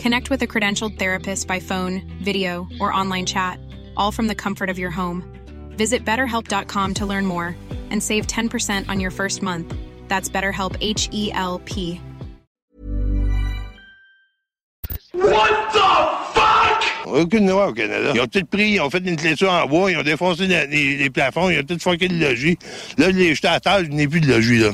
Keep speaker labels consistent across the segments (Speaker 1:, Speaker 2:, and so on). Speaker 1: Connect with a credentialed therapist by phone, video, or online chat, all from the comfort of your home. Visit betterhelp.com to learn more and save 10% on your first month. That's BetterHelp H E L P.
Speaker 2: What the fuck?
Speaker 3: Aucune loi au Canada. Ils ont tout pris, ils ont fait une clôture en bois, ils ont défoncé la- les, les plafonds, ils ont tout fucké le logis. Là, je l'ai jeté à terre, je n'ai plus de logis, là.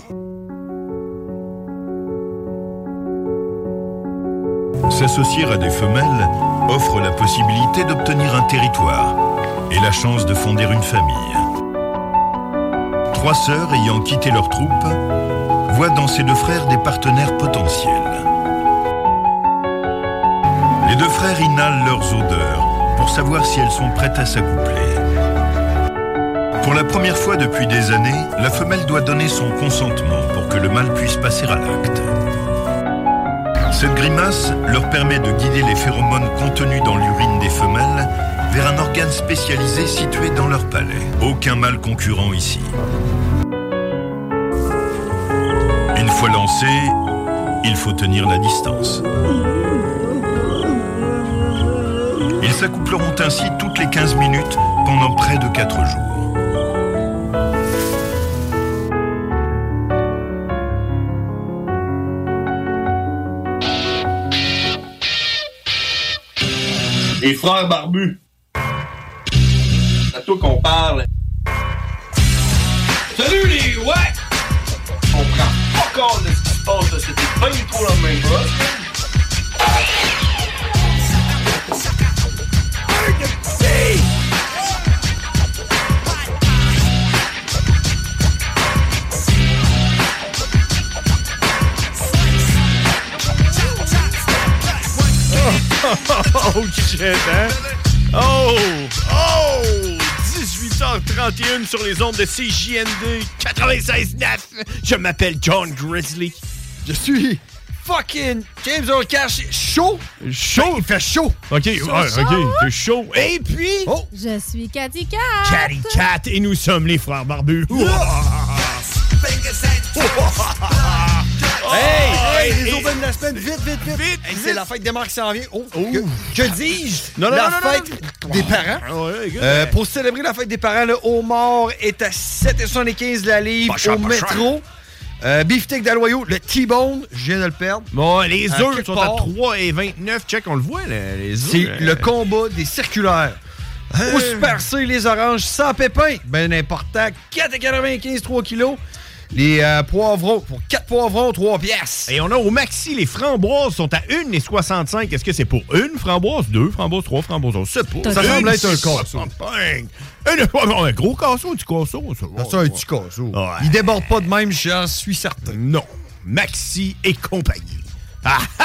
Speaker 4: S'associer à des femelles offre la possibilité d'obtenir un territoire et la chance de fonder une famille. Trois sœurs ayant quitté leur troupe voient dans ces deux frères des partenaires potentiels. Les deux frères inhalent leurs odeurs pour savoir si elles sont prêtes à s'accoupler. Pour la première fois depuis des années, la femelle doit donner son consentement pour que le mâle puisse passer à l'acte. Cette grimace leur permet de guider les phéromones contenus dans l'urine des femelles vers un organe spécialisé situé dans leur palais. Aucun mâle concurrent ici. Une fois lancé, il faut tenir la distance. Ils s'accoupleront ainsi toutes les 15 minutes pendant près de 4 jours.
Speaker 2: Les frères barbus. C'est à toi qu'on parle. Salut les ouais! On prend pas compte de ce qui se passe, là. c'était pas du tout la même chose.
Speaker 5: Oh shit, hein? Oh! Oh! 18h31 sur les ondes de CJND 96.9. Je m'appelle John Grizzly. Je suis fucking James O'Cash chaud. Chaud? il fait chaud. OK, ouais, OK, c'est chaud. Et puis... Oh!
Speaker 6: Je suis Cathy Cat.
Speaker 5: Catty Cat et nous sommes les frères barbus.
Speaker 7: Hey,
Speaker 5: Hey,
Speaker 7: hey, les
Speaker 5: hey.
Speaker 7: aubaines de la semaine, vite, vite, vite. Hey, c'est la fête des mères qui s'en vient. Oh, que, que dis-je?
Speaker 5: Non, non,
Speaker 7: la
Speaker 5: non, non,
Speaker 7: fête
Speaker 5: non. Ah
Speaker 7: des parents.
Speaker 5: Ouais, good.
Speaker 7: Euh, pour célébrer la fête des parents, le homard est à 7,75 la livre
Speaker 5: Pas cher,
Speaker 7: au
Speaker 5: pas cher.
Speaker 7: métro. Euh, beefsteak d'Aloyau, le T-bone, je viens de le perdre.
Speaker 5: Bon, les
Speaker 7: À
Speaker 5: œufs
Speaker 7: quelque
Speaker 5: sont à
Speaker 7: part.
Speaker 5: 3 et 29. Check, on le voit, là, les œufs.
Speaker 7: C'est
Speaker 5: euh,
Speaker 7: le combat des circulaires. Au Super C, les oranges sans pépins, ben important, 4,95, 3 kilos. Les euh, poivrons, pour 4 poivrons, 3 pièces.
Speaker 5: Et on a au maxi, les framboises sont à 1,65. Est-ce que c'est pour une framboise, deux framboises, trois framboises? On sait pas.
Speaker 7: Ça
Speaker 5: Une
Speaker 7: semble être un corso.
Speaker 5: champagne. Une- Un gros casseau, du casseau. Ça, va,
Speaker 7: C'est un
Speaker 5: ça
Speaker 7: petit Mm. casou.
Speaker 5: Ouais.
Speaker 7: Il déborde pas de même, j'en suis certain.
Speaker 5: va. Non. Maxi et compagnie. Ah ah!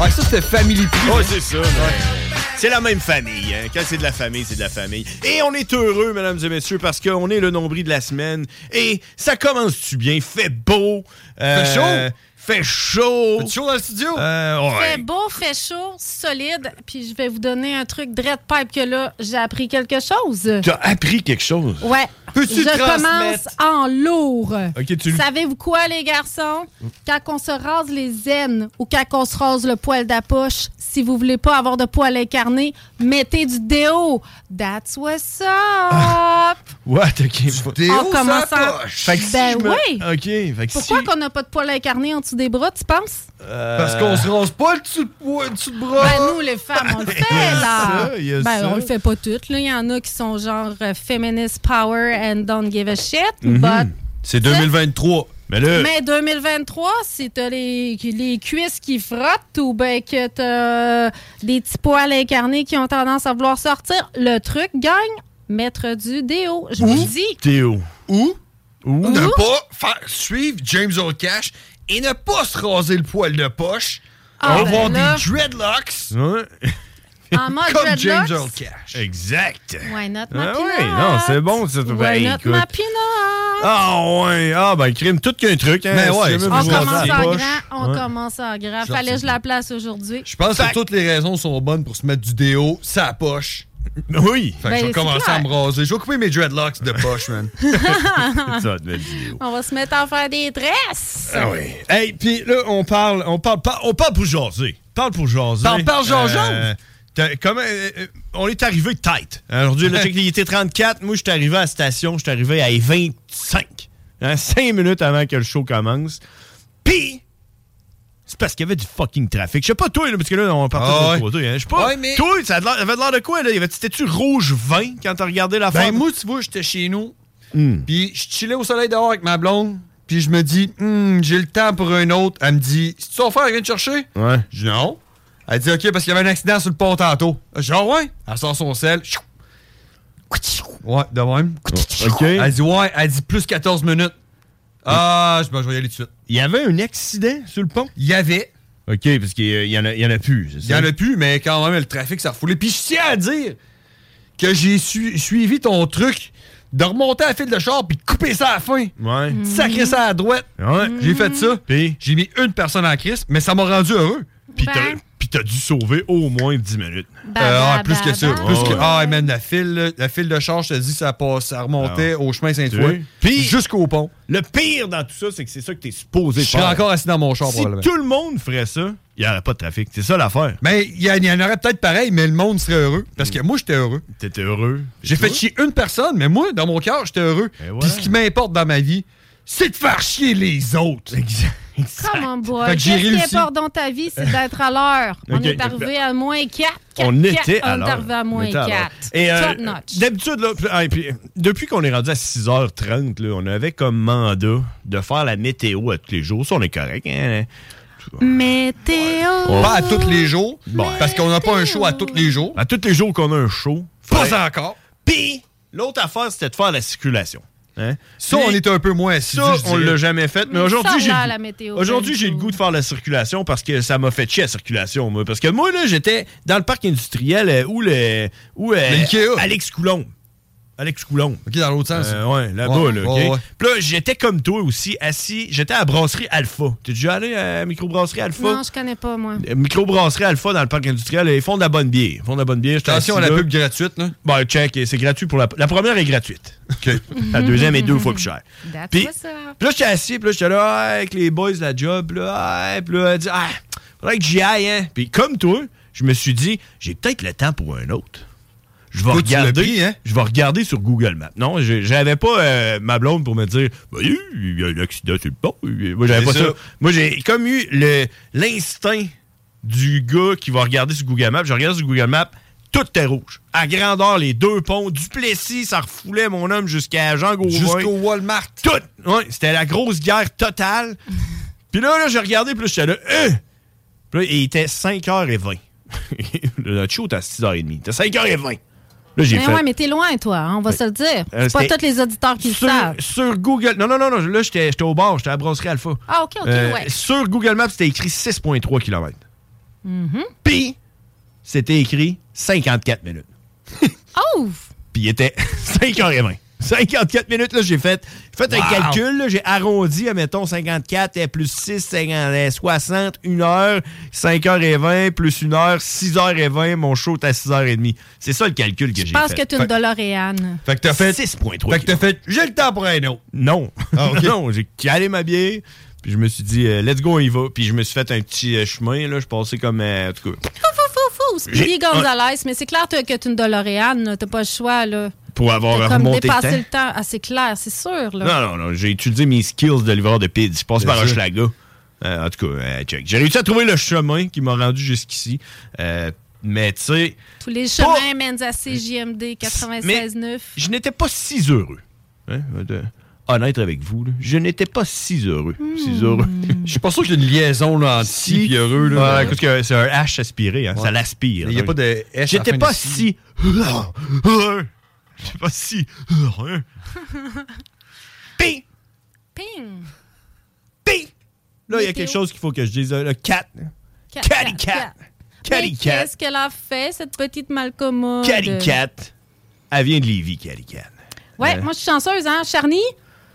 Speaker 7: Ouais, Ah, ça, c'était Family Prix.
Speaker 5: Ouais, c'est ça. mais C'est la même famille. hein. Quand c'est de la famille, c'est de la famille. Et on est heureux, mesdames et messieurs, parce qu'on est le nombril de la semaine. Et ça commence-tu bien? Fait beau. euh,
Speaker 7: Fait chaud.
Speaker 5: Fait chaud.
Speaker 7: Petit show dans le studio.
Speaker 5: Euh, ouais.
Speaker 6: Fait beau, fait chaud, solide. Puis je vais vous donner un truc dread pipe que là, j'ai appris quelque chose.
Speaker 5: T'as appris quelque chose.
Speaker 6: Ouais.
Speaker 7: Peux-tu
Speaker 6: je commence
Speaker 7: transmettre?
Speaker 6: en lourd.
Speaker 5: Ok, tu le-
Speaker 6: Savez-vous quoi, les garçons? Quand on se rase les aines ou quand on se rase le poil de la poche, si vous voulez pas avoir de poil incarné, mettez du déo. That's what's up.
Speaker 5: What? OK.
Speaker 7: Des
Speaker 6: en
Speaker 7: hauts
Speaker 6: commençant-
Speaker 7: sans poche.
Speaker 5: Fait que si
Speaker 6: Oh, Ben
Speaker 5: je me-
Speaker 6: oui.
Speaker 5: OK. Fait que
Speaker 6: Pourquoi
Speaker 5: si-
Speaker 6: qu'on n'a pas de poil incarné en dessous des bras, tu penses?
Speaker 5: Euh,
Speaker 7: Parce qu'on se rase pas le dessous de, poids, dessous de bras.
Speaker 6: Ben, nous, les femmes, on le
Speaker 5: Il y
Speaker 6: fait,
Speaker 5: a
Speaker 6: là.
Speaker 5: ça, il y a
Speaker 6: ben,
Speaker 5: ça.
Speaker 6: on le fait pas toutes, là. Il y en a qui
Speaker 5: Mm-hmm.
Speaker 6: sont genre euh, feminist power and don't give a shit. but
Speaker 5: C'est 2023. Hein? Mais là,
Speaker 6: Mais 2023, si t'as les, les cuisses qui frottent ou ben que t'as euh, des petits poils incarnés qui ont tendance à vouloir sortir, le truc gagne mettre du déo. Je vous le dis.
Speaker 5: Théo.
Speaker 7: Ou
Speaker 5: Ou?
Speaker 7: ne pas faire suivre James Old Cash et ne pas se raser le poil de poche.
Speaker 6: Ah, ben
Speaker 7: avoir
Speaker 6: là.
Speaker 7: des dreadlocks
Speaker 5: Ouais.
Speaker 6: En mode
Speaker 7: comme James
Speaker 6: dreadlocks.
Speaker 7: Old Cash.
Speaker 5: Exact.
Speaker 6: Why not my
Speaker 5: Ah
Speaker 6: peanut?
Speaker 5: oui, non, c'est bon, ça. Ben,
Speaker 6: Why not
Speaker 5: écoute.
Speaker 6: my peanut?
Speaker 5: Ah ouais, ah ben crime, tout qu'un truc. Hein,
Speaker 7: Mais Ben ouais,
Speaker 5: jamais
Speaker 6: On
Speaker 5: vous
Speaker 6: commence
Speaker 5: rasez
Speaker 6: en
Speaker 5: poche.
Speaker 6: Ah, grand, on
Speaker 5: Ouais.
Speaker 6: commence en grand. Fallait que je la place aujourd'hui.
Speaker 7: Je pense que toutes les raisons sont bonnes pour se mettre du déo, sa poche.
Speaker 5: Oui.
Speaker 7: Fait que
Speaker 6: Ben,
Speaker 7: je vais
Speaker 6: c'est
Speaker 7: commencer
Speaker 6: clair.
Speaker 7: à me raser. Je vais couper mes dreadlocks de poche, man.
Speaker 5: Ça, de belles vidéos.
Speaker 6: On va se mettre à faire des tresses.
Speaker 5: Ah oui. Hey, puis là, on parle, on parle, pas- on parle pour jaser. Parle pour jaser.
Speaker 7: Parle- parle jaser.
Speaker 5: t'as- comment, euh, euh, on est arrivé tête. Hein, Aujourd'hui, le check, il était 34. Moi, je suis arrivé à la station, je suis arrivé à 25. 5 minutes avant que le show commence. Puis, c'est parce qu'il y avait du fucking trafic. Je sais pas toi, là, parce que là, on partait
Speaker 7: Ah
Speaker 5: de
Speaker 7: ouais.
Speaker 5: l'autre côté. hein. Je sais pas.
Speaker 7: Ouais, mais-
Speaker 5: Toi, ça avait l'air- avait l'air de quoi, là? Il y avait- C'était-tu rouge 20 quand t'as regardé la Hmm.
Speaker 7: Ben,
Speaker 5: forme?
Speaker 7: moi, tu vois, j'étais chez nous, puis je chillais au soleil dehors avec ma blonde, puis je me dis, Hmm, j'ai le temps pour un autre. Elle me dit, c'est ton frère qui vient te chercher?
Speaker 5: Ouais.
Speaker 7: Je dis non. Elle dit, OK, parce qu'il y avait un accident sur le pont tantôt. Genre, ouais. Elle sort son sel. Chou. Ouais, de même.
Speaker 5: OK.
Speaker 7: Elle dit, ouais, elle dit plus 14 minutes. Ah, je, ben, je vais y aller tout de suite.
Speaker 5: Il y avait un accident sur le pont?
Speaker 7: Il y avait,
Speaker 5: OK, parce qu'il y, en a- il y en a plus, c'est
Speaker 7: il y
Speaker 5: ça?
Speaker 7: en a plus, mais quand même, le trafic, ça refoulait. Puis je tiens à dire que j'ai su- suivi ton truc de remonter à la file de char, puis de couper ça à la fin.
Speaker 5: Ouais.
Speaker 7: sacré ça à la droite.
Speaker 5: Ah Ouais.
Speaker 7: J'ai fait ça.
Speaker 5: Puis,
Speaker 7: J'ai mis une personne en crise, mais ça m'a rendu heureux.
Speaker 5: puis
Speaker 6: Ben.
Speaker 5: t'as- puis t'as dû sauver au moins 10 minutes.
Speaker 6: Bah,
Speaker 7: Euh, ah,
Speaker 6: bah,
Speaker 7: plus
Speaker 6: bah,
Speaker 7: que ça.
Speaker 6: bah.
Speaker 7: Plus que,
Speaker 5: Ouais.
Speaker 7: ah, man, la file, là, la file de charge, je te dis, ça, passe, ça remontait au chemin
Speaker 5: Tu
Speaker 7: Sainte-Foy.
Speaker 5: vois? Ah Puis-
Speaker 7: jusqu'au pont.
Speaker 5: Le pire dans tout ça, c'est que c'est ça que t'es supposé
Speaker 7: Je
Speaker 5: faire.
Speaker 7: serais encore assis dans mon char,
Speaker 5: Si
Speaker 7: probablement.
Speaker 5: tout le monde ferait ça, il n'y aurait pas de trafic. C'est ça l'affaire.
Speaker 7: Mais il y, en- il y en aurait peut-être pareil, mais le monde serait heureux. Parce
Speaker 5: Mm.
Speaker 7: que moi, j'étais heureux.
Speaker 5: T'étais heureux.
Speaker 7: J'ai fait chier une personne, mais moi, dans mon cœur, j'étais heureux.
Speaker 5: Et voilà.
Speaker 7: Puis ce qui m'importe dans ma vie, c'est de faire chier les autres.
Speaker 5: Exact.
Speaker 6: ben, Come on, boy.
Speaker 7: Fait que j'ai
Speaker 6: Qu'est-ce qui
Speaker 7: réussi.
Speaker 6: est fort dans ta vie, c'est d'être à l'heure. On
Speaker 5: Ok. ben,
Speaker 6: est arrivé à moins 4.
Speaker 5: on était à
Speaker 6: On
Speaker 5: l'heure.
Speaker 6: est arrivé à
Speaker 5: On
Speaker 6: moins
Speaker 5: était à
Speaker 6: 4.
Speaker 5: l'heure. Et euh,
Speaker 6: Top notch.
Speaker 5: d'habitude, là, puis- ah, et puis, depuis qu'on est rendu à 6h30, là, on avait comme mandat de faire la météo à tous les jours. Ça, on est correct. hein.
Speaker 6: Météo.
Speaker 7: Pas à tous les jours,
Speaker 5: Bon.
Speaker 7: parce qu'on n'a pas un show à tous les jours.
Speaker 5: À tous les jours qu'on a un show, faudrait-
Speaker 7: Pas encore.
Speaker 5: Puis, l'autre affaire, c'était de faire la circulation. Hein?
Speaker 7: Ça,
Speaker 5: Les-
Speaker 7: on est un peu moins assidus,
Speaker 5: Ça,
Speaker 7: je
Speaker 5: on
Speaker 7: dirais.
Speaker 5: l'a jamais fait. Mais
Speaker 6: Ça a
Speaker 5: aujourd'hui, j'ai
Speaker 6: l'air
Speaker 5: le-
Speaker 6: la météo,
Speaker 5: aujourd'hui,
Speaker 6: pas
Speaker 5: j'ai
Speaker 6: du
Speaker 5: le
Speaker 6: tout.
Speaker 5: goût de faire la circulation parce que ça m'a fait chier la circulation, moi. Parce que moi, là, j'étais dans le parc industriel euh, où le. Où, euh,
Speaker 7: Le Ikea.
Speaker 5: Alex Coulomb. Alex Coulomb.
Speaker 7: OK, dans l'autre sens.
Speaker 5: Euh, ouais, là-bas,
Speaker 7: Ouais,
Speaker 5: là, OK?
Speaker 7: ouais, ouais.
Speaker 5: Puis là, j'étais comme toi aussi, assis. J'étais à la brasserie Alpha. T'es déjà allé à la microbrasserie Alpha?
Speaker 6: Non, je connais pas, moi.
Speaker 5: Euh, Microbrasserie Alpha dans le parc industriel, ils font de la bonne bière. Ils font de la bonne bière. j'étais
Speaker 7: Attention à
Speaker 5: assis
Speaker 7: la
Speaker 5: là.
Speaker 7: pub gratuite, là.
Speaker 5: Bon, check, c'est gratuit pour la. La première est gratuite.
Speaker 7: OK.
Speaker 5: La deuxième est deux fois plus chère.
Speaker 6: That's
Speaker 5: Puis,
Speaker 6: what's up.
Speaker 5: puis là, j'étais assis, puis là, j'étais là, ah, avec les boys de la job, puis là, ah, puis là, elle dit, ah, faudrait que j'y aille, hein. Puis comme toi, je me suis dit, j'ai peut-être le temps pour un autre. Je vais
Speaker 7: Toi, tu l'as
Speaker 5: regarder,
Speaker 7: pris, hein?
Speaker 5: je vais regarder sur Google Maps. Non, je- j'avais pas euh, ma blonde pour me dire, Ben, il y a un accident sur le pont. Moi, j'avais
Speaker 7: C'est
Speaker 5: pas ça.
Speaker 7: ça.
Speaker 5: Moi, j'ai comme eu le- l'instinct du gars qui va regarder sur Google Maps. Je regarde sur Google Maps, tout est rouge. À grandeur, les deux ponts. Duplessis, ça refoulait mon homme jusqu'à Jean Gauvin.
Speaker 7: Jusqu'au Walmart.
Speaker 5: Tout! Ouais, c'était la grosse guerre totale. puis là, là j'ai regardé, puis là, j'étais là, Euh! Puis là, il était 5h20. Le show était à 6h30. Il était 5h20. Là, j'ai
Speaker 6: Mais
Speaker 5: fait.
Speaker 6: ouais, mais t'es loin, toi. hein, On va se le dire.
Speaker 5: Euh,
Speaker 6: C'est pas
Speaker 5: c'était-
Speaker 6: tous les auditeurs qui le
Speaker 5: sur,
Speaker 6: savent.
Speaker 5: sur Google. Non, non, non, non. Là, j'étais j'étais au bar, j'étais à la brasserie Alpha.
Speaker 6: Ah, OK, OK,
Speaker 5: Euh,
Speaker 6: ouais.
Speaker 5: Sur Google Maps, c'était écrit 6,3 km. Puis, c'était écrit 54 minutes.
Speaker 6: Oh!
Speaker 5: Puis il était 5h20. 54 minutes, là, j'ai fait, j'ai fait un calcul, là, j'ai arrondi, admettons, 54 et plus 6, 50, eh, 60, 1 heure, 5h20, plus 1 heure, 6h20, mon show est à 6h30. C'est ça le calcul que j'ai fait.
Speaker 6: Je pense que t'es une Doloréane.
Speaker 7: Fait que t'as fait.
Speaker 5: 6.3.
Speaker 7: Fait que t'as fait. J'ai le temps pour un autre.
Speaker 5: Non.
Speaker 7: Ah, ok.
Speaker 5: non, j'ai calé ma bière. Puis je me suis dit, euh, let's go, on y va. Puis je me suis fait un petit euh, chemin, là. Je passais comme. euh, en tout cas,
Speaker 6: Fou, fou, fou, fou. Speedy
Speaker 5: J'ai-
Speaker 6: Gonzalez, mais c'est clair toi, que t'es une Doloréane. là. T'as pas le choix, là.
Speaker 5: pour avoir
Speaker 6: T'as comme
Speaker 5: remonté le temps.
Speaker 6: dépassé le temps. Ah, c'est clair, c'est sûr, là.
Speaker 5: Non, non, non. J'ai étudié mes skills de livreur de pizza. Je passe
Speaker 7: Bien
Speaker 5: par
Speaker 7: sûr.
Speaker 5: Hochelaga. Euh, en tout cas, euh, check. J'ai réussi à trouver le chemin qui m'a rendu jusqu'ici. Euh, mais tu sais,
Speaker 6: Tous les chemins mènent à CJMD
Speaker 5: Mais-
Speaker 6: 96.9.
Speaker 5: je n'étais pas si heureux. Hein? honnête avec vous, là, je n'étais pas si heureux.
Speaker 6: Hmm.
Speaker 5: Si heureux. Je suis
Speaker 7: pas sûr qu'il y ait une liaison là, entre si et heureux. Là,
Speaker 5: Ouais, écoute, que c'est un H aspiré, hein,
Speaker 7: euh, Ouais.
Speaker 5: ça l'aspire.
Speaker 7: Il y a pas de S à la
Speaker 5: J'étais
Speaker 7: fin
Speaker 5: pas
Speaker 7: de
Speaker 5: si
Speaker 7: si.
Speaker 5: heureux. J'étais pas si heureux. Ping!
Speaker 6: Ping!
Speaker 5: Ping! Là, il y a
Speaker 6: Météo.
Speaker 5: quelque chose qu'il faut que je dise. Le 4.
Speaker 6: Cat,
Speaker 5: Catty
Speaker 6: cat,
Speaker 5: cat.
Speaker 6: Mais
Speaker 5: Catty cat.
Speaker 6: Qu'est-ce qu'elle a fait, cette petite malcommode?
Speaker 5: Catty cat. Elle vient de Lévis, Catty cat.
Speaker 6: Ouais, moi, je suis chanceuse, hein. Charny,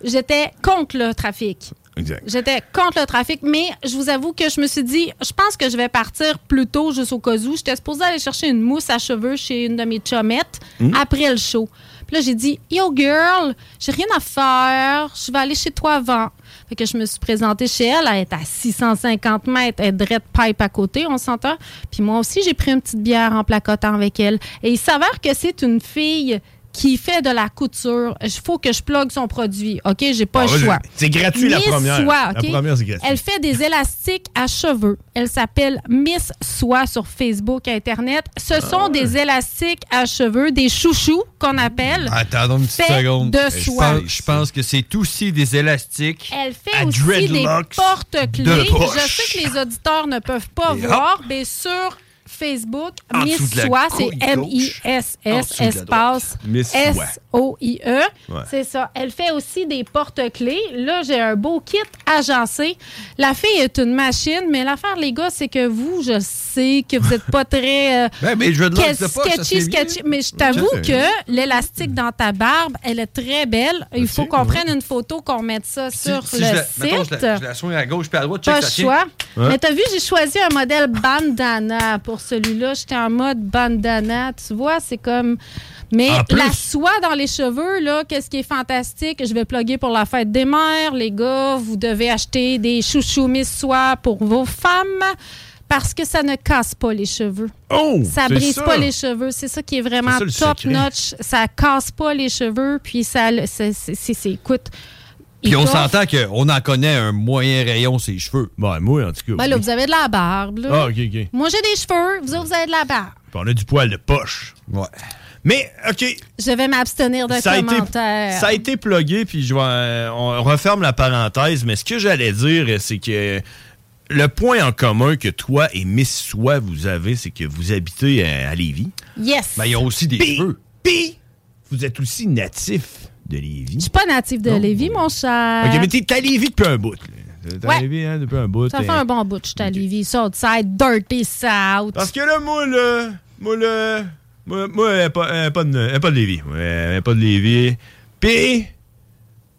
Speaker 6: j'étais contre le trafic.
Speaker 5: Exact.
Speaker 6: J'étais contre le trafic, mais je vous avoue que je me suis dit, je pense que je vais partir plus tôt, juste au cas où. J'étais supposée aller chercher une mousse à cheveux chez une de mes chummettes après le show. Puis là, j'ai dit, Yo girl, j'ai rien à faire, je vais aller chez toi avant. Fait que je me suis présentée chez elle, elle est à 650 mètres, elle est drette pipe à côté, on s'entend. Puis moi aussi, j'ai pris une petite bière en placotant avec elle. Et il s'avère que c'est une fille qui fait de la couture. Il faut que je plug son produit, OK? J'ai pas
Speaker 5: Ah,
Speaker 6: le
Speaker 5: vas-y.
Speaker 6: choix.
Speaker 5: C'est gratuit, la
Speaker 6: Miss
Speaker 5: première.
Speaker 6: Soie,
Speaker 5: La
Speaker 6: OK?
Speaker 5: première, c'est gratuit.
Speaker 6: Elle fait des élastiques à cheveux. Elle s'appelle Miss Soie sur Facebook et Internet.
Speaker 5: Ah
Speaker 6: Ce sont des élastiques à cheveux, des chouchous qu'on appelle.
Speaker 7: Attends une petite
Speaker 6: Fait
Speaker 7: seconde.
Speaker 5: Ben,
Speaker 6: de
Speaker 7: je,
Speaker 6: soie.
Speaker 7: pense, je pense que c'est aussi des élastiques.
Speaker 6: Elle fait
Speaker 5: À
Speaker 6: aussi des
Speaker 5: dreadlocks
Speaker 6: porte-clés.
Speaker 7: de poche.
Speaker 6: Je sais que les auditeurs ne peuvent pas
Speaker 7: Et hop.
Speaker 6: voir, mais sur Facebook,
Speaker 7: En
Speaker 6: Miss
Speaker 7: dessous de la
Speaker 6: Soie, c'est
Speaker 7: couille gauche. En
Speaker 6: M-I-S-S
Speaker 7: dessous de la
Speaker 6: espace
Speaker 5: droite. Miss Soie.
Speaker 6: S-O-I-E.
Speaker 5: Ouais.
Speaker 6: E. C'est ça. Elle fait aussi des porte-clés. Là, j'ai un beau kit agencé. La fille est une machine, mais l'affaire, les gars, c'est que vous, je sais que vous n'êtes pas très... euh,
Speaker 7: Ben, mais je veux de
Speaker 6: Quel
Speaker 7: l'autre, c'est pas que ça
Speaker 6: sketchy,
Speaker 7: s'est bien.
Speaker 6: sketchy. Mais je t'avoue
Speaker 7: Ok.
Speaker 6: que l'élastique dans ta barbe, elle est très belle. Il faut qu'on prenne une photo, qu'on mette ça
Speaker 7: Si-
Speaker 6: sur
Speaker 7: si
Speaker 6: le
Speaker 7: je la- mettons,
Speaker 6: site.
Speaker 7: je la, je la soigne à gauche puis à droite, check
Speaker 6: Pas le
Speaker 7: ça tient.
Speaker 6: choix. Mais t'as vu, j'ai choisi un modèle bandana pour celui-là. J'étais en mode bandana. Tu vois, c'est comme. Mais
Speaker 7: En plus.
Speaker 6: la soie dans les cheveux, là, qu'est-ce qui est fantastique? Je vais plugger pour la fête des mères. Les gars, vous devez acheter des chouchous Miss Soie pour vos femmes parce que ça ne casse pas les cheveux.
Speaker 5: Oh!
Speaker 6: Ça
Speaker 5: c'est
Speaker 6: brise
Speaker 5: ça.
Speaker 6: pas les cheveux. C'est ça qui est vraiment
Speaker 5: C'est ça, le
Speaker 6: top
Speaker 5: secret.
Speaker 6: notch. Ça casse pas les cheveux. Puis ça, le- c'est, c'est, c'est- c'est- écoute.
Speaker 7: Puis on
Speaker 6: étoffe.
Speaker 7: s'entend qu'on en connaît un moyen rayon, ses cheveux.
Speaker 5: Ouais, moi, en tout cas.
Speaker 6: Ben là,
Speaker 5: oui.
Speaker 6: vous avez de la barbe. là.
Speaker 5: Ah, OK, OK. Puis
Speaker 6: Moi, j'ai des cheveux. Vous autres, vous avez de la barbe.
Speaker 5: on a du poil de poche.
Speaker 7: Ouais.
Speaker 5: Mais, OK,
Speaker 6: Je vais m'abstenir de
Speaker 5: ça a, été,
Speaker 6: commentaires.
Speaker 5: ça a été plugué, puis je vais, euh, on referme la parenthèse, mais ce que j'allais dire, euh, c'est que le point en commun que toi et Miss Soie, vous avez, c'est que vous habitez euh, à, à Lévis.
Speaker 6: Yes.
Speaker 7: Ben, il y a aussi des
Speaker 5: Puis,
Speaker 7: cheveux.
Speaker 5: puis, vous êtes aussi natif de Lévis.
Speaker 6: Je suis pas native de Lévis, mon cher.
Speaker 5: OK, mais t'es t'es à Lévis depuis un bout. là. T'es à
Speaker 6: Euh, Ouais.
Speaker 5: Lévis hein, depuis un bout.
Speaker 6: ça fait
Speaker 5: hein.
Speaker 6: un bon bout. Je suis à Lévis. Southside, Dirty South.
Speaker 5: Parce que là, moi, là, moi, là, moi, moi elle n'est pas, elle est pas, de- elle est pas de Lévis. Ouais, Elle n'est pas de Lévis. Puis,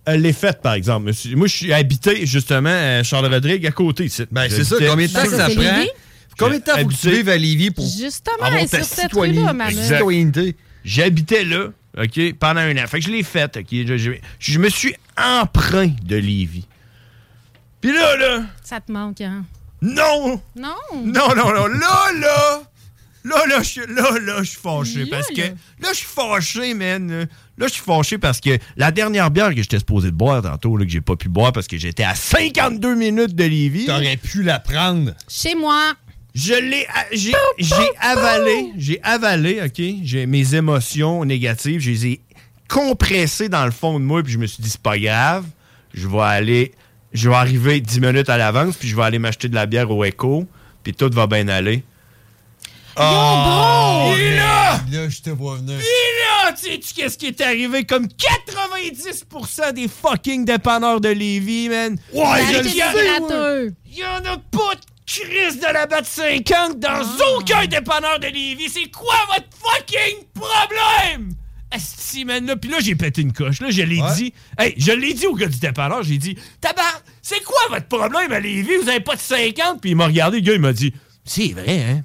Speaker 5: elle l'est faite, par exemple. Moi, je suis- Moi, je suis habité, justement, à Charles Rodrigue, à côté. ici.
Speaker 7: Ben, c'est ça.
Speaker 5: J'habitais-
Speaker 7: Combien de temps
Speaker 6: Ben,
Speaker 7: que
Speaker 6: ça,
Speaker 7: ça
Speaker 6: c'est
Speaker 7: prend?
Speaker 6: Lévis.
Speaker 7: Combien de temps faut que tu
Speaker 5: Habitué.
Speaker 7: vives à Lévis pour
Speaker 6: Justement,
Speaker 7: avoir
Speaker 6: et
Speaker 7: ta
Speaker 6: sur cette rue-là,
Speaker 7: citoyen-
Speaker 6: Manon.
Speaker 7: citoyenneté?
Speaker 5: J'habitais là, OK, pendant un an. Fait que je l'ai faite, OK. Je, je- je me suis emprunt de Lévis. Puis là, là,
Speaker 6: Ça te manque, hein?
Speaker 5: non!
Speaker 6: Non.
Speaker 5: Non, non, non. Là, là. Là, là, je suis- là, là, je suis fâché.
Speaker 6: Là,
Speaker 5: parce que.
Speaker 6: là.
Speaker 5: Là, je suis fâché, man. Là, je suis fâché parce que la dernière bière que j'étais supposé de boire tantôt, là, que j'ai pas pu boire parce que j'étais à 52 minutes de Lévis.
Speaker 7: T'aurais pu la prendre.
Speaker 6: Chez moi.
Speaker 5: Je l'ai. a- J'ai j'ai avalé. J'ai avalé, OK? J'ai mes émotions négatives. Je les ai compressées dans le fond de moi. Puis je me suis dit, c'est pas grave. Je vais aller. Je vais arriver 10 minutes à l'avance. Puis je vais aller m'acheter de la bière au Echo. Puis tout va bien aller.
Speaker 6: Yo, bro!
Speaker 5: Et là!
Speaker 7: Là, je te vois venir.
Speaker 5: Et là, tu sais-tu qu'est-ce qui est arrivé? Comme 90% des fucking dépanneurs de Lévis, man. Ouais,
Speaker 6: Arrêtez de gratteux.
Speaker 5: Il y en a pas de crise de la batte 50 dans
Speaker 6: Hmm.
Speaker 5: aucun dépanneur de Lévis. C'est quoi votre fucking problème? Asti, man, là. Puis là, j'ai pété une coche. Là, je l'ai
Speaker 7: Ouais.
Speaker 5: dit. Hey, je l'ai dit au gars du dépanneur. J'ai dit, tabar, c'est quoi votre problème à Lévis? Vous avez pas de 50? Puis il m'a regardé, le gars, il m'a dit, c'est vrai, hein?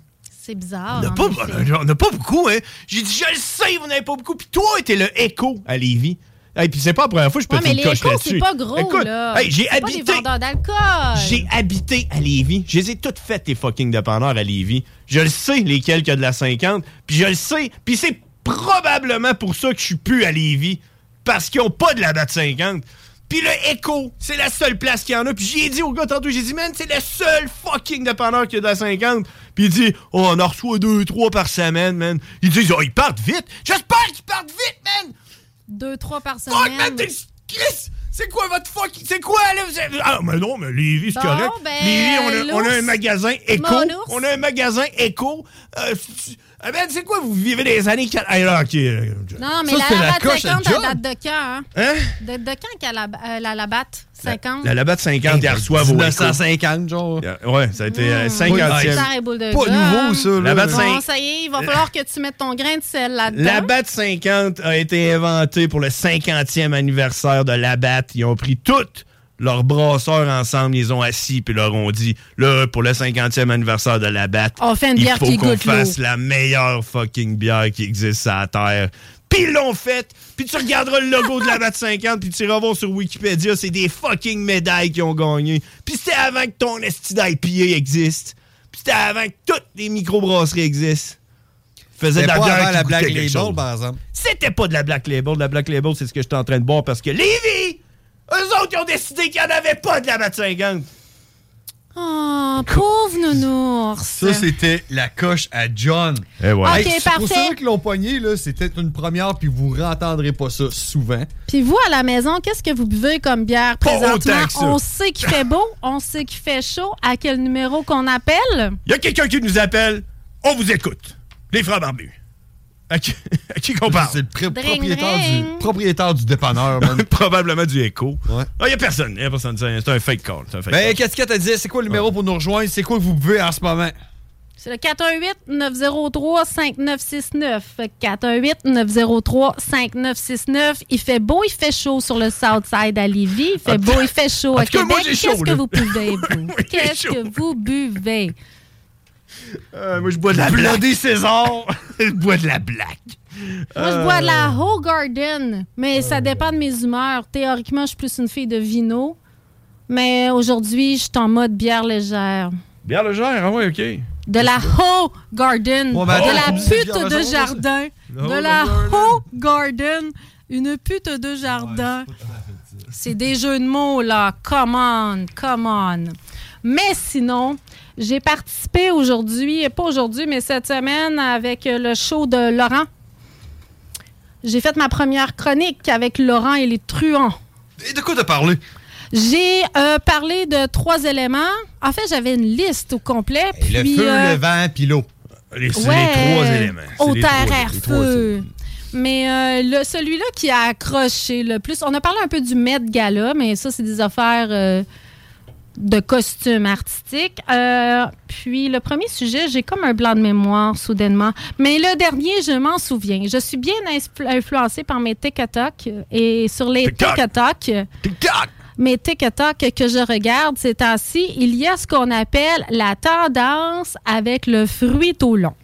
Speaker 6: C'est bizarre.
Speaker 5: On n'a
Speaker 6: en
Speaker 5: pas,
Speaker 6: effet.
Speaker 5: on a- on a pas beaucoup, hein. J'ai dit, je le sais, vous n'avez pas beaucoup. Puis toi, t'es le écho à Lévis. Et puis c'est pas la première fois que je
Speaker 6: Ouais,
Speaker 5: peux
Speaker 6: mais
Speaker 5: une
Speaker 6: les
Speaker 5: coche
Speaker 6: échos,
Speaker 5: là-dessus.
Speaker 6: c'est pas gros,
Speaker 5: Écoute,
Speaker 6: là.
Speaker 5: hey, j'ai
Speaker 6: C'est pas des
Speaker 5: habité.
Speaker 6: vendeurs d'alcool.
Speaker 5: J'ai habité à Lévis. Je les ai toutes faites, tes fucking dépanneurs à Lévis. Je le sais, lesquels qu'il y a de la 50. Puis je le sais. Puis c'est probablement pour ça que je suis plus à Lévis. Parce qu'ils ont pas de la date 50. Puis le Echo, c'est la seule place qu'il y en a. Puis j'ai dit au gars tantôt, j'ai dit, man, c'est le seul fucking dépanneur qui a de la 50. Puis il dit, oh, on en reçoit deux, trois par semaine, man. Ils disent, oh, ils partent vite. J'espère qu'ils partent vite, man.
Speaker 6: Deux, trois par
Speaker 5: Fuck, man,
Speaker 6: semaine.
Speaker 5: t'es- Chris,
Speaker 8: C'est quoi votre fuck? C'est quoi, là? Vous avez-
Speaker 5: Ah, mais non, mais Lévis, c'est
Speaker 8: Bon,
Speaker 5: correct.
Speaker 8: ben,
Speaker 5: Lévis, on a, on a
Speaker 8: l'ours.
Speaker 5: un magasin éco.
Speaker 8: Mon ours.
Speaker 5: On a un magasin éco. Euh, tu- ah ben, c'est quoi, vous vivez des années... quat- Ah, là, OK. euh,
Speaker 6: Non, mais
Speaker 5: Ça,
Speaker 6: la,
Speaker 5: c'est
Speaker 6: labatte
Speaker 5: coche, le
Speaker 6: 50, elle
Speaker 5: job.
Speaker 6: date de quand? Hein?
Speaker 5: Hein?
Speaker 6: De, de quand qu'elle a- euh, la labatte 50?
Speaker 5: La labatte 50, ils reçoivent au
Speaker 7: 1950, genre.
Speaker 5: Ouais, ça a été
Speaker 8: Hmm.
Speaker 5: euh, 50e.
Speaker 6: Sarah et boule de
Speaker 5: Pas
Speaker 6: gomme.
Speaker 5: nouveau, ça, là. Labatte
Speaker 6: Bon,
Speaker 5: cinq-
Speaker 6: ça y est, il va falloir que tu mettes ton grain de sel là-dedans.
Speaker 5: La Batte 50 a été inventée pour le 50e anniversaire de la Batte. Ils ont pris toutes leurs brasseurs ensemble, ils les ont assis, puis leur ont dit, là, pour le 50e anniversaire de la Batte,
Speaker 6: On fait une
Speaker 5: il
Speaker 6: bière
Speaker 5: faut
Speaker 6: qui
Speaker 5: qu'on
Speaker 6: goûte
Speaker 5: fasse
Speaker 6: l'eau.
Speaker 5: la meilleure fucking bière qui existe sur la Terre. Puis ils l'ont faite, puis tu regarderas le logo de la Batte 50, puis tu iras voir sur Wikipédia, c'est des fucking médailles qu'ils ont gagnées. Puis c'était avant que ton esti d'IPA existe. Puis c'était avant que toutes les microbrasseries existent. Faisait de
Speaker 7: C'était
Speaker 5: la
Speaker 7: pas
Speaker 5: bière
Speaker 7: avant
Speaker 5: qui
Speaker 7: la
Speaker 5: goûtait
Speaker 7: Black
Speaker 5: quelque
Speaker 7: Label,
Speaker 5: chose.
Speaker 7: par exemple.
Speaker 5: C'était pas de la Black Label. De la Black Label, c'est ce que j'étais en train de boire parce que Lévi, eux autres, ils ont décidé qu'il n'y en avait pas de la Bat 50.
Speaker 6: Oh, pauvre nounours.
Speaker 7: Ça, c'était la coche à John.
Speaker 5: Et
Speaker 6: voilà. Ok,
Speaker 7: c'est Pour
Speaker 6: parfait.
Speaker 7: ceux qui l'ont pogné, là, c'était une première, puis vous n'entendrez pas ça souvent.
Speaker 6: Puis vous, à la maison, qu'est-ce que vous buvez comme bière
Speaker 7: Pas
Speaker 6: présentement?
Speaker 7: autant que ça.
Speaker 6: On sait qu'il fait beau, on sait qu'il fait chaud. À quel numéro qu'on appelle?
Speaker 5: Il y a quelqu'un qui nous appelle. On vous écoute. Les frères barbus. À qui, à qui qu'on parle? C'est le
Speaker 6: Dring, propriétaire dring. du-
Speaker 5: propriétaire du dépanneur, Probablement du écho. Il n'y a personne. Il a personne. C'est un- c'est un fake call. C'est un fake
Speaker 7: Ben,
Speaker 5: call.
Speaker 7: qu'est-ce qu'elle t'a dit? C'est quoi le numéro pour nous rejoindre? C'est quoi que vous buvez en ce moment?
Speaker 6: C'est le 418-903-5969. 418-903-5969. Il fait beau, il fait chaud sur le Southside à Lévis. Il fait beau, il fait chaud
Speaker 5: Ah, en
Speaker 6: à
Speaker 5: tout cas,
Speaker 6: Québec.
Speaker 5: moi, j'ai chaud,
Speaker 6: Qu'est-ce que
Speaker 5: là.
Speaker 6: vous buvez, vous? Qu'est-ce
Speaker 5: chaud.
Speaker 6: que vous buvez?
Speaker 5: Euh, moi, je bois de la
Speaker 7: Bloody
Speaker 5: black. César. je bois de la black.
Speaker 6: Moi, je bois de la
Speaker 5: Euh.
Speaker 6: Whole Garden, mais ça dépend de mes humeurs. Théoriquement, je suis plus une fille de vino, mais aujourd'hui, je suis en mode bière légère.
Speaker 5: Bien le gère, ah ouais, OK.
Speaker 6: De la Whole Garden,
Speaker 5: Bon, ben,
Speaker 6: de
Speaker 5: attends,
Speaker 6: la
Speaker 5: on dit bière
Speaker 6: pute de
Speaker 5: légère,
Speaker 6: jardin,
Speaker 5: c'est-
Speaker 6: de la Whole Garden, une pute de jardin. C'est des jeux de mots, là. Come on, come on. Mais sinon, j'ai participé aujourd'hui, pas aujourd'hui, mais cette semaine avec euh, le show de Laurent. J'ai fait ma première chronique avec Laurent et les truands.
Speaker 7: Et de quoi t'as parlé?
Speaker 6: J'ai euh, parlé de trois éléments. En fait, j'avais une liste au complet. Puis,
Speaker 7: Le feu,
Speaker 6: euh,
Speaker 7: le vent, puis l'eau.
Speaker 6: ouais, Au terre, air, feu. Mais euh, le- celui-là qui a accroché le plus, on a parlé un peu du Met Gala, mais ça, c'est des affaires euh, de costumes artistiques. Euh, puis le premier sujet, j'ai comme un blanc de mémoire soudainement. Mais le dernier, je m'en souviens. Je suis bien influ- influencée par mes TikTok euh, et sur les
Speaker 5: TikTok.
Speaker 6: TikTok. euh, Mes TikTok que je regarde ces temps-ci, il y a ce qu'on appelle la tendance avec le fruit au long.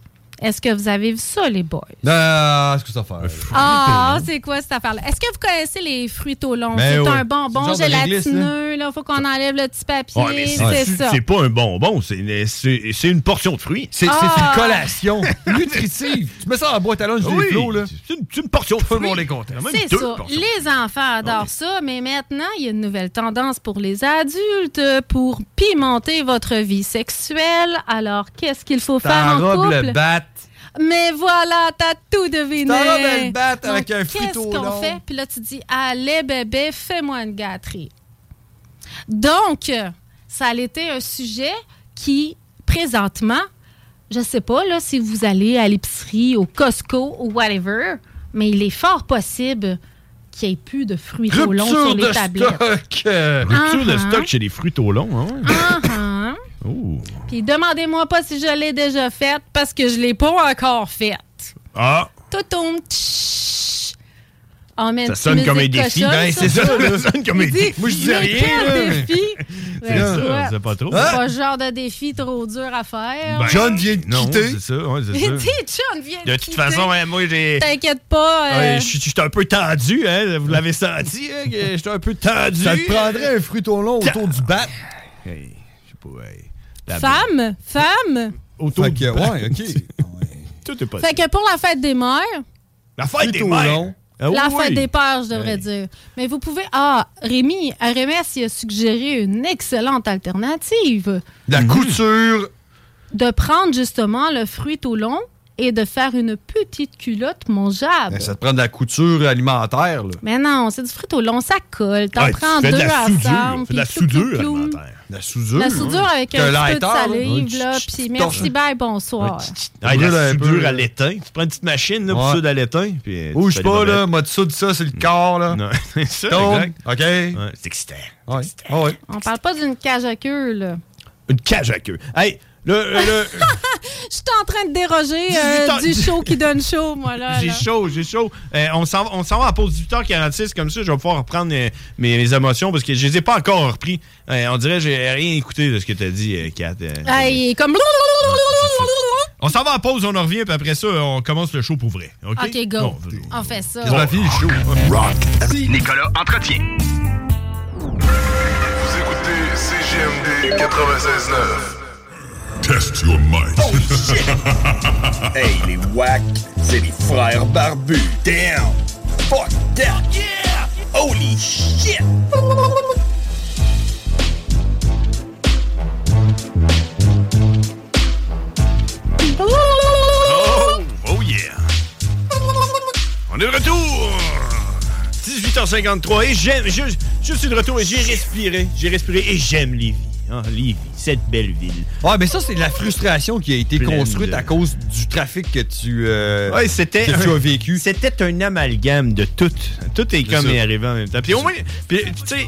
Speaker 6: Est-ce que vous avez vu ça, les boys?
Speaker 7: Ah, ce que ça fait.
Speaker 6: Ah, c'est quoi cette affaire-là? Est-ce que vous connaissez les fruits au long?
Speaker 5: Ben
Speaker 6: c'est
Speaker 5: oui.
Speaker 6: un
Speaker 5: C'est
Speaker 6: bonbon
Speaker 5: le genre de réglisse,
Speaker 6: gélatineux, là. Faut qu'on enlève le petit papier.
Speaker 5: Ouais, mais
Speaker 6: c'est
Speaker 5: c'est-
Speaker 6: ça.
Speaker 5: c'est pas un bonbon, c'est c'est- c'est une portion de fruits.
Speaker 7: C'est
Speaker 6: Ah!
Speaker 7: c'est une collation nutritive. Tu mets ça en boîte à lunch
Speaker 5: Oui,
Speaker 7: des flots, là.
Speaker 5: C'est une, portion de fruits. Tout le monde est
Speaker 7: content.
Speaker 6: C'est ça. Les enfants adorent ça, mais maintenant, il y a une nouvelle tendance pour les adultes euh, pour pimenter votre vie sexuelle. Alors, qu'est-ce qu'il faut faire en
Speaker 7: T'enrobes
Speaker 6: couple?
Speaker 7: le bat.
Speaker 6: Mais voilà, t'as tout deviné.
Speaker 7: T'enrobes le bat avec
Speaker 6: Donc,
Speaker 7: un frito
Speaker 6: Qu'est-ce qu'on
Speaker 7: long.
Speaker 6: fait? Puis là, tu dis, allez bébé, fais-moi une gâterie. Donc, euh, ça a été un sujet qui, présentement, je sais pas là, si vous allez à l'épicerie, au Costco ou whatever, mais il est fort possible qu'il n'y ait plus de fruits au long sur
Speaker 5: Rupture
Speaker 6: les
Speaker 5: de
Speaker 6: tablettes.
Speaker 5: stock. euh, Rupture de
Speaker 6: Ah, ah.
Speaker 5: stock chez les fruits au long. hein, ouais.
Speaker 6: Ah, ah.
Speaker 5: Oh.
Speaker 6: Puis demandez-moi pas si je l'ai déjà faite parce que je l'ai pas encore faite.
Speaker 5: Ah.
Speaker 6: Toutoum, tch. On met une
Speaker 5: Ça sonne
Speaker 6: petite
Speaker 5: comme un
Speaker 6: musique
Speaker 5: défi.
Speaker 6: cochonne,
Speaker 5: Ben, c'est ça,
Speaker 6: là.
Speaker 5: ça sonne comme un
Speaker 6: Il dit,
Speaker 5: défi. Moi, je dis
Speaker 6: mais
Speaker 5: rien,
Speaker 6: quel
Speaker 5: là, mais-
Speaker 6: défi?
Speaker 5: C'est
Speaker 6: Ben,
Speaker 5: ça,
Speaker 6: toi,
Speaker 5: c'est pas trop.
Speaker 6: C'est pas
Speaker 5: Hein?
Speaker 6: le genre de défi trop dur à
Speaker 5: Ben,
Speaker 6: faire.
Speaker 5: non,
Speaker 7: quitter.
Speaker 5: c'est ça, ouais, c'est
Speaker 6: Il dit,
Speaker 5: ça.
Speaker 6: John, viens
Speaker 5: De toute façon, hein, moi, j'ai.
Speaker 6: T'inquiète pas. euh,
Speaker 5: Ouais, je suis je suis un peu tendu, hein, vous l'avez senti, hein, que j'étais un peu tendu.
Speaker 7: Ça te prendrait un fruiton long autour du bat.
Speaker 5: Hey, je sais pas, hey, la-
Speaker 6: Femme, femme.
Speaker 5: Autour
Speaker 7: Fait
Speaker 5: du
Speaker 7: que,
Speaker 5: bat.
Speaker 7: ouais,
Speaker 5: Tout est possible.
Speaker 6: Fait que pour la fête des mères,
Speaker 5: La fête des
Speaker 7: Plutôt
Speaker 5: mères.
Speaker 7: long.
Speaker 5: Ah oui,
Speaker 6: la fête
Speaker 5: oui.
Speaker 6: des pères, je devrais dire. Mais vous pouvez. Ah, Rémi, RMS, il a suggéré une excellente alternative.
Speaker 5: Mm-hmm.
Speaker 7: La couture.
Speaker 6: de prendre justement le fruit au long et de faire une petite culotte mangeable.
Speaker 7: Ben, ça te prend de la couture alimentaire, là.
Speaker 6: Mais non, c'est du fruit au long, ça colle. T'en
Speaker 7: Ouais, tu
Speaker 6: prends
Speaker 7: fais de
Speaker 6: deux
Speaker 7: la soudure,
Speaker 6: ensemble.
Speaker 7: fais de la
Speaker 6: puis clou, clou,
Speaker 7: soudure
Speaker 6: clou.
Speaker 7: La soudure.
Speaker 6: La soudure
Speaker 7: hein.
Speaker 6: avec
Speaker 7: T'as
Speaker 6: un petit peu de
Speaker 7: lighter,
Speaker 6: salive,
Speaker 7: hein.
Speaker 6: là,
Speaker 7: Tu- tu-
Speaker 6: puis
Speaker 7: tu
Speaker 6: merci,
Speaker 7: torches.
Speaker 6: bye, bonsoir.
Speaker 5: Ah, il
Speaker 7: Brûle
Speaker 5: a
Speaker 7: un
Speaker 5: la
Speaker 7: peu,
Speaker 5: soudure
Speaker 7: là.
Speaker 5: à l'étain. Tu prends une petite machine là, pour
Speaker 7: Ouais.
Speaker 5: souder à l'étain. puis, euh, tu
Speaker 7: Bouge
Speaker 5: fais
Speaker 7: pas,
Speaker 5: des
Speaker 7: là.
Speaker 5: bobettes.
Speaker 7: Moi, tu soudes ça, c'est le corps, là.
Speaker 5: Non, c'est ça,
Speaker 7: Tourne,
Speaker 5: exact.
Speaker 7: OK?
Speaker 5: c'est excitant.
Speaker 7: Ouais. Ah ouais.
Speaker 6: On parle pas d'une cage à queue, là.
Speaker 5: Une cage à queue. Hey, euh, le, le-
Speaker 6: Je suis en train de déroger euh,
Speaker 5: 18 ans.
Speaker 6: du show qui donne chaud, moi, là.
Speaker 5: j'ai
Speaker 6: là.
Speaker 5: chaud, j'ai chaud. Euh, on s'en va on s'en va à pause 18h46, comme ça, je vais pouvoir reprendre euh, mes, mes émotions parce que je les ai pas encore repris. Euh, on dirait que j'ai rien écouté de ce que tu as dit, euh, Kat. euh.
Speaker 6: Ah, il est comme...
Speaker 5: On s'en va à pause, on en revient, puis après ça, on commence le show pour vrai. OK,
Speaker 6: OK, go.
Speaker 5: Bon,
Speaker 6: On fait ça.
Speaker 5: Quasiment fini, le show. Rock.
Speaker 9: Nicolas Entretien. Vous écoutez CGMD 96.9.
Speaker 10: Test your might.
Speaker 6: Oh,
Speaker 10: hey, les wack, c'est les frères barbus. Damn! Fuck that! Yeah! Holy shit!
Speaker 5: Oh, Oh, oh yeah! On est de retour! 18h53 et j'aime, je, je suis de retour et j'ai respiré, j'ai respiré et j'aime Lévis. Ah, Lévis, cette belle ville.
Speaker 7: Ouais, mais ça, c'est de la frustration qui a été
Speaker 5: Pleine
Speaker 7: construite
Speaker 5: de-
Speaker 7: à cause du trafic que tu, euh,
Speaker 5: Ouais, c'était
Speaker 7: que tu
Speaker 5: un-
Speaker 7: as vécu.
Speaker 5: C'était un amalgame de tout. Tout est
Speaker 7: C'est
Speaker 5: comme
Speaker 7: ça.
Speaker 5: est arrivé en même temps. Puis au moins, puis, tu sais,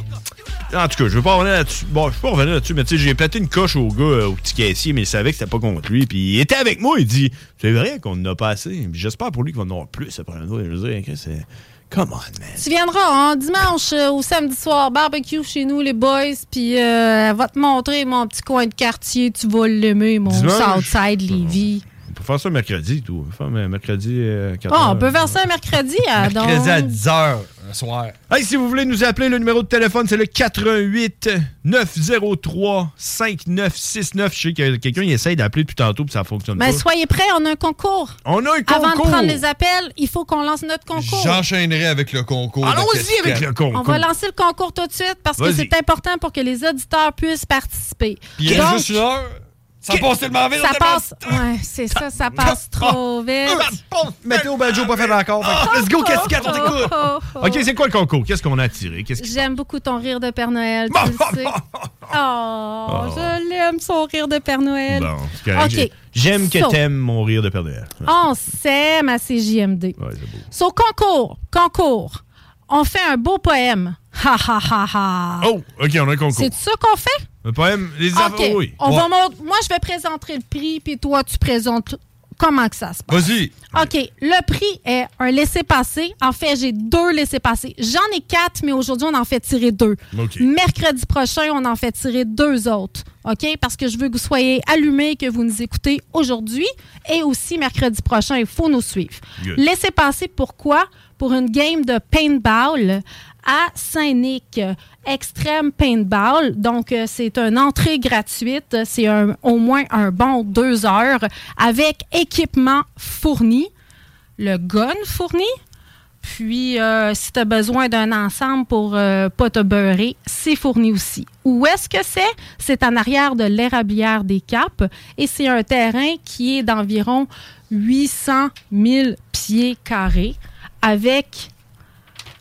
Speaker 5: en tout cas, je veux pas revenir là-dessus. Bon, je veux pas revenir là-dessus, mais tu sais, j'ai pété une coche au gars, euh, au petit caissier, mais il savait que c'était pas contre lui. Puis il était avec moi, il dit C'est vrai qu'on en a pas assez. Puis j'espère pour lui qu'il va en avoir plus après un autre. Je veux dire, Chris, c'est. Come on, man.
Speaker 6: Tu viendras hein, dimanche euh, ou samedi soir, barbecue chez nous, les boys, puis euh, elle va te montrer mon petit coin de quartier, tu vas l'aimer, mon
Speaker 5: Dimanche?
Speaker 6: Southside Lévis.
Speaker 5: On peut faire ça mercredi, tout. On peut faire euh, mercredi euh, 4
Speaker 6: Ah, on
Speaker 5: heures.
Speaker 6: peut faire ça un mercredi, à donc. Ben,
Speaker 5: 10h un soir. Hey, si vous voulez nous appeler, le numéro de téléphone, c'est le 88 903 5969. Je sais que quelqu'un il essaye d'appeler depuis tantôt, puis ça fonctionne
Speaker 6: Mais
Speaker 5: pas.
Speaker 6: soyez prêts, on a un concours.
Speaker 5: On a un
Speaker 6: Avant
Speaker 5: concours.
Speaker 6: de prendre les appels, il faut qu'on lance notre concours.
Speaker 7: J'enchaînerai avec le concours. de
Speaker 5: Allons-y avec
Speaker 7: questions.
Speaker 5: le concours.
Speaker 6: On va lancer le concours tout de suite parce que
Speaker 7: Vas-y.
Speaker 6: c'est important pour que les auditeurs puissent participer.
Speaker 7: Puis il y a
Speaker 6: Donc,
Speaker 7: juste une heure. Ça passe tellement vite.
Speaker 6: ça
Speaker 7: tellement-
Speaker 6: passe. Ouais, c'est ça, ça passe trop vite.
Speaker 7: Météo Banjo pas fait encore.
Speaker 6: Ah,
Speaker 7: fait que Let's go, Cathy Cat, on
Speaker 6: Oh,
Speaker 7: t'écoute.
Speaker 5: OK, c'est quoi le concours? Qu'est-ce qu'on a tiré? Qu'est-ce qui-
Speaker 6: J'aime beaucoup ton rire de Père Noël, tu le sais. Oh, je l'aime, son rire de Père Noël.
Speaker 5: Ah. Bon, c'est correct.
Speaker 6: OK.
Speaker 5: J'aime que
Speaker 6: So,
Speaker 5: t'aimes mon rire de Père Noël.
Speaker 6: On s'aime à CJMD.
Speaker 5: Ouais, c'est beau.
Speaker 6: So, concours, concours. On fait un beau poème. Ha, ha, ha, ha.
Speaker 5: Oh, OK, on a un concours.
Speaker 6: C'est ça qu'on fait?
Speaker 5: Le poème, les
Speaker 6: OK.
Speaker 5: affaires- oui.
Speaker 6: On va
Speaker 5: Ouais.
Speaker 6: mont- Moi, je vais présenter le prix, puis toi, tu présentes comment que ça se passe.
Speaker 7: Vas-y.
Speaker 6: OK. Le prix est un laissez-passer. En fait, j'ai deux laissez-passer. J'en ai quatre, mais aujourd'hui, on en fait tirer deux.
Speaker 11: OK.
Speaker 6: Mercredi prochain, on en fait tirer deux autres. OK? Parce que je veux que vous soyez allumés, que vous nous écoutez aujourd'hui et aussi mercredi prochain. Il faut nous suivre.
Speaker 11: Good.
Speaker 6: Laissez-passer pourquoi? Pour une game de paintball à Saint-Nic. Extrême Paintball. Donc, euh, c'est une entrée gratuite. C'est un- au moins un bon deux heures avec équipement fourni le gun fourni. Puis, euh, si tu as besoin d'un ensemble pour euh, pas te beurrer, c'est fourni aussi. Où est-ce que c'est? C'est en arrière de l'érablière des Capes et c'est un terrain qui est d'environ 800 000 pieds carrés avec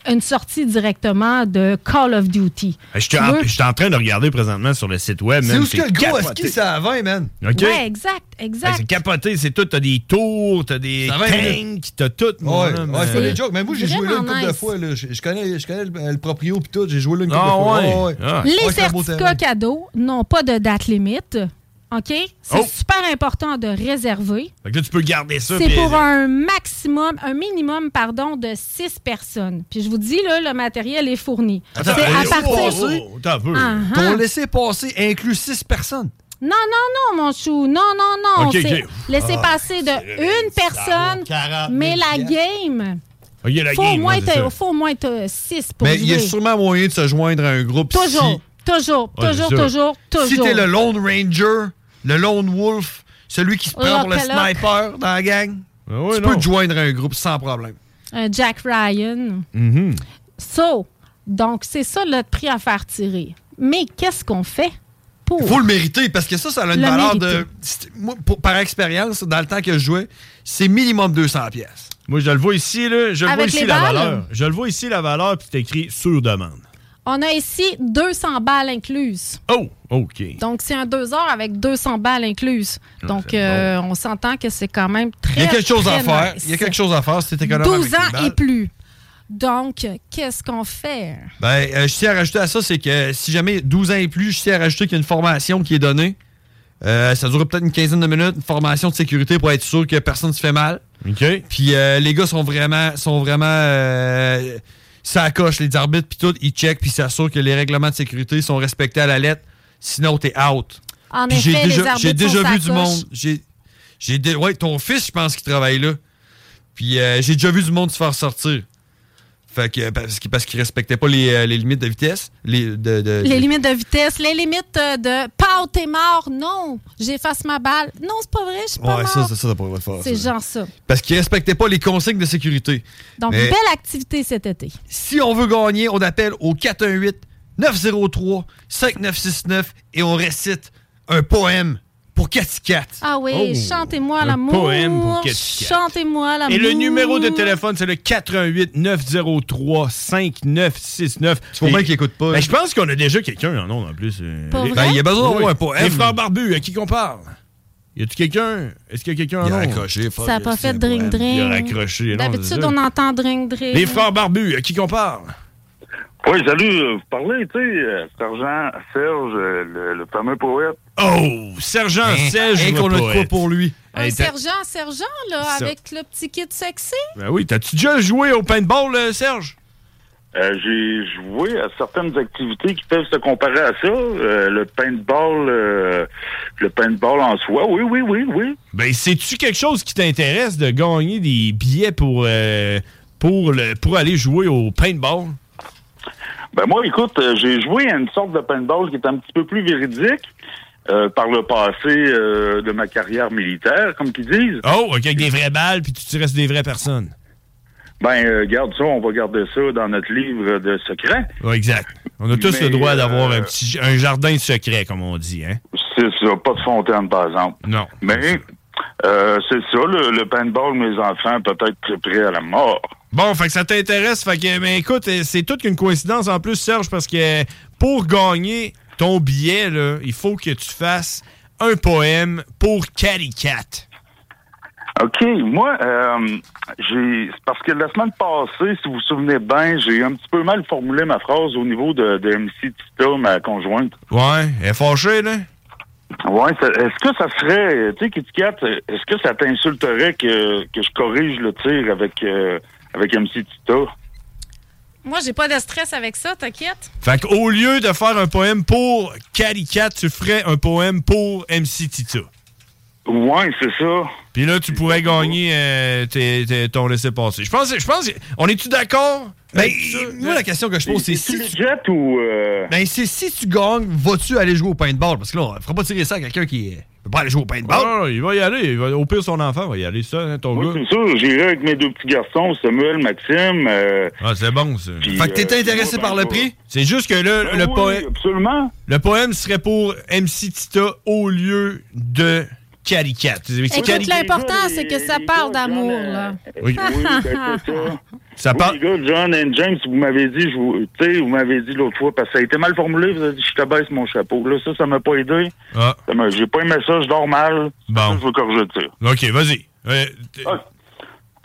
Speaker 6: une sortie directement de Call of Duty.
Speaker 5: Je suis
Speaker 6: Tu
Speaker 5: en-
Speaker 6: veux-
Speaker 5: je suis en train de regarder présentement sur le site web.
Speaker 7: C'est
Speaker 5: man,
Speaker 7: où ce que le gars a
Speaker 5: capoté.
Speaker 7: ski, ça à 20, man?
Speaker 5: OK?
Speaker 6: Ouais, exact,
Speaker 5: Hey,
Speaker 6: exact.
Speaker 5: c'est capoté, c'est tout. T'as des tours, t'as des
Speaker 7: Ça va être-
Speaker 5: tanks, t'as tout. mon
Speaker 7: Ouais,
Speaker 5: homme.
Speaker 7: ouais, c'est pas
Speaker 5: Euh,
Speaker 7: des jokes. Mais moi, j'ai joué là une
Speaker 6: Vraiment
Speaker 7: couple de
Speaker 6: nice.
Speaker 7: fois. là. Je je connais, je connais le, le proprio pis tout. J'ai joué là une couple
Speaker 5: Ah,
Speaker 7: de fois.
Speaker 5: ouais.
Speaker 7: Ouais, ouais.
Speaker 5: Ah.
Speaker 7: Ouais,
Speaker 6: Les
Speaker 7: c'est un beau
Speaker 6: certificats
Speaker 7: terrain.
Speaker 6: cadeaux n'ont pas de date limite. OK? C'est
Speaker 5: Oh.
Speaker 6: super important de réserver.
Speaker 5: Fait que là, tu peux garder ça.
Speaker 6: C'est
Speaker 5: puis-
Speaker 6: pour un maximum, un minimum, pardon, de six personnes. Puis je vous dis, là, le matériel est fourni. C'est
Speaker 5: Attends,
Speaker 6: à
Speaker 5: laissez
Speaker 6: partir...
Speaker 5: passer. Attends un peu.
Speaker 6: Ah, ah.
Speaker 7: Ton laissé-passer inclut 6 personnes.
Speaker 6: Non, non, non, mon chou. Non, non, non.
Speaker 7: Ok,
Speaker 6: C'est
Speaker 7: ok.
Speaker 6: Laissez
Speaker 7: Ah,
Speaker 6: passer de une personne,
Speaker 7: 40 000
Speaker 6: mais la game...
Speaker 5: Ah, il y a la
Speaker 6: faut,
Speaker 5: game,
Speaker 6: au moins
Speaker 5: ouais, c'est
Speaker 6: t'as-
Speaker 5: ça.
Speaker 6: faut au moins t'as six pour
Speaker 7: Mais il y a
Speaker 6: jouer.
Speaker 7: sûrement moyen de se joindre à un groupe
Speaker 6: Toujours, toujours,
Speaker 7: Ouais,
Speaker 6: toujours,
Speaker 7: c'est ça.
Speaker 6: toujours, toujours.
Speaker 7: Si t'es le Lone Ranger, le Lone Wolf, celui qui se prend pour le
Speaker 6: Rock-a-lock.
Speaker 7: sniper dans la gang,
Speaker 5: Ah
Speaker 7: tu peux te joindre à un groupe sans problème.
Speaker 6: Un Jack Ryan.
Speaker 7: Mm-hmm.
Speaker 6: So, donc, c'est ça notre prix à faire tirer. Mais qu'est-ce qu'on fait? pour.
Speaker 7: Faut le mériter parce que ça, ça a une
Speaker 6: Le
Speaker 7: valeur de.
Speaker 6: mériter.
Speaker 7: c'est- Moi, pour- par expérience, dans le temps que je jouais, c'est minimum 200 pièces.
Speaker 5: Moi, je le vois ici, là. Je le vois
Speaker 6: Avec
Speaker 5: ici
Speaker 6: les
Speaker 5: la
Speaker 6: balles?
Speaker 5: valeur. Je le vois ici la valeur, puis c'est écrit sur demande.
Speaker 6: On a ici 200 balles incluses.
Speaker 5: Oh, OK.
Speaker 6: Donc, c'est un 2 heures avec 200 balles incluses. Donc, euh, on s'entend que c'est quand même très.
Speaker 7: Il y a quelque chose à
Speaker 6: très
Speaker 7: faire.
Speaker 6: nice.
Speaker 7: Il y a quelque chose à faire si t'es économe
Speaker 6: 12
Speaker 7: avec les
Speaker 6: ans et
Speaker 7: balles.
Speaker 6: plus. Donc, qu'est-ce qu'on fait?
Speaker 7: Ben, euh, je tiens à rajouter à ça, c'est que si jamais 12 ans et plus, je tiens à rajouter qu'il y a une formation qui est donnée. Euh, ça dure peut-être une quinzaine de minutes, une formation de sécurité pour être sûr que personne ne se fait mal. Puis euh, les gars sont vraiment. sont vraiment euh, ça coche les arbitres, puis tout, ils checkent, puis s'assurent que les règlements de sécurité sont respectés à la lettre. Sinon, t'es out.
Speaker 6: En
Speaker 7: Puis
Speaker 6: effet, les
Speaker 7: j'ai déjà,
Speaker 6: arbitres
Speaker 7: j'ai déjà
Speaker 6: sont
Speaker 7: vu
Speaker 6: sa
Speaker 7: du
Speaker 6: coche.
Speaker 7: monde. J'ai, j'ai dé- ouais, ton fils, je pense, qui travaille là. Puis euh, j'ai déjà vu du monde se faire sortir. Fait que, parce qu'il parce qu'il respectait pas les, euh, les limites de vitesse. Les, de, de-
Speaker 6: Les limites de vitesse, les limites euh, de Pau, t'es mort, non, j'efface ma balle. Non, c'est pas vrai, je suis pas
Speaker 7: Ouais,
Speaker 6: mort.
Speaker 7: ça, ça, ça, t'as pas le droit de faire.
Speaker 6: c'est
Speaker 7: ça.
Speaker 6: genre ça.
Speaker 7: Parce qu'il respectait pas les consignes de sécurité.
Speaker 6: Donc,
Speaker 7: Mais
Speaker 6: belle activité cet été.
Speaker 7: Si on veut gagner, on appelle au 418-903-5969 et on récite un poème pour Cathy Cat.
Speaker 6: Ah oui,
Speaker 7: Oh,
Speaker 6: chantez-moi
Speaker 7: un
Speaker 6: l'amour.
Speaker 7: poème pour
Speaker 5: Cathy Cat.
Speaker 6: Chantez-moi l'amour.
Speaker 5: Et le numéro de téléphone, c'est le 88 903 5969. Tu
Speaker 7: vois bien qu'il écoute pas.
Speaker 5: ben, je pense qu'on a déjà quelqu'un en nom en plus. euh,
Speaker 7: Pas
Speaker 5: les-
Speaker 7: vrai? Ben, il y a besoin d'avoir un poème.
Speaker 5: Les frères barbus, à qui qu'on parle Y a-tu quelqu'un Est-ce qu'il y a quelqu'un en
Speaker 7: Il a
Speaker 5: nom?
Speaker 7: raccroché,
Speaker 6: fuck, Ça a pas c'est fait un dring, poème. dring.
Speaker 5: Oh. Il a raccroché. non, c'est
Speaker 6: D'habitude,
Speaker 5: ça.
Speaker 6: on entend dring dring.
Speaker 5: Les frères barbus, à qui qu'on parle
Speaker 11: Oui, salut, euh, vous parlez, tu sais, euh, Sergent Serge, euh, le, le fameux poète.
Speaker 5: Oh, Sergent
Speaker 11: Hein,
Speaker 5: Serge,
Speaker 11: hein,
Speaker 5: le
Speaker 11: qu'on a de quoi
Speaker 5: poète.
Speaker 7: pour lui.
Speaker 6: Un sergent, sergent, là,
Speaker 5: Ça-
Speaker 6: avec le petit kit sexy.
Speaker 5: Ben oui, t'as-tu déjà joué au paintball, euh, Serge
Speaker 11: Euh, J'ai joué à certaines activités qui peuvent se comparer à ça. Euh, le paintball, euh, le paintball en soi, oui, oui, oui, oui.
Speaker 5: Ben, c'est-tu quelque chose qui t'intéresse de gagner des billets pour, euh, pour, le, pour aller jouer au paintball?
Speaker 11: Ben moi, écoute, euh, j'ai joué à une sorte de paintball qui est un petit peu plus véridique euh, par le passé euh, de ma carrière militaire, comme qu'ils disent.
Speaker 5: Oh, OK, avec des vraies balles, puis tu tirais sur des vraies personnes.
Speaker 11: Ben, euh, garde ça, on va garder ça dans notre livre de secrets.
Speaker 5: Ouais, exact. On a tous
Speaker 11: Mais,
Speaker 5: le droit
Speaker 11: euh,
Speaker 5: d'avoir un petit un jardin secret, comme on dit, hein?
Speaker 11: C'est ça, pas de fontaine, par exemple.
Speaker 5: Non.
Speaker 11: Mais euh, c'est ça, le, le paintball, mes enfants, peut-être prêt à la mort.
Speaker 5: Bon, fait que ça t'intéresse. Fait que, mais écoute, euh, c'est toute qu'une coïncidence en plus, Serge, parce que euh, pour gagner ton billet, là, il faut que tu fasses un poème pour Catty Cat.
Speaker 11: OK, moi, euh, j'ai c'est parce que la semaine passée, si vous vous souvenez bien, j'ai un petit peu mal formulé ma phrase au niveau de, de MC Tita, ma conjointe.
Speaker 5: Ouais, elle est fâchée, là?
Speaker 11: Ouais, ça- est-ce que ça serait, euh, tu sais, Kit Kat, euh, est-ce que ça t'insulterait que, que je corrige le tir avec, euh, avec MC Tita?
Speaker 6: Moi, j'ai pas de stress avec ça, t'inquiète.
Speaker 5: Fait qu'au lieu de faire un poème pour Catty Cat, tu ferais un poème pour MC Tita.
Speaker 11: Ouais, c'est ça.
Speaker 5: Puis là, tu pourrais gagner euh, tes- tes- ton laissé-passer. Je pense, je pense, on est-tu d'accord?
Speaker 7: Ben, moi, la question que je pose, c'est si.
Speaker 11: Tu jettes ou.
Speaker 5: Euh,
Speaker 7: Ben, c'est si tu gagnes, vas-tu aller jouer au paintball? Parce que là, on fera pas tirer ça à quelqu'un qui euh, peut pas aller jouer au paintball.
Speaker 5: Ah, il va y aller. il va- au pire, son enfant va y aller, ça, hein, ton
Speaker 11: Oui,
Speaker 5: gars.
Speaker 11: c'est ça. J'irai avec mes deux petits garçons, Samuel, Maxime. euh,
Speaker 5: Ah, c'est bon, ça.
Speaker 11: Puis, Fait que t'es euh, intéressé moi, par ben, le prix?
Speaker 5: C'est juste que là,
Speaker 11: Ben
Speaker 5: le
Speaker 11: oui,
Speaker 5: poème.
Speaker 11: Absolument.
Speaker 5: Le poème serait pour MC Tita au lieu de Caricat.
Speaker 6: Écoute, l'important, c'est que ça parle d'amour, là.
Speaker 5: Oui.
Speaker 11: Oui, ben, c'est ça.
Speaker 5: Ça
Speaker 11: Oui, les gars, John and James, vous m'avez dit, je vous, tu sais, vous m'avez dit l'autre fois, parce que ça a été mal formulé, vous avez dit, je te baisse mon chapeau. Là, ça, ça m'a pas aidé.
Speaker 5: Ah.
Speaker 11: Ça m'a- J'ai pas aimé ça, je dors mal.
Speaker 5: Bon.
Speaker 11: Je veux corriger de ça.
Speaker 5: OK, vas-y. Euh,
Speaker 11: Ah,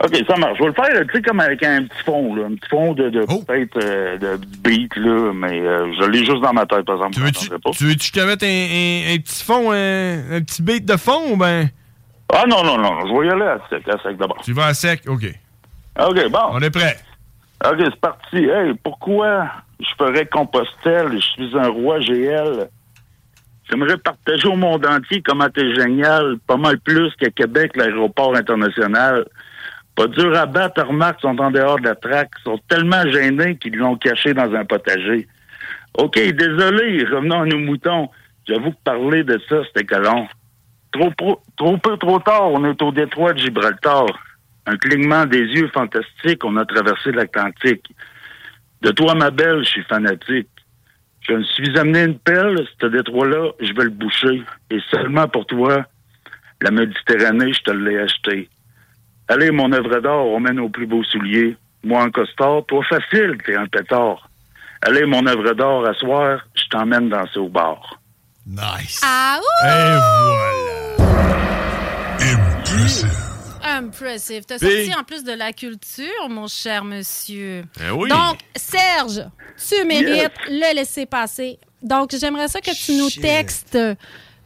Speaker 11: OK, ça marche. Je vais le faire, tu sais, comme avec un petit fond, là. Un petit fond de, de
Speaker 5: Oh.
Speaker 11: peut-être euh, de beat, là, mais euh, je l'ai juste dans ma tête, par exemple. Tu veux-tu?
Speaker 5: Tu veux que je te mette un, un- un petit fond, hein? un, un petit beat de fond ou ben.
Speaker 11: Ah non, non, non. Je vais y aller à sec, à sec d'abord.
Speaker 5: Tu vas à sec, OK.
Speaker 11: OK, bon.
Speaker 5: On est prêt.
Speaker 11: OK, c'est parti. Hey, pourquoi je ferais Compostelle? Je suis un roi GL. J'aimerais partager au monde entier comment t'es génial, pas mal plus qu'à Québec, l'aéroport international. Pas dur à battre, remarque, sont en dehors de la traque. Ils sont tellement gênés qu'ils l'ont caché dans un potager. OK, désolé, revenons à nos moutons. J'avoue que parler de ça, c'était colon. Trop, pro- trop peu, trop tard, on est au détroit de Gibraltar. Un clignement des yeux fantastique, on a traversé l'Atlantique. De toi, ma belle, je suis fanatique. Je me suis amené une pelle, ce détroit-là, je vais le boucher. Et seulement pour toi, la Méditerranée, je te l'ai acheté. Allez, mon œuvre d'art, on mène aux plus beaux souliers. Moi en costard, toi facile, t'es un pétard. Allez, mon œuvre d'art, à soir, je t'emmène dans ce bar.
Speaker 5: Nice.
Speaker 6: Ah ouh! Impressive. T'as
Speaker 5: Puis-
Speaker 6: sorti en plus de la culture, mon cher monsieur.
Speaker 5: Eh oui.
Speaker 6: Donc, Serge, tu mérites le laisser passer. Donc, j'aimerais ça que tu nous textes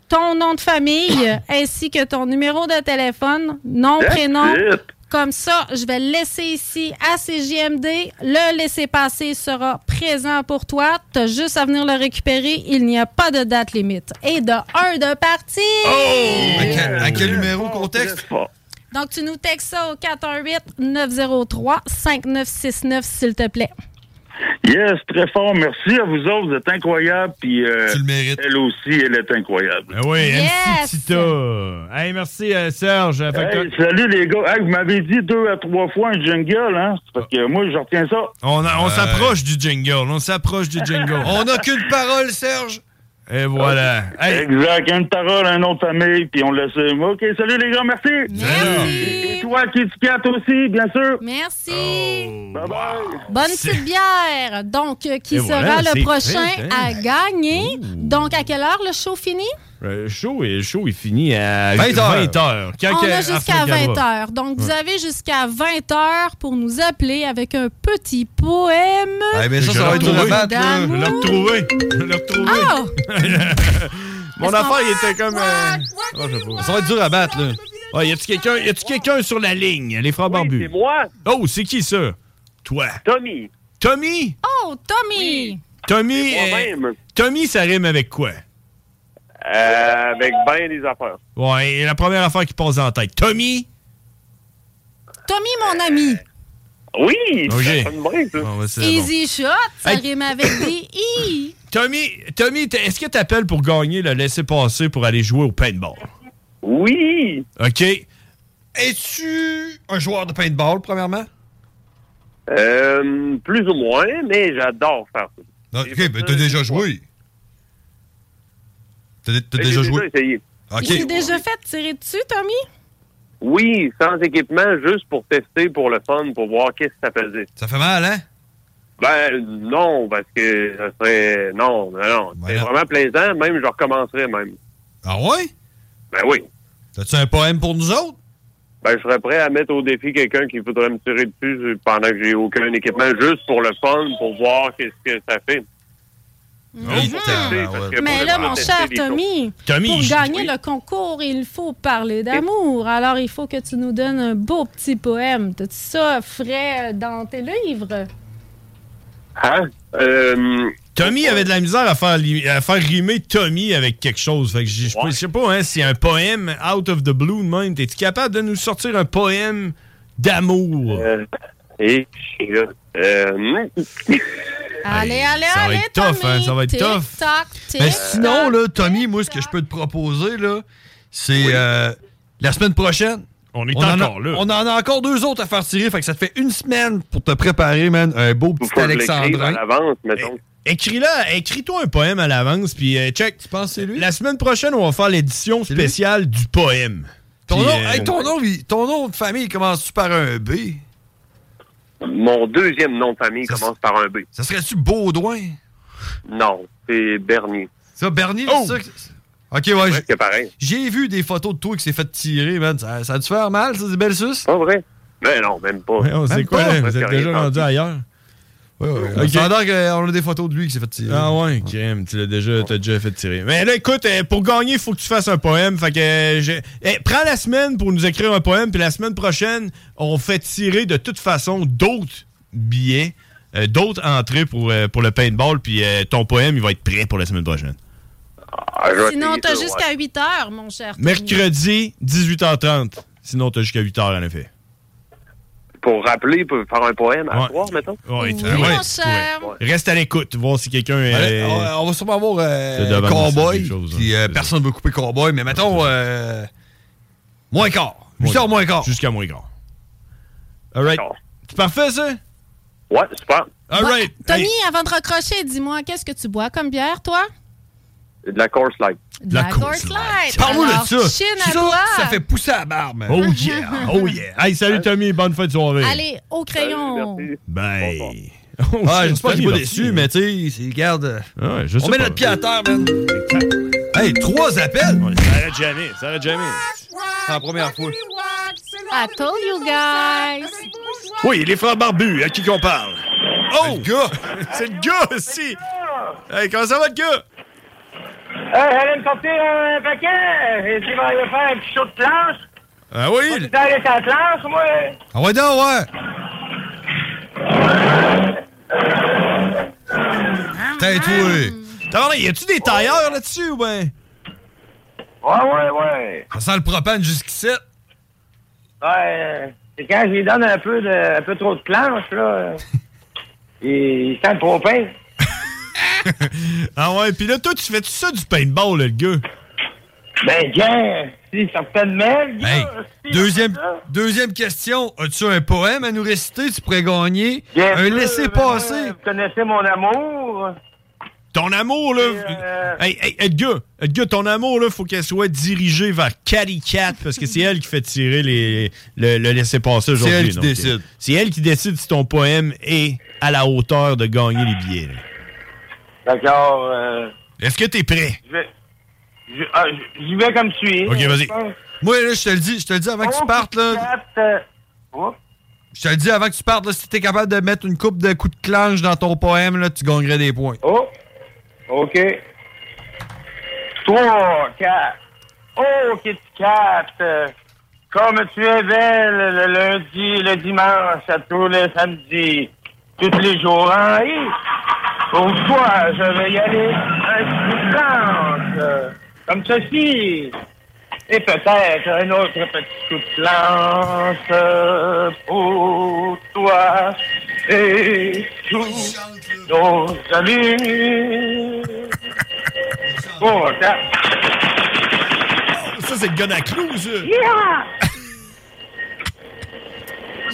Speaker 6: ton nom de famille ainsi que ton numéro de téléphone, nom,
Speaker 2: That's
Speaker 6: prénom.
Speaker 2: it.
Speaker 6: Comme ça, je vais le laisser ici à CJMD. Le laisser passer sera présent pour toi. T'as juste à venir le récupérer. Il n'y a pas de date limite. Et de un de parti.
Speaker 2: Oh.
Speaker 7: À quel, à quel numéro
Speaker 11: euh,
Speaker 7: contexte?
Speaker 6: Donc, tu nous textes ça au 418-903-5969, s'il te plaît.
Speaker 11: Yes, très fort. Merci à vous autres. Vous êtes incroyables. Puis, euh, Elle aussi, elle est incroyable.
Speaker 5: Ah oui,
Speaker 11: Yes!
Speaker 5: MC Tita. Hey, merci, euh, Serge. Fait que-
Speaker 11: Hey, salut les gars. Hey, vous m'avez dit deux à trois fois un jungle, hein? Parce
Speaker 5: Ah.
Speaker 11: que moi, je retiens ça.
Speaker 5: On, a- on
Speaker 11: Euh,
Speaker 5: s'approche du jingle. On s'approche du jingle.
Speaker 11: On
Speaker 5: n'a qu'une parole, Serge. Et voilà. Hey.
Speaker 11: Exact. Une parole, un nom de famille, puis on le sait. OK, salut les gars, merci. Merci. Et toi, Kitty Cat aussi, bien sûr.
Speaker 6: Merci.
Speaker 11: Bye bye.
Speaker 6: Bonne petite bière. Donc, euh, qui
Speaker 5: Oh, Et
Speaker 6: sera
Speaker 5: voilà,
Speaker 6: le
Speaker 5: c'est
Speaker 6: prochain
Speaker 5: fait, hein. Oh.
Speaker 6: à gagner? Donc, à quelle heure le show finit?
Speaker 5: Le show, est- le show, il finit à
Speaker 7: 20 heures.
Speaker 5: 20 heures. Quand
Speaker 6: On
Speaker 5: que-
Speaker 6: a jusqu'à
Speaker 5: Afro Cabra.
Speaker 6: 20 heures. Donc, vous
Speaker 5: Ouais.
Speaker 6: avez jusqu'à 20 heures pour nous appeler avec un petit poème.
Speaker 5: Eh ben,
Speaker 7: ça, ça va être une batte, là.
Speaker 5: Je l'ai retrouvé. Je l'ai retrouvé.
Speaker 6: Oh!
Speaker 5: Mon affaire, il était comme. euh, oh, je sais pas. Ça va être dur à battre, là. Ouais, y a-tu quelqu'un y a-tu quelqu'un sur la ligne, les frères Barbu? C'est
Speaker 12: moi.
Speaker 5: Oh, c'est qui ça? Toi.
Speaker 12: Tommy.
Speaker 5: Tommy?
Speaker 6: Oh, Tommy!
Speaker 5: Tommy. euh, Tommy, ça rime avec quoi?
Speaker 12: Euh, avec bien des affaires.
Speaker 5: Ouais, et la première affaire qui passe en tête. Tommy?
Speaker 6: Tommy, mon ami.
Speaker 12: Oui!
Speaker 5: OK.
Speaker 12: Bon,
Speaker 5: ben, c'est bon.
Speaker 6: Easy shot, ça
Speaker 5: Hey.
Speaker 6: rime avec des i.
Speaker 5: Tommy, Tommy t'es- est-ce que tu appelles pour gagner le laisser-passer pour aller jouer au paintball?
Speaker 12: Oui!
Speaker 5: OK.
Speaker 7: Es-tu un joueur de paintball, premièrement?
Speaker 12: Euh, plus ou moins, mais j'adore faire ça.
Speaker 7: Ok, ben t'as déjà joué. T'as t'as
Speaker 12: J'ai
Speaker 7: déjà joué.
Speaker 12: essayé.
Speaker 7: Ok.
Speaker 6: Tu t'es déjà fait tirer dessus, Tommy?
Speaker 12: Oui, sans équipement, juste pour tester, pour le fun, pour voir qu'est-ce que ça faisait.
Speaker 7: Ça fait mal, hein?
Speaker 12: Ben non, parce que ça serait... Non, non, non. C'est vraiment plaisant. Même, je recommencerais même.
Speaker 7: Ah ouais?
Speaker 12: Ben oui.
Speaker 7: T'as-tu un poème pour nous autres?
Speaker 12: Ben, je serais prêt à mettre au défi quelqu'un qui voudrait me tirer dessus euh, pendant que j'ai aucun équipement, juste pour le fun, pour voir qu'est-ce que ça fait.
Speaker 7: Mm-hmm.
Speaker 6: Mais là, mon cher Tommy,
Speaker 12: Tommy,
Speaker 6: pour
Speaker 12: je-
Speaker 6: gagner le concours, il faut parler d'amour. Alors, il faut que tu nous donnes un beau petit poème. T'as-tu ça frais dans tes livres?
Speaker 12: Hein?
Speaker 5: Tommy avait de la misère à faire, li- à faire rimer Tommy avec quelque chose. Fait que j'ai- je sais pas, hein, c'est un poème out of the blue de même. T'es-tu capable de nous sortir un poème d'amour?
Speaker 12: Et là, euh,
Speaker 6: Allez, allez,
Speaker 7: ça va
Speaker 6: allez,
Speaker 7: être tough,
Speaker 6: Tommy.
Speaker 7: hein, ça va être
Speaker 6: Tic,
Speaker 7: tough.
Speaker 6: tac,
Speaker 7: Mais
Speaker 6: tic,
Speaker 7: Ben, sinon, là, Tommy, moi, ce que je peux te proposer, là, c'est euh, la semaine prochaine.
Speaker 5: On est
Speaker 7: en a-
Speaker 5: encore là.
Speaker 7: On en a encore deux autres à faire tirer. Fait que ça te fait une semaine pour te préparer, man, un beau petit
Speaker 12: faut que je l'écrive à
Speaker 7: Alexandrin.
Speaker 12: l'avance, mettons.
Speaker 5: Écris-la, écris-toi un poème à l'avance, puis euh, check. Tu penses c'est lui? La semaine prochaine, on va faire l'édition spéciale du poème.
Speaker 7: Ton,
Speaker 5: Puis,
Speaker 7: nom,
Speaker 5: euh,
Speaker 7: hey, ton, nom, il- ton nom de famille commence-tu par un B?
Speaker 12: Mon deuxième nom de famille commence par un B.
Speaker 7: Ça serait-tu Baudouin?
Speaker 12: Non, c'est Bernier.
Speaker 7: Ça, Bernier,
Speaker 12: Oh!
Speaker 7: c'est ça? que- Ok, ouais. j-
Speaker 12: C'est pareil.
Speaker 7: J'ai vu des photos de toi qui s'est fait tirer, man. Ça, ça a dû faire mal, ça, des belles suces?
Speaker 12: Pas vrai. Mais non, même pas.
Speaker 5: Ouais, on sait
Speaker 7: Même
Speaker 5: quoi,
Speaker 7: pas.
Speaker 5: là, vous êtes
Speaker 7: Presque
Speaker 5: déjà
Speaker 7: rien,
Speaker 5: rendu
Speaker 7: tant pis.
Speaker 5: ailleurs. Ouais,
Speaker 7: On s'entend qu'on a des photos de lui qui s'est fait tirer.
Speaker 5: Ah ouais, Kim, tu l'as déjà, t'as déjà fait tirer. Mais là, écoute, euh, pour gagner, il faut que tu fasses un poème. Fait que euh, je- eh, prends la semaine pour nous écrire un poème, puis la semaine prochaine, on fait tirer de toute façon d'autres billets, euh, d'autres entrées pour, euh, pour le paintball, puis euh, ton poème, il va être prêt pour la semaine prochaine.
Speaker 12: Ah,
Speaker 6: Sinon, t'as jusqu'à 8 heures, mon cher Tommy.
Speaker 5: Mercredi, 18h30. Sinon, t'as jusqu'à 8h, en effet.
Speaker 12: Pour rappeler, pour faire un poème à soir, mettons.
Speaker 5: Ouais, tu-
Speaker 12: Oui,
Speaker 5: ouais,
Speaker 12: mon
Speaker 6: cher.
Speaker 5: ouais. Reste à l'écoute, voir si quelqu'un est.
Speaker 7: Allez, on- on va sûrement avoir euh,
Speaker 5: C'est devant, c'est
Speaker 7: Cowboy.
Speaker 5: quelque chose, hein.
Speaker 7: puis, euh, personne ne veut couper Cowboy, mais mettons euh, moins quart. Jusqu'à moins quart.
Speaker 5: Jusqu'à moins quart. All right. C'est parfait, ça?
Speaker 12: Ouais, super.
Speaker 5: All right.
Speaker 6: Tommy, avant de raccrocher, dis-moi, qu'est-ce que tu bois comme bière, toi?
Speaker 12: De la course light.
Speaker 6: De la, course light.
Speaker 5: Parle-moi de
Speaker 6: Alors,
Speaker 5: ça.
Speaker 6: chine à
Speaker 5: Ça,
Speaker 6: toi.
Speaker 7: Ça fait pousser à la barbe. man.
Speaker 5: Oh yeah, oh yeah. Hey, salut Tommy, bonne fin de soirée.
Speaker 6: Allez, au crayon.
Speaker 5: Bye.
Speaker 7: Ah, j'espère qu'il est pas
Speaker 5: Tommy,
Speaker 7: déçu, mais tu sais, regarde.
Speaker 5: je sais
Speaker 7: on met
Speaker 5: pas.
Speaker 7: notre pied à terre, man. Hey, trois appels.
Speaker 5: Ça arrête jamais, ça arrête jamais.
Speaker 7: C'est la première fois.
Speaker 6: I told you guys.
Speaker 5: Oui, les frères barbus, à qui qu'on parle? Oh! C'est le gars! C'est le gars aussi! Hey, comment ça va, le gars?
Speaker 2: j'allais me sortir un paquet. Et tu vas aller faire un petit show de planche.
Speaker 5: Ah oui!
Speaker 2: Tu allé ta planche, moi.
Speaker 7: Ah ouais, donc, ouais.
Speaker 5: T'es toi! y a-tu des tailleurs là-dessus ou ben?
Speaker 2: Ouais, ouais, ouais.
Speaker 7: Ça sent le propane jusqu'ici.
Speaker 2: Ouais. euh, c'est quand je lui donne un peu, de, un peu trop de planche, là, euh, il, il sent le propane.
Speaker 5: Ah ouais, pis là, toi, tu fais-tu ça du paintball, là, le gars?
Speaker 2: Ben, gars, si, certainement, le
Speaker 7: Hey, deuxième, deuxième question. As-tu un poème à nous réciter? Tu pourrais gagner
Speaker 2: Bien
Speaker 7: un
Speaker 2: sûr,
Speaker 7: laissez-passer.
Speaker 2: euh, Vous connaissez mon amour.
Speaker 5: Ton amour, là.
Speaker 2: euh,
Speaker 5: Hey, hey, Edgar, Edgar, ton amour, là, faut qu'elle soit dirigée vers Catty Cat parce que c'est elle qui fait tirer les, le, le laisser-passer
Speaker 7: C'est
Speaker 5: aujourd'hui.
Speaker 7: elle qui
Speaker 5: donc,
Speaker 7: décide.
Speaker 5: euh, C'est elle qui décide si ton poème est à la hauteur de gagner les billets. là.
Speaker 2: D'accord. euh,
Speaker 5: Est-ce que t'es prêt?
Speaker 2: je vais- je- ah, je- J'y vais comme tu es.
Speaker 7: Ok, vas-y. Moi, là, je te le dis, je te le dis avant que
Speaker 2: Oh.
Speaker 7: tu partes, là.
Speaker 2: euh,
Speaker 7: Je te le dis avant que tu partes, là, si t'es capable de mettre une coupe de coups de clanche dans ton poème, là, tu gagnerais des points.
Speaker 2: Oh! OK. 3, 4. Oh, Kit Kat, euh, comme tu es belle le lundi, le dimanche, à tous les samedis, tous les jours en hi. Pour toi, je vais y aller un petit planche, euh, comme ceci. Et peut-être un autre petit coup de planche euh, pour toi et tous nos amis. Oh, ça.
Speaker 5: Ça, c'est le gun à clous, ça.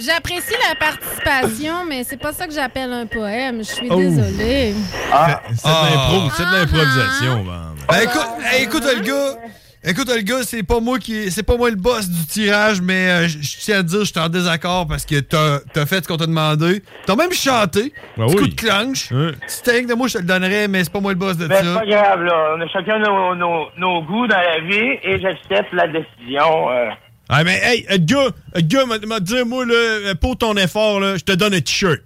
Speaker 6: J'apprécie la participation, mais c'est pas ça que j'appelle un poème. Je suis
Speaker 5: Oh.
Speaker 6: désolée.
Speaker 5: C'est- C'est de l'impro, c'est de
Speaker 6: Hein?
Speaker 5: l'improvisation, man.
Speaker 7: Ben, écoute, hey, écoute le gars. Écoute le gars, c'est pas moi qui c'est pas moi le boss du tirage, mais euh, je je tiens à te dire je suis en désaccord parce que t'as as fait ce qu'on t'a demandé. T'as même chanté.
Speaker 5: Ben
Speaker 7: petit
Speaker 5: oui.
Speaker 7: coup de clanche. Si t'es rien que de moi, je te le donnerais, mais c'est pas moi le boss de
Speaker 2: Ben, c'est
Speaker 7: ça.
Speaker 2: pas grave, là. On a chacun nos, nos- nos goûts dans la vie et j'accepte la décision. euh.
Speaker 5: Ah, mais hey, Edgar, Edgar, m'a- m'a dit, moi, là, euh, pour ton effort, là, je te donne un t-shirt.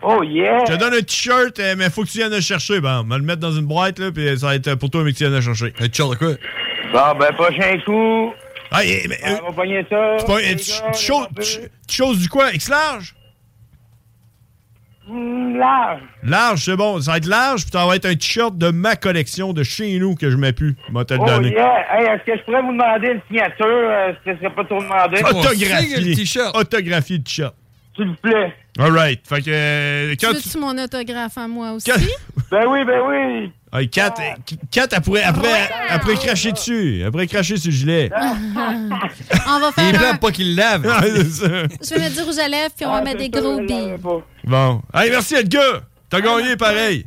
Speaker 2: Oh, yeah!
Speaker 5: Je te donne un t-shirt, euh, mais faut que tu viennes le chercher. Ben, on va le mettre dans une boîte, là, puis ça va être euh, pour toi, mais que tu viennes le chercher. Un t-shirt de quoi?
Speaker 2: Bon, ben, prochain coup.
Speaker 5: Ah, eh, mais. euh,
Speaker 2: On va pogner ça.
Speaker 5: c'est pas-
Speaker 2: les
Speaker 5: euh,
Speaker 2: gars,
Speaker 5: tu- tu choses- tu- tu choses du quoi? X-large?
Speaker 2: Hmm, large.
Speaker 5: Large, c'est bon. Ça va être large, puis ça va être un t-shirt de ma collection de chez nous que je mets plus. Je vais te le
Speaker 2: Oh,
Speaker 5: donner.
Speaker 2: yeah! Hey, est-ce que je pourrais vous demander une signature? euh, Est-ce que ce serait pas trop demandé?
Speaker 5: Autographié. Autographié le t-shirt.
Speaker 2: S'il vous plaît.
Speaker 5: All right. Fait que. euh,
Speaker 6: Tu
Speaker 5: Quand tu-
Speaker 6: veux-tu mon autographe à moi aussi?
Speaker 2: Ben oui, ben oui.
Speaker 5: Ah, Kat, euh, Kat, elle pourrait, après, après cracher dessus. Après cracher sur le gilet.
Speaker 6: on va faire un...
Speaker 5: pas qu'il lave.
Speaker 6: Je vais mettre du rouge à lèvres, puis on va mettre des gros billes.
Speaker 5: bon. Hey, merci, Edgar.
Speaker 6: Ah.
Speaker 5: T'as gagné pareil.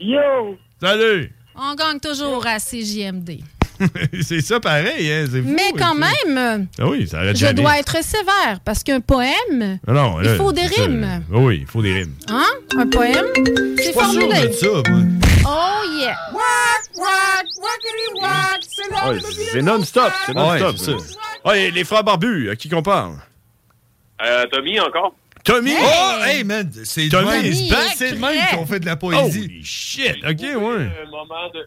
Speaker 2: Yo!
Speaker 5: Salut.
Speaker 6: On gagne toujours à CJMD.
Speaker 5: c'est ça pareil, hein. c'est fou,
Speaker 6: Mais
Speaker 5: ça.
Speaker 6: quand même,
Speaker 5: Ah Oh, oui, ça arrête
Speaker 6: je
Speaker 5: jamais.
Speaker 6: dois être sévère, parce qu'un poème,
Speaker 5: Ah non,
Speaker 6: il
Speaker 5: là,
Speaker 6: faut des
Speaker 5: c'est ça.
Speaker 6: rimes.
Speaker 5: Ah oui, il faut des rimes.
Speaker 6: Hein? Un poème, c'est formulé. Oh yeah!
Speaker 5: Ouais, Ah, c'est non-stop, c'est non-stop. ça. Ouais, les frères barbus, à qui qu'on parle?
Speaker 12: Euh, Tommy, encore?
Speaker 5: Tommy!
Speaker 12: Hey!
Speaker 7: Oh, hey, man, c'est
Speaker 5: Tommy
Speaker 7: le même-
Speaker 5: is back.
Speaker 7: C'est le même qu'on fait de la poésie.
Speaker 5: Holy shit, ok, ouais.
Speaker 12: Un moment de-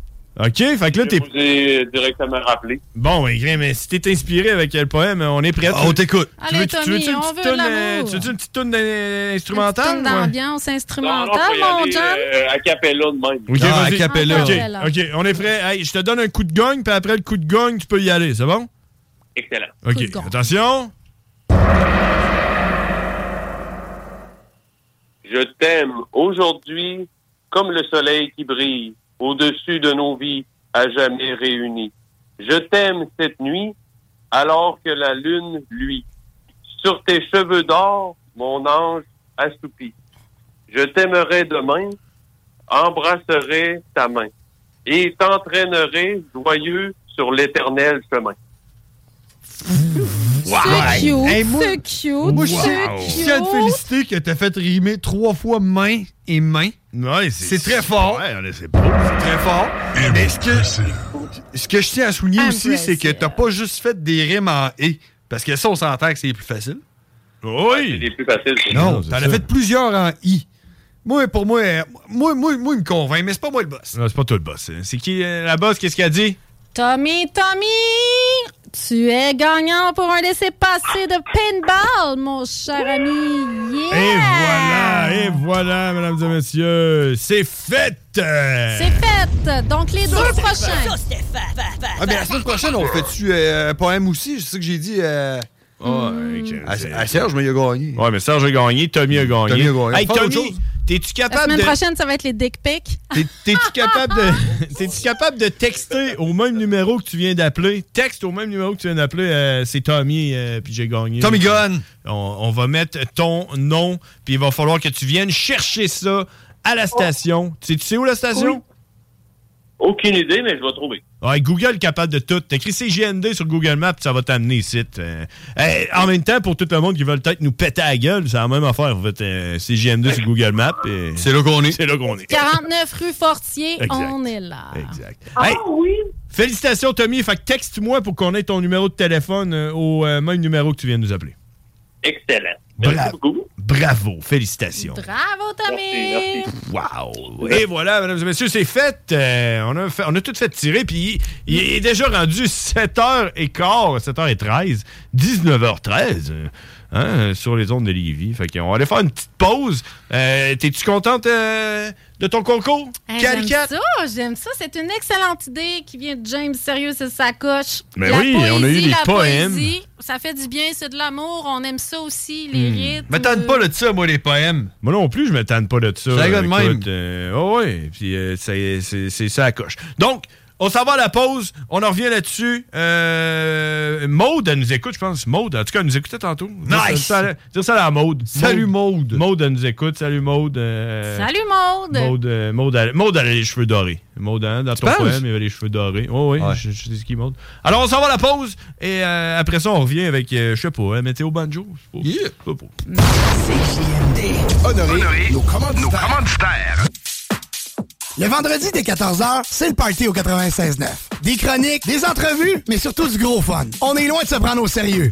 Speaker 5: OK, fait que là,
Speaker 12: je
Speaker 5: t'es.
Speaker 12: vous ai directement rappelé.
Speaker 5: Bon, ben, Grim, mais si t'es inspiré avec le poème, on est prêt. on t'écoute.
Speaker 6: Allez, Ah, Tommy, on veut de l'amour.
Speaker 5: euh, Tu veux-tu une petite toune euh,
Speaker 6: Une
Speaker 5: instrumentale?
Speaker 6: petite
Speaker 5: ouais?
Speaker 6: d'ambiance instrumentale, mon John.
Speaker 12: euh, à Capella de même.
Speaker 5: Ok,
Speaker 7: Ah,
Speaker 5: vas-y.
Speaker 6: Acapella.
Speaker 5: Ben Ok, ok, on est prêt. Hey, je te donne un coup de gogne, puis après le coup de gogne, tu peux y aller, c'est bon?
Speaker 12: Excellent.
Speaker 5: Ok, attention.
Speaker 12: Je t'aime aujourd'hui comme le soleil qui brille au-dessus de nos vies à jamais réunies. Je t'aime cette nuit alors que la lune luit. Sur tes cheveux d'or, mon ange assoupi. Je t'aimerai demain, embrasserai ta main et t'entraînerai joyeux sur l'éternel chemin.
Speaker 6: C'est cute,
Speaker 7: Hey, moi-
Speaker 6: c'est cute,
Speaker 7: Moi, je je
Speaker 6: c'est
Speaker 7: tiens à
Speaker 6: cute.
Speaker 7: te féliciter que t'as fait rimer trois fois main et main. c'est très fort. c'est très fort. Mais ce que, ce que je tiens à souligner aussi, c'est que t'as pas juste fait des rimes en et. Parce que ça, on s'entend que c'est plus facile.
Speaker 5: Oui.
Speaker 12: C'est plus facile.
Speaker 7: Non, t'en as fait plusieurs en i. Moi, pour moi, euh, moi, moi, moi, il me convainc, mais c'est pas moi le boss. hein.
Speaker 5: Non, c'est pas toi le boss. Ah, C'est qui euh, la boss? Qu'est-ce qu'elle dit?
Speaker 6: Tommy, Tommy, tu es gagnant pour un laissez-passer de pinball, mon cher ami. Yeah!
Speaker 5: Et voilà, Ah, et voilà, mesdames et messieurs, c'est fait!
Speaker 6: C'est fait! Donc, les deux prochains.
Speaker 7: Ah, ben la semaine prochaine, on fait-tu euh, un poème aussi? C'est ça que j'ai dit. Euh... à, à Serge, mais il a gagné.
Speaker 5: Oh, Ouais, mais Serge a gagné, Tommy a gagné.
Speaker 7: Ah, Tommy a gagné.
Speaker 5: Hey,
Speaker 7: Faut faire autre
Speaker 5: Tommy,
Speaker 7: chose.
Speaker 5: t'es-tu
Speaker 6: La
Speaker 5: capable
Speaker 6: semaine
Speaker 5: de.
Speaker 6: prochaine, ça va être les dick pics.
Speaker 5: T'es- T'es-tu capable de. T'es-tu capable de texter au même numéro que tu viens d'appeler? Texte au même numéro que tu viens d'appeler, euh, c'est Tommy, euh, puis j'ai gagné.
Speaker 7: Tommy
Speaker 5: Gunn! On, on va mettre ton nom, puis il va falloir que tu viennes chercher ça à la station. Tu sais- tu sais où la station?
Speaker 12: Aucune idée, mais je vais trouver.
Speaker 5: Ouais, Google est capable de tout. T'écris CGND sur Google Maps, ça va t'amener ici. Euh, hey, en même temps, pour tout le monde qui veut peut-être nous péter à la gueule, c'est la même affaire. Vous faites euh, CGND sur Google Maps.
Speaker 7: C'est là qu'on est.
Speaker 5: C'est là qu'on est.
Speaker 6: 49 rue Fortier,
Speaker 5: Exact.
Speaker 6: on est là.
Speaker 5: Exact. Hey, Félicitations, Tommy. Fait que texte-moi pour qu'on ait ton numéro de téléphone euh, au euh, même numéro que tu viens de nous appeler.
Speaker 12: Excellent.
Speaker 5: Bravo. Bravo. Félicitations.
Speaker 6: Bravo, Tommy!
Speaker 5: Wow! Et voilà, mesdames et messieurs, c'est fait. Euh, on, a fait- on a tout fait tirer, puis il, il est déjà rendu 7h15, 7h13, 19h13 euh, hein, sur les ondes de Lévis. Fait qu'on va aller faire une petite pause. Euh, T'es-tu contente euh, de ton concours?
Speaker 6: Hey, j'aime
Speaker 5: Calicat?
Speaker 6: ça, j'aime ça. C'est une excellente idée qui vient de James Sérieux, c'est sa coche.
Speaker 5: Mais Ben oui, on a eu des
Speaker 6: la
Speaker 5: poèmes.
Speaker 6: poésie, ça fait du bien, c'est de l'amour. On aime ça aussi, les rythmes.
Speaker 5: Me tanne Hmm. pas de ça, moi, les poèmes. Moi non plus, je me tanne pas de ça.
Speaker 7: Ça gagne
Speaker 5: Écoute,
Speaker 7: même.
Speaker 5: euh, oh oui, puis euh, c'est- c'est c'est ça la coche. Donc, on s'en va à la pause, on en revient là-dessus. Euh, Maude, elle nous écoute, je pense. Maude, en tout cas, elle nous écoutait tantôt. Dire
Speaker 7: Nice!
Speaker 5: ça à la- Dire ça à la Maude. Salut Maude. Maude, elle nous écoute. Salut Maude. euh,
Speaker 6: Salut, Maude!
Speaker 5: Maude, euh, Maude, elle, Maude, elle a les cheveux dorés. Maude, hein, dans ton
Speaker 7: penses?
Speaker 5: poème, il avait les cheveux dorés. Oh, oui, je, je dis ce qui Maude. Alors, on s'en va à la pause et euh, après ça, on revient avec, euh, je sais pas, hein, météo banjo. je sais pas. Je sais pas.
Speaker 10: CJMD. Honorer, nos commanditaires.
Speaker 13: Le vendredi dès 14h, c'est le party au 96.9. Des chroniques, des entrevues, mais surtout du gros fun. On est loin de se prendre au sérieux.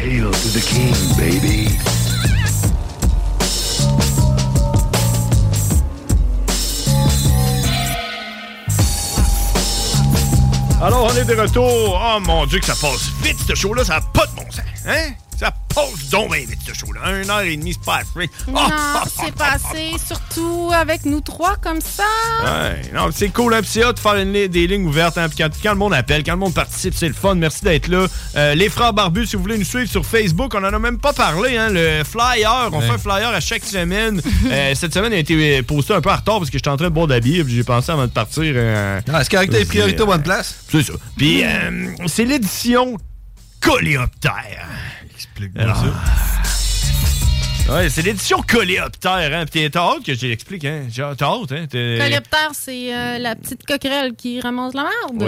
Speaker 14: Hail to the king, baby.
Speaker 5: Alors, on est de retour. Oh mon Dieu, que ça passe vite, ce show-là. Ça n'a pas de bon sens. Hein? Ça passe donc bien vite, ce show-là. Un heure et demie, c'est pas free.
Speaker 6: Non,
Speaker 13: Ah!
Speaker 6: c'est passé, surtout avec nous trois comme ça.
Speaker 5: Ouais, non, c'est cool, hein, puis c'est hot de faire une li- des lignes ouvertes. hein, puis quand, quand le monde appelle, quand le monde participe, c'est le fun. Merci d'être là. Euh, les frères barbus, si vous voulez nous suivre sur Facebook, on en a même pas parlé. Hein, le flyer, on
Speaker 15: Ouais.
Speaker 5: fait un flyer à chaque semaine. Euh, cette semaine, il a été euh, posté un peu en retard parce que j'étais en train de boire d'habillé, puis j'ai pensé avant de partir. Ah,
Speaker 7: Est-ce que t'as les priorités au bonne place?
Speaker 5: C'est ça. Puis euh, c'est l'édition Coléoptère. Explique-moi Ouais, c'est l'édition Coléoptère, hein. Puis t'as hâte que je l'explique, hein. J'ai- T'as hâte, hein. t'es-
Speaker 6: Coléoptère, c'est euh, la petite coquerelle qui ramasse la merde.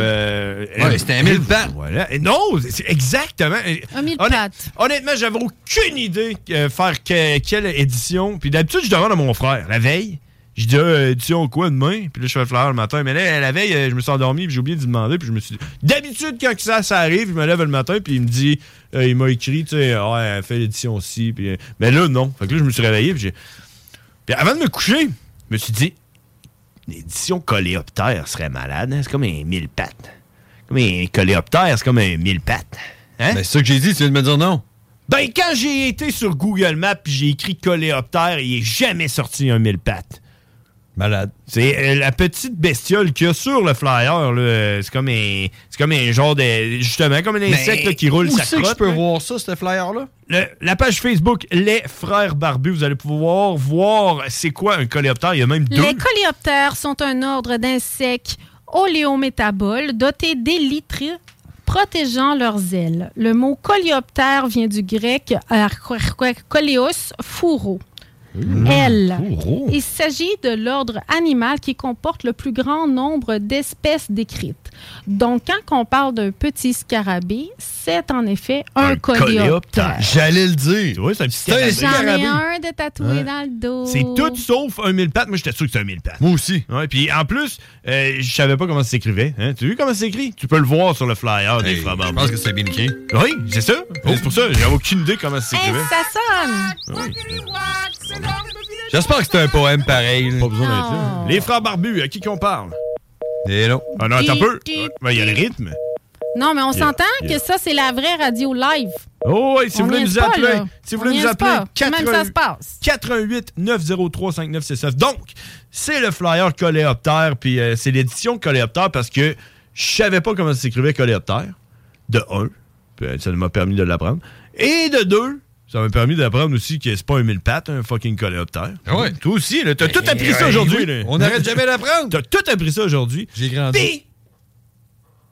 Speaker 5: Ouais, c'était un mille pattes. Voilà. Et Non, c'est- c'est exactement.
Speaker 6: Un mille
Speaker 5: Honnêt- Honnêtement, j'avais aucune idée euh, faire que- quelle édition. Puis d'habitude, je demande à mon frère la veille. Je dis, euh, édition quoi demain? Puis là, je fais le flyer le matin. Mais là, la veille, euh, je me suis endormi, puis j'ai oublié de lui demander. Puis je me suis dit, d'habitude, quand que ça, ça arrive, je me lève le matin, puis il me dit, euh, il m'a écrit, tu sais, ouais, fais l'édition aussi. Puis, euh, mais là, non. Fait que là, je me suis réveillé, puis j'ai. Puis avant de me coucher, je me suis dit, L'édition coléoptère serait malade. hein? C'est comme un mille pattes. Comme un coléoptère, c'est comme un mille pattes. Hein? c'est ça que j'ai dit, tu viens de me dire non. Ben, quand j'ai été sur Google Maps puis j'ai écrit coléoptère, il est jamais sorti un mille pattes. Malade. C'est euh, la petite bestiole qu'il y a sur le flyer. là, euh, C'est comme un. C'est comme un genre de. Justement, comme un insecte là, qui roule
Speaker 7: où
Speaker 5: sa
Speaker 7: c'est que je
Speaker 5: crotte.
Speaker 7: peux
Speaker 5: là.
Speaker 7: voir ça, ce flyer-là?
Speaker 5: Le- la page Facebook Les Frères Barbus, vous allez pouvoir voir c'est quoi un coléoptère. Il y a même deux.
Speaker 6: Les coléoptères sont un ordre d'insectes oléométaboles dotés d'élytres protégeant leurs ailes. Le mot coléoptère vient du grec coléos, fourreau. L.
Speaker 5: Oh.
Speaker 6: Il s'agit de l'ordre animal qui comporte le plus grand nombre d'espèces décrites. Donc, quand on parle d'un petit scarabée, c'est en effet un, coléoptère.
Speaker 5: J'allais le dire. Oui, c'est un petit scarabée.
Speaker 6: J'en ai un de tatoué
Speaker 5: Ouais.
Speaker 6: dans le dos.
Speaker 5: C'est tout sauf un mille pattes. Moi, j'étais sûr que c'était un mille pattes. Moi aussi. Ouais, puis en plus, euh, je savais pas comment ça s'écrivait. Hein? Tu as vu comment ça s'écrit? Tu peux le voir sur le flyer des frères Je pense que c'est Oh. bien écrit. Oui, c'est ça. C'est pour ça. J'avais aucune idée comment ça s'écrivait.
Speaker 6: Eh, Ça sonne!
Speaker 5: J'espère que c'est un poème pareil. Pas besoin d'être là.
Speaker 6: Non.
Speaker 5: Les frères barbus, à qui qu'on parle? Hello. Ah non, attends un peu. Ouais, ben, Il y a le rythme.
Speaker 6: Non, mais on
Speaker 5: Yeah,
Speaker 6: s'entend
Speaker 5: yeah.
Speaker 6: que ça, c'est la vraie radio live.
Speaker 5: Oh, oui, si
Speaker 6: On
Speaker 5: vous voulez
Speaker 6: niaise
Speaker 5: nous
Speaker 6: pas,
Speaker 5: appeler,
Speaker 6: là.
Speaker 5: si vous
Speaker 6: On
Speaker 5: voulez nous
Speaker 6: niaise
Speaker 5: appeler,
Speaker 6: pas. Même ça
Speaker 5: 88
Speaker 6: se
Speaker 5: 88 903 5969. Donc, c'est le flyer coléoptère, puis euh, c'est l'édition coléoptère parce que je savais pas comment ça s'écrivait coléoptère. De un, puis, euh, ça m'a permis de l'apprendre. Et de deux, ça m'a permis d'apprendre aussi que c'est pas un mille pattes, un fucking coléoptère.
Speaker 7: Ah ouais.
Speaker 5: Toi aussi, là, t'as tout
Speaker 7: Eh,
Speaker 5: appris
Speaker 7: eh,
Speaker 5: ça aujourd'hui.
Speaker 7: oui.
Speaker 5: là.
Speaker 7: On n'arrête jamais d'apprendre.
Speaker 5: T'as tout appris ça aujourd'hui.
Speaker 7: J'ai grandi.
Speaker 5: Puis,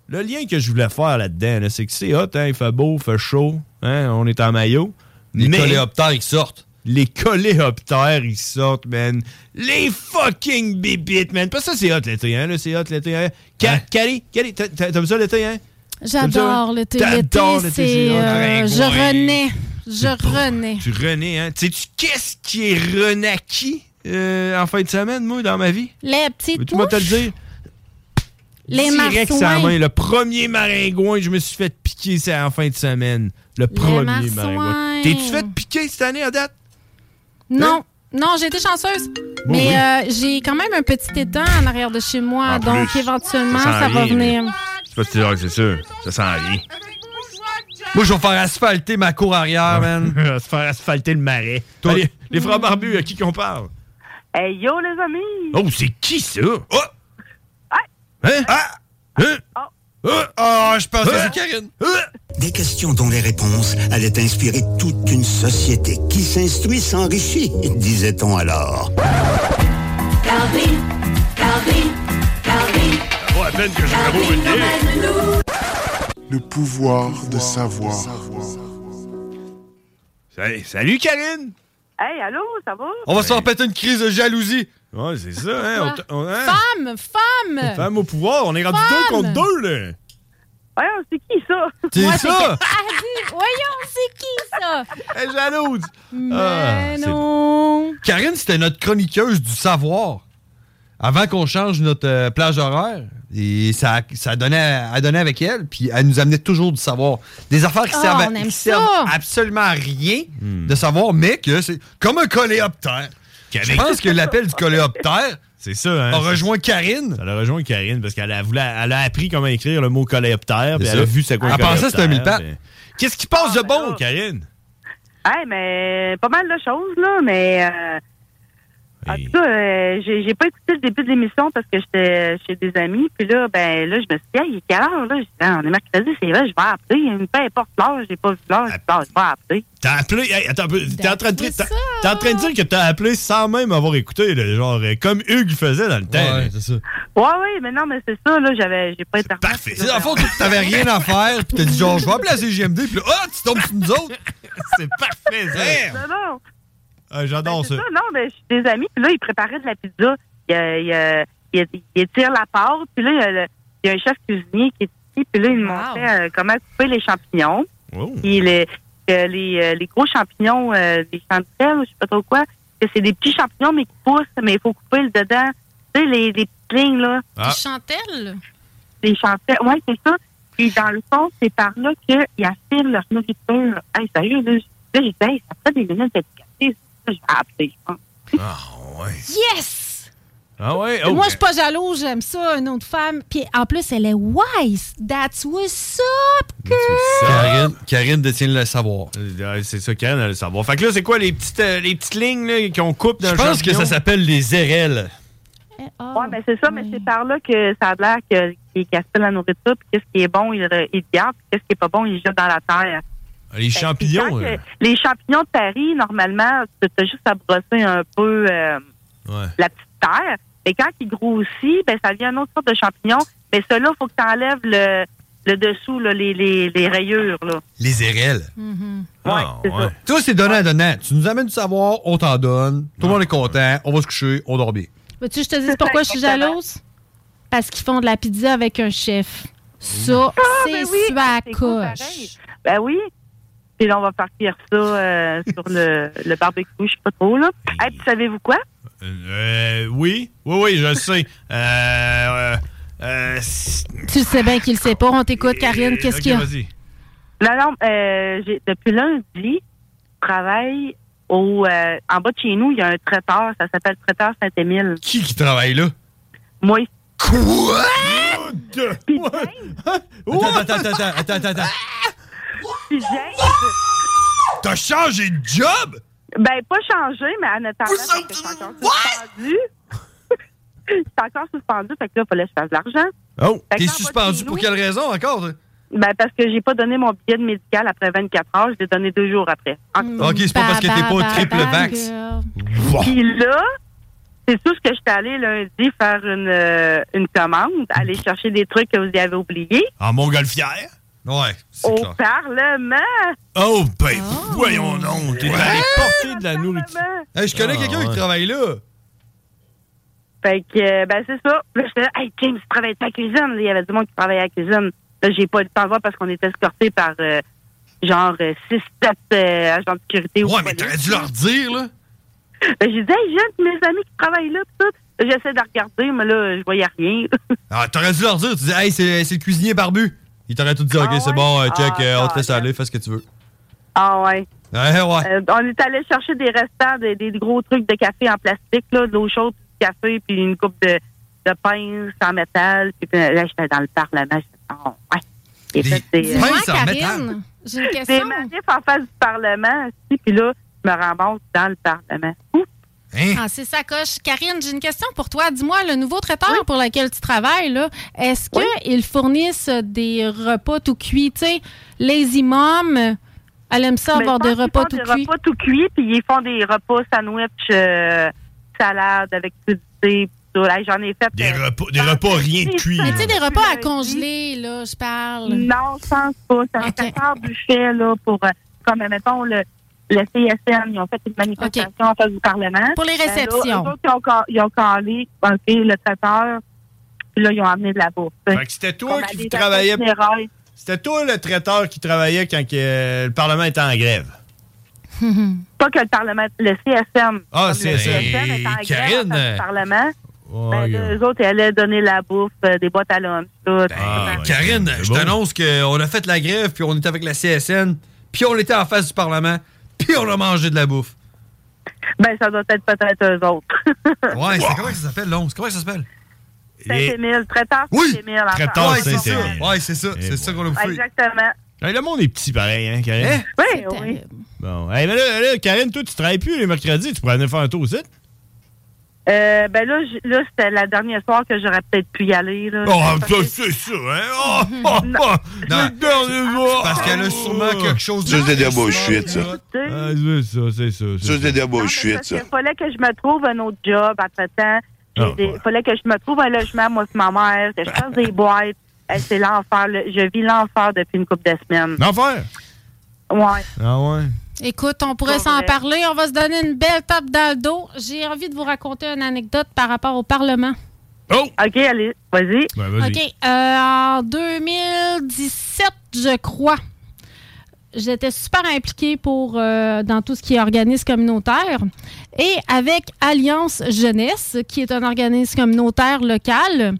Speaker 5: le lien que je voulais faire là-dedans, là, c'est que c'est hot, hein, il fait beau, il fait chaud, hein, on est en maillot.
Speaker 7: Les
Speaker 5: mais-
Speaker 7: coléoptères, ils sortent.
Speaker 5: Les coléoptères, ils sortent, man. Les fucking bibites, man. Parce que ça, c'est hot l'été, hein, là, c'est hot l'été, hein. Ca- Cali, Cali, t'a- t'a- t'aimes ça l'été, hein?
Speaker 6: J'adore
Speaker 5: T'aimes
Speaker 6: l'été.
Speaker 5: ça, hein?
Speaker 6: L'été,
Speaker 5: T'adores
Speaker 6: c'est.
Speaker 5: c'est hot.
Speaker 6: euh, je
Speaker 5: Ringouin.
Speaker 6: renais. Je renais.
Speaker 5: Tu renais, hein? Sais-tu qu'est-ce qui est renaquis euh, en fin de semaine, moi, dans ma vie?
Speaker 6: Les petites
Speaker 5: Tu m'as
Speaker 6: mouches,
Speaker 5: te le dire?
Speaker 6: les
Speaker 5: Direct sa main,
Speaker 6: marsouins.
Speaker 5: le premier maringouin, je me suis fait piquer ça en fin de semaine. Le premier
Speaker 6: marsouins.
Speaker 5: maringouin. T'es-tu fait piquer cette année à date?
Speaker 6: Non, non, j'ai été chanceuse.
Speaker 5: Hein? Bon,
Speaker 6: mais
Speaker 5: oui.
Speaker 6: euh, j'ai quand même un petit étang en arrière de chez moi.
Speaker 5: En
Speaker 6: donc,
Speaker 5: plus,
Speaker 6: éventuellement,
Speaker 5: ça
Speaker 6: ça,
Speaker 5: sent
Speaker 6: va
Speaker 5: rien,
Speaker 6: venir.
Speaker 5: Je sais pas si c'est vrai, c'est sûr. Ça sent rien.
Speaker 7: Moi, je vais faire asphalter ma cour arrière, man.
Speaker 5: se faire asphalter le marais. Allez, les frères barbus, à qui qu'on parle?
Speaker 16: Hey yo les amis!
Speaker 5: Oh, c'est qui ça? Oh! Hein? Ah! Hein?
Speaker 17: Oh, je
Speaker 5: pensais que c'est
Speaker 17: Karine. Des questions dont les réponses allaient inspirer toute une société qui s'instruit s'enrichit, disait-on alors.
Speaker 18: Calvin, Calvin, Calvin.
Speaker 5: Oh, à peine que je vous une
Speaker 19: Le pouvoir de savoir.
Speaker 5: Salut, Karine!
Speaker 16: Hey, allô, ça va?
Speaker 7: On va se faire péter une crise de jalousie.
Speaker 5: Ouais, c'est ça, hein? on t- on- hein?
Speaker 6: Femme, femme!
Speaker 5: Femme Ben, au pouvoir, on est rendu
Speaker 6: Femme!
Speaker 5: deux contre deux, là!
Speaker 16: Voyons, c'est qui ça?
Speaker 5: C'est
Speaker 6: Moi,
Speaker 5: ça?
Speaker 6: Ah, dis, Voyons, c'est qui ça?
Speaker 5: Elle est jalouse!
Speaker 7: Ah,
Speaker 6: Mais
Speaker 7: c'est-
Speaker 6: non!
Speaker 7: Karine, c'était notre chroniqueuse du savoir. Avant qu'on change notre euh, plage horaire, et ça, ça donnait, elle donnait avec elle, puis elle nous amenait toujours du savoir. Des affaires qui
Speaker 6: Ah,
Speaker 7: servent, à-
Speaker 6: on aime
Speaker 7: qui
Speaker 6: ça.
Speaker 7: servent absolument à rien
Speaker 5: Hmm.
Speaker 7: de savoir, mais que c'est comme un coléoptère. Je pense que l'appel du coléoptère,
Speaker 5: C'est ça, hein?
Speaker 7: On rejoint Karine.
Speaker 5: Elle a rejoint Karine parce qu'elle a, voulu- elle a appris comment écrire le mot coléoptère, puis
Speaker 7: C'est
Speaker 5: elle
Speaker 7: ça.
Speaker 5: a vu c'est quoi
Speaker 7: Elle pensait que c'était un
Speaker 5: coléoptère,
Speaker 7: mille-pattes.
Speaker 5: mais- Ah, Qu'est-ce qui passe de bon, Karine?
Speaker 16: Hey, mais pas mal de choses, là, mais. euh, En tout cas, euh, j'ai j'ai pas écouté le début de l'émission parce que j'étais chez des amis. Puis là, ben là, je me suis dit, hey, il est quelle heure, là? J'ai dit, Ah, on est mercredi, c'est vrai, je vais appeler. Peu importe l'heure, j'ai pas vu l'heure, je pense, je vais appeler.
Speaker 5: T'as appelé. hey, attends, un peu, t'es en, train de dire- t'as- t'es en train de dire que t'as appelé sans même avoir écouté, là, genre euh, comme Hugues faisait dans le temps. Ouais, c'est ça.
Speaker 16: Ouais, ouais, mais non, mais c'est ça, là, j'avais, j'ai pas été
Speaker 5: Parfait.
Speaker 7: C'est en fait, t'avais rien à faire, puis t'as dit genre, je vais appeler la CGMD, puis là, ah, tu tombes sur nous autres.
Speaker 5: C'est parfait,
Speaker 16: Non, non,
Speaker 5: Ah, J'adore
Speaker 16: ben, c'est
Speaker 5: ça.
Speaker 16: ça, non, mais je suis des amis. Puis là, ils préparaient de la pizza. Il, euh, il, euh, il, il étire la pâte. Puis là, il y, a le- il y a un chef cuisinier qui est ici. Puis là, il nous montrait euh, comment couper les champignons. Puis les, que les, euh, les gros champignons, euh, des chandelles, je sais pas trop quoi, que c'est des petits champignons, mais qui poussent, mais il faut couper le dedans. Tu sais, les, les petites lignes, là.
Speaker 6: Des chantelles?
Speaker 16: Les chantelles, ouais, c'est ça. Puis dans le fond, c'est par là qu'ils affilent leur nourriture. Hey, sérieux, là, j'ai dit, hey, ça fait des minutes d'être cassé. Ça, je vais appeler, je pense.
Speaker 5: Ah ouais.
Speaker 6: Yes!
Speaker 5: Ah ouais.
Speaker 6: Moi, je suis pas jalouse, j'aime ça, une autre femme. Puis en plus, elle est wise. That's what's up, girl!
Speaker 5: Karine, détient le savoir. c'est ça, Karine a le savoir. Fait que là, c'est quoi les petites, euh, les petites lignes là, qu'on coupe dans
Speaker 7: Je
Speaker 5: le
Speaker 7: pense que
Speaker 5: champignon?
Speaker 7: ça s'appelle les RL.
Speaker 6: Eh, oh,
Speaker 16: Ouais, mais c'est ça, mais c'est par là que ça a l'air que- qu'ils gaspillent la nourriture, puis qu'est-ce qui est bon, ils le- ils le gardent, puis qu'est-ce qui est pas bon, ils le jettent dans la terre.
Speaker 5: Ah,
Speaker 6: Ben,
Speaker 5: Les champignons.
Speaker 16: Tant que
Speaker 5: euh,
Speaker 16: les champignons de Paris, normalement, tu as juste à brosser un peu euh,
Speaker 5: Ouais.
Speaker 16: la petite terre. Mais quand il grossit, ben, ça devient une autre sorte de champignon. Mais ceux-là, il faut que tu enlèves le, le dessous, là, les, les, les rayures. Là.
Speaker 7: Les RL.
Speaker 16: Ah, c'est ouais. ça.
Speaker 7: Toi, c'est donnant-donnant. Tu nous amènes du savoir, on t'en donne. Tout le monde est content, on va se coucher, on dort bien.
Speaker 6: Veux-tu que je te dise pourquoi je suis jalouse? Parce qu'ils font de la pizza avec un chef. Ça,
Speaker 16: Ah,
Speaker 6: c'est
Speaker 16: ben
Speaker 6: ça
Speaker 16: oui,
Speaker 6: à
Speaker 16: c'est cool,
Speaker 6: coche.
Speaker 16: Ben oui. Puis là, on va partir ça euh, sur le, le barbecue, je sais pas trop. Là. Hey, puis savez-vous quoi?
Speaker 5: euh, oui, oui, oui, je le sais. Euh, euh, euh, c'est-
Speaker 6: Tu le sais bien qu'il le sait pas. On t'écoute, Karine. Qu'est-ce
Speaker 5: Ok,
Speaker 6: qu'il y a?
Speaker 5: vas-y.
Speaker 16: Non, non, euh, j'ai- depuis lundi, je travaille au, euh, en bas de chez nous, il y a un traiteur, ça s'appelle Traiteur Saint-Émile.
Speaker 7: Qui qui travaille là?
Speaker 16: Moi.
Speaker 7: Quoi?
Speaker 16: Attends,
Speaker 7: attends, attends, attends, attends, attends.
Speaker 5: T'as changé de job?
Speaker 16: Ben, pas changé, mais en attendant, parce que c'est encore suspendu. c'est encore suspendu, fait que là, il fallait que je fasse de l'argent.
Speaker 7: Oh,
Speaker 16: Fait que là, en bas
Speaker 7: t'es
Speaker 16: de
Speaker 7: suspendu
Speaker 16: chez
Speaker 7: pour
Speaker 16: nous-
Speaker 7: quelle raison encore? toi?
Speaker 16: Ben, parce que j'ai pas donné mon billet de médical après 24 heures, je l'ai donné deux jours après.
Speaker 7: Ok, c'est pas parce que t'es pas triple vax.
Speaker 16: Puis là, c'est sûr que j'étais allée lundi faire une, euh, une commande, aller chercher des trucs que vous avez oubliés
Speaker 5: En montgolfière? Ouais.
Speaker 16: au Parlement.
Speaker 5: Oh, ben, voyons donc. T'es dans les portées de la nourriture.
Speaker 7: Hey, je connais quelqu'un qui travaille là.
Speaker 16: Fait que, euh, ben, c'est ça. Là, j'étais là, hey, James, tu travailles pas à la cuisine. Là, Il y avait du monde qui travaillait à la cuisine. Là, j'ai pas eu le temps de voir parce qu'on était escorté par, euh, genre, euh, 6-7 euh, agents de sécurité. Ouais, mais t'aurais
Speaker 7: dû leur dire, là.
Speaker 16: Ben, j'ai dit, hey, j'ai mes amis qui travaillent là, pis tout. Là, J'essaie de regarder, mais là, je voyais rien.
Speaker 7: Ah, t'aurais dû leur dire, tu dis, hey, c'est c'est le cuisinier barbu. Il t'aurait tout dit, ok, c'est bon, euh, check,
Speaker 16: Ah,
Speaker 7: euh, on te laisse aller, fais ce que tu veux.
Speaker 16: ah, ouais.
Speaker 7: Ouais, ouais.
Speaker 16: Euh, on est allé chercher des restants, des, des gros trucs de café en plastique, là, de l'eau chaude, du café, puis une coupe de, de pince en métal. Puis euh, là, j'étais dans le parlement. J'étais, oh, ouais. J'ai fait des, euh,
Speaker 6: Dis-moi, Karine, j'ai une
Speaker 16: des
Speaker 6: question.
Speaker 16: manifs en face du Parlement, aussi, puis là, je me ramasse dans le Parlement. Ouh!
Speaker 6: Ah, c'est ça, coche. Karine, j'ai une question pour toi. Dis-moi, le nouveau traiteur pour lequel tu travailles, là, est-ce qu'ils fournissent des repas tout cuits? Tu sais, les imams, elle aime ça
Speaker 16: Mais
Speaker 6: avoir
Speaker 16: je
Speaker 6: des
Speaker 16: pense
Speaker 6: repas tout
Speaker 16: qu'ils font
Speaker 6: cuits.
Speaker 16: Des repas tout cuits, puis ils font des repas sandwich, euh, salade avec du thé. tout ça. Hey, J'en ai fait. euh,
Speaker 5: Des repas, des
Speaker 16: Ah,
Speaker 5: repas rien de cuit.
Speaker 6: Mais Ah, tu sais, des repas à
Speaker 16: Lundi.
Speaker 6: congeler, là, je parle.
Speaker 16: Non, je pense pas. Ça, ça part du fait, là, pour, euh, comme, mettons, le, le CSN, ils ont fait une manifestation en face du Parlement.
Speaker 6: Pour les
Speaker 16: Ben là,
Speaker 6: réceptions.
Speaker 16: eux autres, ils ont, ca- ils ont calé, OK, le traiteur, puis là, ils ont amené de la bourse.
Speaker 5: Fait que c'était toi
Speaker 16: Comme à
Speaker 5: Ben, qui
Speaker 16: des
Speaker 5: travaillais.
Speaker 16: affaires funérailles.
Speaker 5: C'était toi le traiteur qui travaillait quand que, euh, le Parlement était en grève.
Speaker 16: Pas que le Parlement, le CSM.
Speaker 5: Ah,
Speaker 16: Comme
Speaker 5: c'est-
Speaker 16: Le CSM
Speaker 5: c'est-
Speaker 16: est en grève
Speaker 5: Karine, Oh,
Speaker 16: en face
Speaker 5: euh,
Speaker 16: du Parlement.
Speaker 5: ouais,
Speaker 16: Ben, là, eux autres, ils allaient donner la bouffe, euh, des boîtes à l'homme, tout.
Speaker 5: Ben.
Speaker 7: Ah, Karine, je t'annonce qu'on a fait la grève, puis on était avec la CSN, puis on était en face du Parlement, puis on a mangé de la bouffe.
Speaker 16: Ben, ça doit être peut-être eux autres.
Speaker 7: Ouais, c'est comment ça s'appelle, l'once? Comment ça s'appelle?
Speaker 16: saint mille traiteur Saint-Émile. en
Speaker 5: Traiteur
Speaker 16: France.
Speaker 7: Ouais, c'est ça.
Speaker 5: Saint-Émile.
Speaker 7: Ouais, c'est ça. C'est ça qu'on a fait.
Speaker 16: Exactement. Eh
Speaker 5: Hey, le monde est petit pareil, hein, Karine?
Speaker 16: Oui, oui.
Speaker 5: Bon. Hey, mais là, là, Karine, toi, tu travailles plus les mercredis. Tu pourrais aller faire un tour aussi.
Speaker 16: Euh, ben là, j- là c'était la dernière soir que j'aurais peut-être pu y aller.
Speaker 5: Oh,
Speaker 16: Là.
Speaker 5: c'est ça, hein? Oh, oh,
Speaker 7: Non, parce qu'elle a sûrement quelque chose
Speaker 3: Ça, c'est de beaux chutes, ça.
Speaker 5: Ah, c'est ça, c'est ça.
Speaker 3: Ça, Ah, c'est de beaux chutes,
Speaker 16: Parce
Speaker 3: ça.
Speaker 16: qu'il fallait que je me trouve un autre job entre-temps. Il
Speaker 3: Ah,
Speaker 16: fallait que je me trouve un logement, moi, c'est ma mère. Je passe des boîtes. Eh, C'est l'enfer. là. Je vis l'enfer depuis une couple de semaines.
Speaker 5: L'enfer?
Speaker 16: Ouais.
Speaker 5: Ah ouais.
Speaker 6: Écoute, on pourrait s'en parler. On va se donner une belle tape dans le dos. J'ai envie de vous raconter une anecdote par rapport au Parlement.
Speaker 5: Oh! Ben,
Speaker 16: OK, allez, vas-y.
Speaker 6: OK. euh, en 2017, je crois, j'étais super impliquée pour, euh, dans tout ce qui est organisme communautaire. Et avec Alliance Jeunesse, qui est un organisme communautaire local,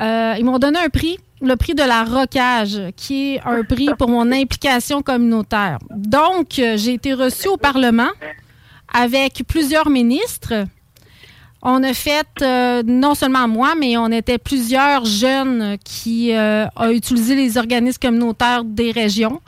Speaker 6: euh, ils m'ont donné un prix, le prix de la rocage, qui est un prix pour mon implication communautaire. Donc, euh, j'ai été reçue au Parlement avec plusieurs ministres. On a fait, euh, non seulement moi, mais on était plusieurs jeunes qui euh, ont utilisé les organismes communautaires des régions.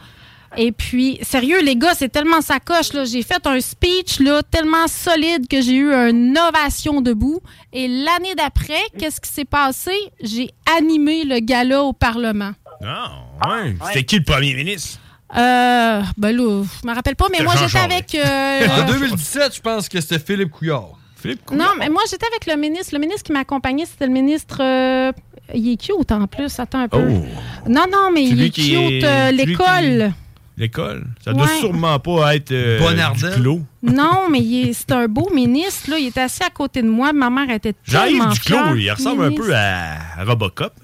Speaker 6: Et puis, sérieux, les gars, c'est tellement sacoche. Là. J'ai fait un speech là, tellement solide que j'ai eu une ovation debout. Et l'année d'après, qu'est-ce qui s'est passé? J'ai animé le gala au Parlement.
Speaker 5: Ah, ouais. C'était qui le premier ministre?
Speaker 6: Euh, ben là, je me rappelle pas, mais
Speaker 7: C'était
Speaker 6: moi,
Speaker 7: Jean
Speaker 6: j'étais avec... euh,
Speaker 7: En 2017, Ah, je pense que c'était Philippe Couillard.
Speaker 5: Philippe
Speaker 6: Non, mais moi, j'étais avec le ministre. Le ministre qui m'accompagnait, c'était le ministre. euh, il est cute en plus, attends un peu.
Speaker 5: Oh!
Speaker 6: Non, non, mais il
Speaker 5: Celui
Speaker 6: est
Speaker 5: qui
Speaker 6: cute.
Speaker 5: est-
Speaker 6: euh,
Speaker 5: celui
Speaker 6: L'école.
Speaker 5: L'école. Ça doit
Speaker 6: Ouais.
Speaker 5: sûrement pas être. Euh,
Speaker 7: Bonnardel.
Speaker 5: du clos.
Speaker 6: Non, mais il est- c'est un beau ministre. Là. Il était assis à côté de moi. Ma mère était
Speaker 5: Jean-Yves
Speaker 6: tellement fière.
Speaker 5: Duclos, il ressemble un
Speaker 6: Ministre.
Speaker 5: peu à Robocop.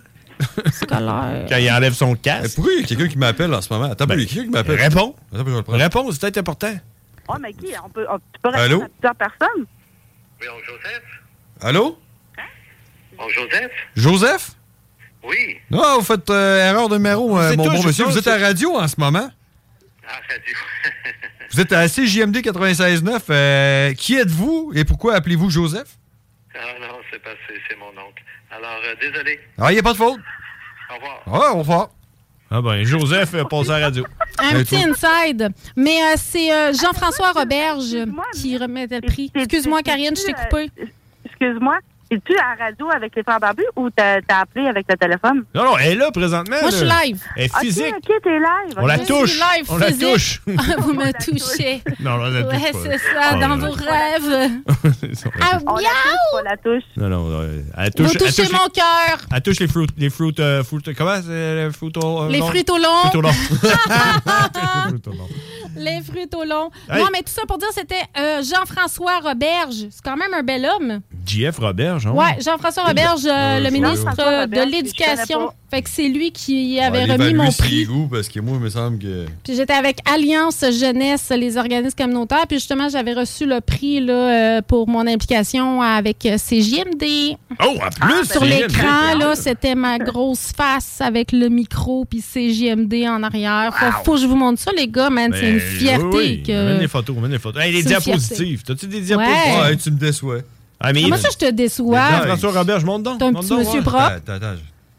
Speaker 5: Quand il enlève son casque.
Speaker 7: Pourquoi il y a quelqu'un qui m'appelle en ce moment? Attends, il y a quelqu'un qui m'appelle.
Speaker 5: Réponds.
Speaker 7: Attends, je vais le prendre.
Speaker 5: Réponds, c'est peut-être important.
Speaker 16: Oh, mais qui? On peut, on- tu peux répondre
Speaker 7: Allô?
Speaker 16: à plusieurs personnes?
Speaker 7: Allô?
Speaker 20: Bon, Joseph?
Speaker 7: Joseph?
Speaker 20: Oui,
Speaker 7: Non, vous faites euh, erreur de numéro, euh,
Speaker 20: C'est
Speaker 7: mon
Speaker 20: tout,
Speaker 7: bon
Speaker 20: je-
Speaker 7: monsieur.
Speaker 20: non,
Speaker 7: Vous êtes à radio en ce moment.
Speaker 20: à la Ah, radio.
Speaker 7: Vous êtes à CJMD 96.9. Euh, qui êtes-vous et pourquoi appelez-vous Joseph?
Speaker 20: ah non, c'est pas, c'est c'est mon oncle. Alors, euh, désolé.
Speaker 7: Ah, il n'y a pas de faute.
Speaker 20: Au revoir.
Speaker 7: Ah, au revoir.
Speaker 5: Ah ben, Joseph euh, passe à la radio.
Speaker 6: Un petit inside. Mais euh, c'est euh, Jean-François Roberge qui remettait le prix. Excuse-moi, Karine, je t'ai coupé.
Speaker 16: euh, Excuse-moi. Es-tu à la radio avec les frères barbus ou t'as t'as appelé avec le téléphone?
Speaker 5: Non, non, elle est là présentement.
Speaker 16: Moi, je suis
Speaker 5: là.
Speaker 16: live.
Speaker 5: Elle est physique.
Speaker 16: OK, OK, t'es live.
Speaker 5: On la
Speaker 6: Je
Speaker 5: touche.
Speaker 6: suis live
Speaker 5: on la
Speaker 6: physique.
Speaker 5: touche.
Speaker 6: Ah, Vous me touchez.
Speaker 5: Non, on la touche
Speaker 6: Ouais,
Speaker 5: pas.
Speaker 6: c'est ça,
Speaker 5: Oh,
Speaker 6: dans
Speaker 5: non.
Speaker 6: vos rêves. Ah,
Speaker 16: On la touche, on la touche.
Speaker 5: Non, non, non, elle touche.
Speaker 6: Vous
Speaker 5: elle touche
Speaker 6: touchez
Speaker 5: les-
Speaker 6: mon cœur.
Speaker 5: Elle touche les fruits. Les fruits. euh, fruits- comment c'est les fruits au
Speaker 6: Les
Speaker 5: long?
Speaker 6: fruits au long.
Speaker 5: Fruits au long.
Speaker 6: Les fruits au long.
Speaker 5: Hey.
Speaker 6: Non, mais tout ça pour dire, c'était euh, Jean-François Roberge. C'est quand même un bel homme.
Speaker 5: JF Robert, genre.
Speaker 6: Ouais, Jean-François Roberge, euh,
Speaker 5: hein? Euh,
Speaker 6: le
Speaker 5: je-
Speaker 6: ministre
Speaker 5: Jean-François
Speaker 6: euh,
Speaker 5: Roberge,
Speaker 6: de
Speaker 5: je connais
Speaker 6: l'Éducation.
Speaker 5: pas.
Speaker 6: Fait que c'est lui qui
Speaker 7: On va
Speaker 6: avait
Speaker 7: aller
Speaker 6: remis
Speaker 7: évaluer
Speaker 6: mon
Speaker 7: ses
Speaker 6: prix.
Speaker 7: goûts, parce que moi, il me semble que.
Speaker 6: Puis j'étais avec Alliance Jeunesse, les organismes communautaires. Puis justement, j'avais reçu le prix là, euh, pour mon implication avec euh, CJMD.
Speaker 5: Oh, en plus!
Speaker 6: Sur
Speaker 5: c'est-
Speaker 6: l'écran, là, c'était ma grosse face avec le micro puis CJMD en arrière. Faut, faut que je vous montre ça, les gars, man. C'est
Speaker 5: Ben,
Speaker 6: une fierté
Speaker 5: oui, oui. Amène
Speaker 6: que...
Speaker 5: les photos, amène les photos. Hey, les
Speaker 6: C'est une fierté.
Speaker 5: diapositives. T'as-tu des diapositives?
Speaker 6: Ouais. Ouais,
Speaker 5: tu me déçois. Ah, mais
Speaker 6: Comment ça, je te déçois?
Speaker 5: François Robert, je monte donc.
Speaker 6: T'es un petit monsieur propre.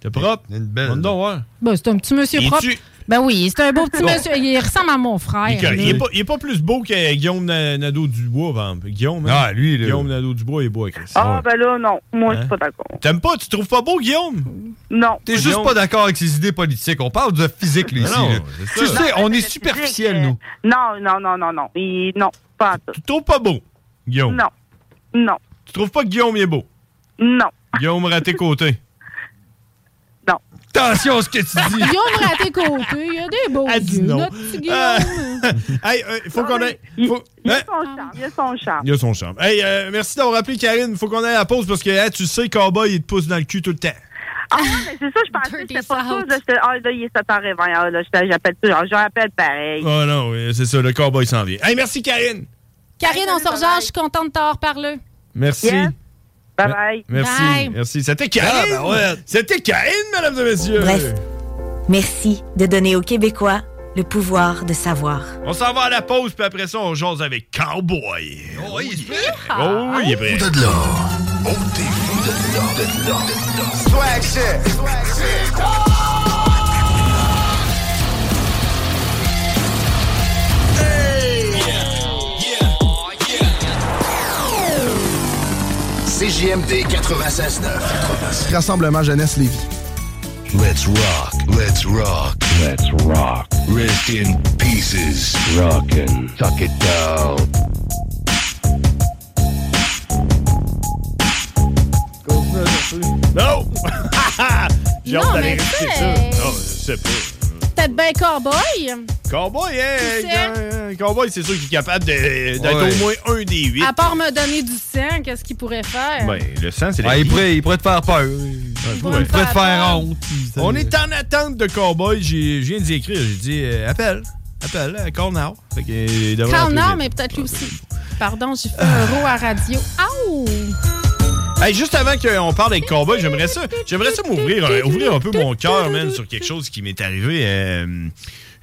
Speaker 5: T'es propre? Monte donc, ouais.
Speaker 6: Ben, c'est un petit monsieur
Speaker 5: Il est-tu-
Speaker 6: propre. Ben oui, c'est un beau petit
Speaker 5: Bon.
Speaker 6: monsieur. Il ressemble à mon frère.
Speaker 5: Il est correct.
Speaker 6: là.
Speaker 5: Il est pas- il est pas plus beau que Guillaume Na- Nadeau-Dubois, par exemple. Guillaume, Ah, lui, là. Guillaume Nadeau-Dubois est beau, Chris. Hein?
Speaker 16: Ah, ben là, non. Moi, je suis pas d'accord.
Speaker 5: T'aimes pas? Tu trouves pas beau, Guillaume?
Speaker 16: Non.
Speaker 7: T'es juste pas d'accord avec ses idées politiques. On parle de physique, là, ici.
Speaker 5: Non,
Speaker 7: là.
Speaker 5: c'est
Speaker 7: Tu
Speaker 5: ça.
Speaker 7: sais, on est
Speaker 16: Physique,
Speaker 7: superficiel,
Speaker 16: euh,
Speaker 7: nous.
Speaker 16: Non, non, non, non, non. Il- non, pas ça. Tu
Speaker 5: trouves pas beau, Guillaume?
Speaker 16: Non. Non.
Speaker 5: Tu trouves pas que Guillaume est beau?
Speaker 16: Non.
Speaker 5: Guillaume raté côté.
Speaker 16: Non.
Speaker 5: Attention à ce que tu dis.
Speaker 6: Guillaume à tes côtés, il y a des beaux yeux,
Speaker 5: non.
Speaker 6: notre petit
Speaker 5: Ah.
Speaker 6: Guillaume.
Speaker 5: hey, euh, faut qu'on aille. faut-
Speaker 16: Il
Speaker 5: Hein?
Speaker 16: a son charme. Il a son charme.
Speaker 5: Il y a son charme. Hey, euh, merci d'avoir appelé, Karine. Faut qu'on aille à la pause parce que hein, tu sais, Cowboy, il te pousse dans le cul tout le temps.
Speaker 16: Ah, ouais, mais c'est ça, je pensais que c'était pas ça. Là, j'étais- ah, là, il est 7h20. Ah, là, j'étais- j'appelle tout. Ah, J'appelle pareil.
Speaker 5: Oh non, oui, c'est ça, le Cowboy s'en vient. Hey, merci, Karine.
Speaker 6: Karine, on se rejoint, je suis contente de t'avoir parlé.
Speaker 5: Merci.
Speaker 6: Yes.
Speaker 16: Bye bye.
Speaker 5: Merci.
Speaker 6: Bye.
Speaker 5: Merci. C'était Karine.
Speaker 21: Ah, ben ouais.
Speaker 5: C'était Karine, mesdames et messieurs.
Speaker 21: Bref. Merci de donner aux Québécois le pouvoir de savoir.
Speaker 5: On s'en va à la pause, puis après ça, on jase avec Cowboy.
Speaker 21: Oh, il
Speaker 5: Oh, il est prêt.
Speaker 14: de l'or. Swag shit. Swag shit.
Speaker 1: CJMD 96.9.
Speaker 4: Rassemblement Jeunesse Lévis.
Speaker 1: Let's rock, let's rock, let's rock. Rest in pieces. Rockin', tuck it down.
Speaker 5: Non! J'ai
Speaker 6: Non,
Speaker 5: hâte d'aller
Speaker 6: mais
Speaker 5: écouter
Speaker 6: c'est-
Speaker 5: ça. Non, je sais pas.
Speaker 6: Peut-être bien cowboy.
Speaker 5: Cowboy, hein?
Speaker 6: Qui sait?
Speaker 5: euh, Cowboy, c'est sûr qu'il est capable de- d'être
Speaker 7: Ouais.
Speaker 5: au moins un des huit.
Speaker 6: À part me donner du sang, qu'est-ce qu'il pourrait faire?
Speaker 5: Ben, le sang, c'est hein. la
Speaker 7: Ouais, Ah, il
Speaker 5: vie.
Speaker 7: pourrait, il pourrait te faire peur. Il
Speaker 5: pourrait
Speaker 7: pourrait te
Speaker 5: faire
Speaker 7: faire
Speaker 5: peur.
Speaker 7: honte.
Speaker 5: On est en attente de Cowboy. J'ai- Je viens d'y écrire. J'ai dit euh, appelle. Appelle. euh, Call now. Fait que, euh, il devrait
Speaker 6: Carl
Speaker 5: appeler.
Speaker 6: Nord, Ah, mais peut-être lui aussi. Pardon, j'ai fait
Speaker 5: Ah.
Speaker 6: un row à radio. Au!
Speaker 5: Hey, juste avant qu'on parle avec Cowboy, j'aimerais ça, j'aimerais ça m'ouvrir euh, ouvrir un peu mon cœur, man, sur quelque chose qui m'est arrivé. euh,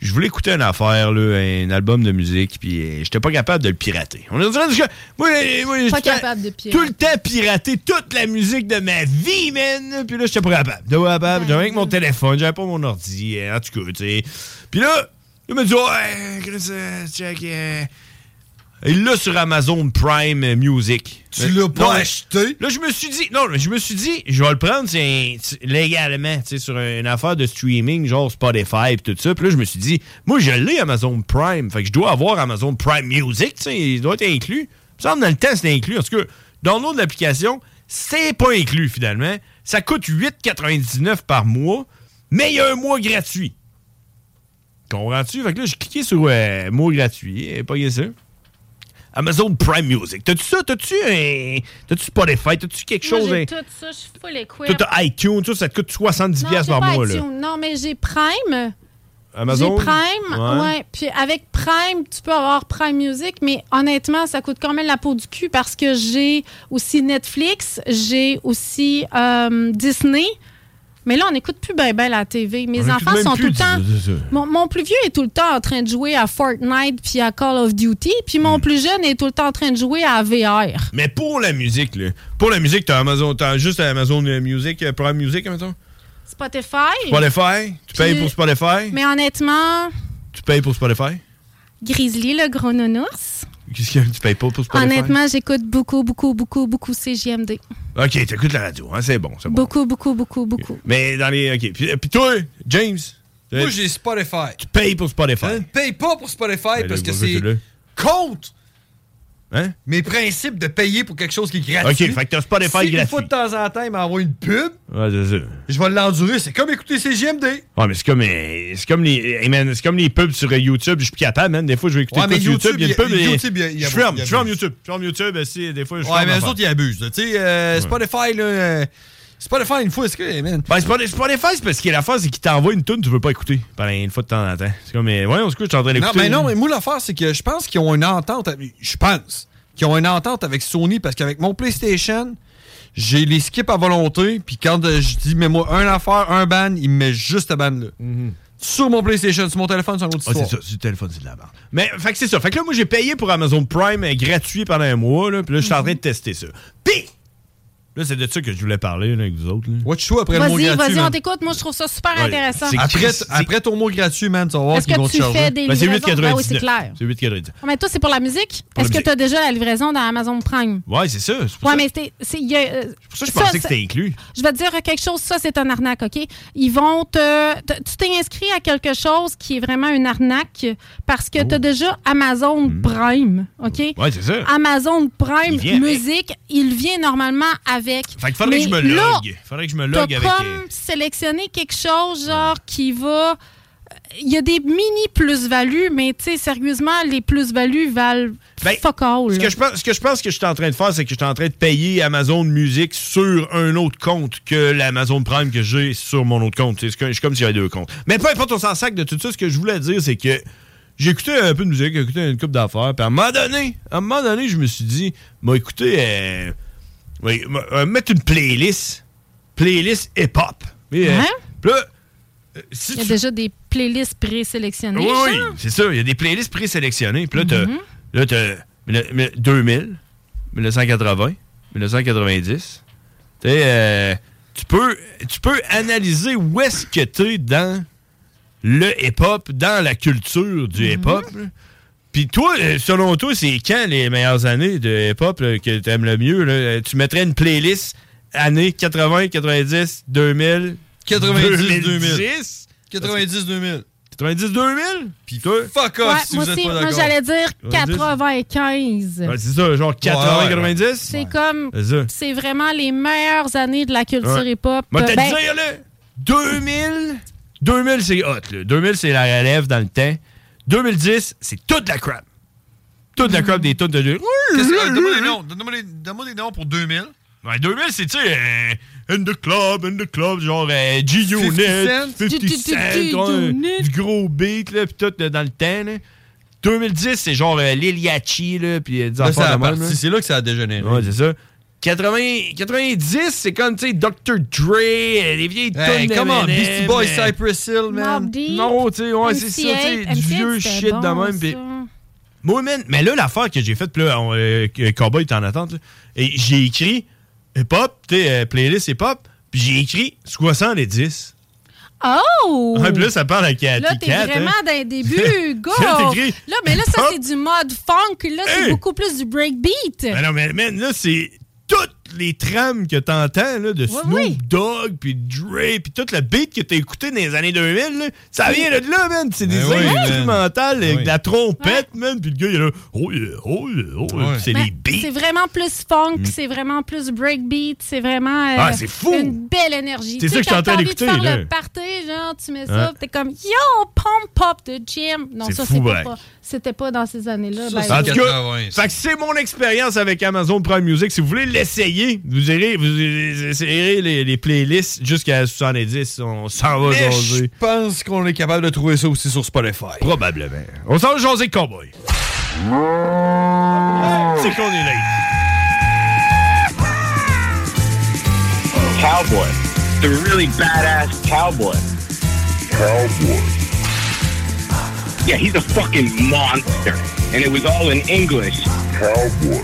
Speaker 5: je voulais écouter une affaire, là, un album de musique, puis euh, j'étais pas capable de le pirater. On a dit, que moi, euh, moi,
Speaker 6: Pas
Speaker 5: j'étais
Speaker 6: capable de pirater.
Speaker 5: Tout le temps pirater toute la musique de ma vie, man. Puis là, j'étais pas capable. J'étais pas capable. J'avais rien que mon téléphone, j'avais pas mon ordi, euh, en tout cas, tu sais. Puis là, il m'a dit, ouais, Chris, euh, check. euh, il l'a sur Amazon Prime Music. Tu l'as pas acheté? Là, je me suis dit, non, mais je me suis dit, je vais le prendre c'est un- c'est légalement, tu sais, sur une affaire de streaming, genre Spotify et tout ça. Puis là, je me suis dit, moi, je l'ai Amazon Prime. Fait que je dois avoir Amazon Prime Music, tu sais, il doit être inclus. Ça, dans le temps, c'était inclus. En tout cas, dans l'autre application, c'est pas inclus finalement. Ça coûte 8,99 par mois, mais il y a un mois gratuit. Comprends-tu? Fait que là, j'ai cliqué sur euh, mots gratuits, et pas ça. Amazon Prime Music. T'as-tu ça? T'as-tu un. T'as-tu Spotify? T'as-tu quelque
Speaker 6: Moi,
Speaker 5: chose?
Speaker 6: j'ai
Speaker 5: hein?
Speaker 6: tout ça, je suis full
Speaker 5: Toi,
Speaker 6: équipe.
Speaker 5: t'as iTunes, tout ça te coûte 70$
Speaker 6: Non,
Speaker 5: piastres
Speaker 6: j'ai
Speaker 5: par
Speaker 6: pas
Speaker 5: mois, là.
Speaker 6: iTunes. Non, mais j'ai Prime.
Speaker 5: Amazon?
Speaker 6: J'ai Prime, ouais.
Speaker 5: Ouais.
Speaker 6: Puis avec Prime, tu peux avoir Prime Music, mais honnêtement, ça coûte quand même la peau du cul parce que j'ai aussi Netflix, j'ai aussi euh, Disney. Mais là, on n'écoute plus bien ben la TV. Mes
Speaker 5: On écoute
Speaker 6: enfants
Speaker 5: même
Speaker 6: sont
Speaker 5: plus
Speaker 6: tout le
Speaker 5: du-
Speaker 6: temps.
Speaker 5: de ça.
Speaker 6: Mon, mon plus vieux est tout le temps en train de jouer à Fortnite puis à Call of Duty, puis mon plus jeune est tout le temps en train de jouer à VR.
Speaker 5: Hmm. Mais pour la musique, là. Pour la musique, t'as Amazon. T'as juste Amazon euh, Music, euh, Prime Music, mettons.
Speaker 6: Spotify.
Speaker 5: Spotify. Tu payes
Speaker 6: Puis-
Speaker 5: pour Spotify.
Speaker 6: Mais honnêtement,
Speaker 5: Tu payes pour Spotify.
Speaker 6: Grizzly, le gros nounours.
Speaker 5: Qu'est-ce que tu payes pas pour Spotify?
Speaker 6: Honnêtement, j'écoute beaucoup, beaucoup, beaucoup, beaucoup CGMD.
Speaker 5: Ok, t'écoutes la radio, hein, c'est bon, c'est bon.
Speaker 6: Beaucoup, beaucoup, beaucoup, beaucoup.
Speaker 5: Mais dans les. Ok. Puis, puis toi, James.
Speaker 7: Moi,
Speaker 5: euh,
Speaker 7: j'ai Spotify.
Speaker 5: Tu payes pour Spotify.
Speaker 7: Je ne Hein? paye pas pour Spotify
Speaker 5: Ben,
Speaker 7: parce
Speaker 5: le
Speaker 7: que
Speaker 5: gros
Speaker 7: c'est
Speaker 5: jeu,
Speaker 7: contre
Speaker 5: Hein?
Speaker 7: mes principes de payer pour quelque chose qui est gratuit.
Speaker 5: Ok, fait que t'as Spotify
Speaker 7: si Une
Speaker 5: gratuit.
Speaker 7: fois de temps en temps, il m'envoie une pub,
Speaker 5: Ouais, c'est ça.
Speaker 7: je vais l'endurer. C'est comme écouter CGMD.
Speaker 5: Ouais, mais c'est comme, euh, c'est comme les, hey, man, c'est comme les pubs sur euh, YouTube. Je suis plus capable, man. Des fois, je vais écouter
Speaker 7: Ouais,
Speaker 5: quoi
Speaker 7: mais
Speaker 5: sur YouTube,
Speaker 7: YouTube,
Speaker 5: il y a une
Speaker 7: il y a-
Speaker 5: pub. et-
Speaker 7: YouTube, il y a- il y a-
Speaker 5: je ferme,
Speaker 7: il y a-
Speaker 5: je ferme YouTube. Je ferme YouTube, ben, si, des fois, je
Speaker 7: Ouais,
Speaker 5: ferme.
Speaker 7: mais
Speaker 5: l'affaire.
Speaker 7: eux autres, ils abusent. là. Tu sais, euh, Spotify, là. euh, Spotify, une fois, est-ce que, man.
Speaker 5: Ben, Spotify, Spotify, c'est parce que l'affaire, c'est qu'il t'envoie une tune, tu veux pas écouter. Pendant une fois de temps en temps. C'est comme, euh, ouais, on se couche, je suis en train
Speaker 7: Non,
Speaker 5: d'écouter.
Speaker 7: mais non, mais moi, l'affaire, c'est que je pense qu'ils ont une entente. avec- Je pense qu'ils ont une entente avec Sony parce qu'avec mon PlayStation, j'ai les skips à volonté. Puis quand euh, je dis, mets-moi un affaire, un ban, il me met juste à ban là. Sur mon PlayStation, sur mon téléphone, sur un autre
Speaker 5: Mhm. Ah, c'est
Speaker 7: histoire.
Speaker 5: ça, sur le téléphone, c'est de la merde. Mais, fait que c'est ça. Fait que là, moi, j'ai payé pour Amazon Prime euh, gratuit pendant un mois, là. Puis là, je suis en train
Speaker 6: Mhm.
Speaker 5: de tester ça. Pis! Là, c'est de ça que je voulais parler, là, avec vous autres, là.
Speaker 7: Watch toi après le mot
Speaker 6: Vas-y,
Speaker 7: gratuit.
Speaker 6: vas-y, on
Speaker 7: man.
Speaker 6: t'écoute. Moi, je trouve ça super
Speaker 5: Ouais,
Speaker 6: intéressant.
Speaker 5: c'est-
Speaker 7: Après, après ton mot gratuit, man, tu vas voir
Speaker 6: Est-ce
Speaker 7: qu'ils
Speaker 6: que
Speaker 7: vont te
Speaker 6: tu
Speaker 7: charger.
Speaker 6: fais des Ben, c'est livraisons? Ben oui, c'est clair.
Speaker 5: C'est 8,99.
Speaker 6: Ah, mais toi, c'est pour la musique?
Speaker 5: Pour la
Speaker 6: Est-ce que
Speaker 5: musique.
Speaker 6: tu as déjà la livraison dans Amazon Prime?
Speaker 5: Ouais, c'est ça. C'est pour
Speaker 6: Ouais,
Speaker 5: ça-
Speaker 6: mais c'est. c'est- il y a, euh,
Speaker 5: pour ça que je
Speaker 6: ça,
Speaker 5: pensais que
Speaker 6: ça-
Speaker 5: c'était inclus.
Speaker 6: Je vais te dire quelque chose, ça, c'est un arnaque, OK? Ils vont te. te- tu t'es inscrit à quelque chose qui est vraiment une arnaque parce que tu as déjà Amazon Prime,
Speaker 5: Oh.
Speaker 6: OK?
Speaker 5: Mm-hmm. Ouais, c'est ça.
Speaker 6: Amazon Prime
Speaker 5: Il vient avec.
Speaker 6: Musique, il vient normalement avec.
Speaker 5: Fait que faudrait que je me
Speaker 6: Mais là,
Speaker 5: logue. Faudrait que je me logue
Speaker 6: T'as
Speaker 5: avec.
Speaker 6: comme
Speaker 5: euh,
Speaker 6: sélectionner quelque chose, genre, qui va... euh, Il y a des mini plus-values, mais tu sais, sérieusement, les plus-values valent fuck all.
Speaker 5: Ben, Ce que, je pense, ce que je pense que je suis en train de faire, c'est que je suis en train de payer Amazon Music sur un autre compte que l'Amazon Prime que j'ai sur mon autre compte. C'est ce que- Je suis comme s'il y avait deux comptes. Mais peu importe, on s'en sac de tout ça. Ce que je voulais dire, c'est que j'ai écouté un peu de musique, j'ai écouté une coupe d'affaires. Puis à un moment donné, à un moment donné, je me suis dit, m'a écouté, euh, oui, m'a- euh, mettre une playlist, playlist hip-hop. Mais, euh,
Speaker 6: Hein?
Speaker 5: puis là, euh, si
Speaker 6: Il y a
Speaker 5: tu-
Speaker 6: déjà des playlists présélectionnées.
Speaker 5: Oui, oui,
Speaker 6: genre.
Speaker 5: c'est ça. Il y a des playlists présélectionnées. Puis là, t'as, là, t'as mille- mille- 2000, 1980, 1990. Tu sais, euh, tu, peux, tu peux analyser où est-ce que t'es dans le hip-hop, dans la culture du hip-hop. là. Puis toi, euh, selon toi, c'est quand les meilleures années de hip-hop là, que t'aimes le mieux? là? Euh, Tu mettrais une playlist années 80, 90, 2000,
Speaker 7: 90 2000.
Speaker 5: 2010?
Speaker 7: 90 2000.
Speaker 5: 90 2000? Puis toi? Fuck
Speaker 6: Ouais, moi aussi, moi j'allais dire 95.
Speaker 5: Ouais, c'est ça, genre 80, 90?
Speaker 6: C'est comme.
Speaker 5: C'est ça.
Speaker 6: C'est vraiment les meilleures années de la culture
Speaker 5: Ouais.
Speaker 6: hip-hop.
Speaker 5: Moi, t'as
Speaker 6: Ben,
Speaker 5: dire, là, 2000, 2000, c'est hot, là. 2000, c'est la relève dans le temps. 2010, c'est toute la crap. Toute la crap des toutes de...
Speaker 7: Qu'est-ce que- Donne-moi des noms. Donne-moi des- donne-moi des noms pour 2000.
Speaker 5: Ouais, 2000, Ben, c'est, tu sais, euh, in the club, in the club, genre euh, G-Unit,
Speaker 7: 50 Cent.
Speaker 5: 50 Cent, ouais, euh, du gros beat, là, pis tout, là, dans le temps, là. 2010, c'est genre euh, Lil Yachty, là, pis euh, des
Speaker 7: Là,
Speaker 5: affaires
Speaker 7: ça a
Speaker 5: de même,
Speaker 7: parti.
Speaker 5: là.
Speaker 7: C'est là que ça a dégénéré.
Speaker 5: Ouais, c'est ça. 80, 90, c'est comme, tu sais, Dr. Dre, euh, les vieilles
Speaker 7: Hey,
Speaker 5: tonnes
Speaker 7: come on,
Speaker 5: d'Eminem,
Speaker 7: Beastie Boys,
Speaker 5: euh,
Speaker 7: Cypress Hill, man.
Speaker 5: Mobb Deep, Non, tu sais, ouais, c'est ça, tu sais,
Speaker 7: MC8,
Speaker 5: du vieux
Speaker 7: c'était
Speaker 5: shit
Speaker 7: bon,
Speaker 5: de même. pis-
Speaker 7: ça.
Speaker 5: Moi, man, mais là, l'affaire que j'ai faite, pis là, on, euh, que- Cowboy est en attente, là, et j'ai écrit hip-hop, tu sais, euh, playlist hip-hop, puis j'ai écrit 70.
Speaker 6: Oh!
Speaker 5: Ouais, puis là, ça parle à Cathy
Speaker 6: Là, t'es
Speaker 5: Cat,
Speaker 6: vraiment
Speaker 5: hein.
Speaker 6: dans les débuts, go!
Speaker 5: Là, t'écris-
Speaker 6: Là, mais là, ça, c'est du mode funk. Là, c'est
Speaker 5: Hey!
Speaker 6: beaucoup plus du breakbeat.
Speaker 5: Mais non, mais man, Ben là, c'est toutes les trames que t'entends, là, de Snoop Dogg, puis Dre, puis toute la beat que t'as écoutée dans les années 2000, là, ça vient de là, man. C'est des
Speaker 7: Ben oui, man. Ben
Speaker 5: instrumentales avec
Speaker 7: Oui.
Speaker 5: de la trompette, man, puis le gars, il est là, oh yeah, oh yeah, oh yeah, puis c'est
Speaker 6: Ben,
Speaker 5: les beats.
Speaker 6: C'est vraiment plus funk,
Speaker 5: Mm.
Speaker 6: c'est vraiment plus breakbeat, c'est vraiment euh,
Speaker 5: Ah, c'est fou!
Speaker 6: une belle énergie.
Speaker 5: C'est
Speaker 6: Tu
Speaker 5: ça
Speaker 6: sais,
Speaker 5: que je
Speaker 6: quand
Speaker 5: suis en train
Speaker 6: t'as envie de
Speaker 5: d'écouter,
Speaker 6: faire
Speaker 5: là.
Speaker 6: le party, genre, tu mets
Speaker 5: Hein?
Speaker 6: ça, pis t'es comme Yo, pump pop de gym. Non,
Speaker 5: C'est
Speaker 6: ça,
Speaker 5: fou,
Speaker 6: c'était
Speaker 5: braque.
Speaker 6: pas, c'était pas dans ces années-là.
Speaker 5: en
Speaker 6: ben, oui.
Speaker 5: tout cas, fait que c'est mon expérience avec Amazon Prime Music. Si vous voulez l'essayer, vous irez, vous essayerez les, les playlists jusqu'à 70. On s'en va
Speaker 7: Mais
Speaker 5: jaser.
Speaker 7: je pense qu'on est capable de trouver ça aussi sur Spotify.
Speaker 5: Probablement. On s'en va jaser Cowboy. C'est qu'on est là.
Speaker 21: Cowboy. The really badass cowboy. Cowboy. Yeah, he's a fucking monster. And it was all in English. Cowboy.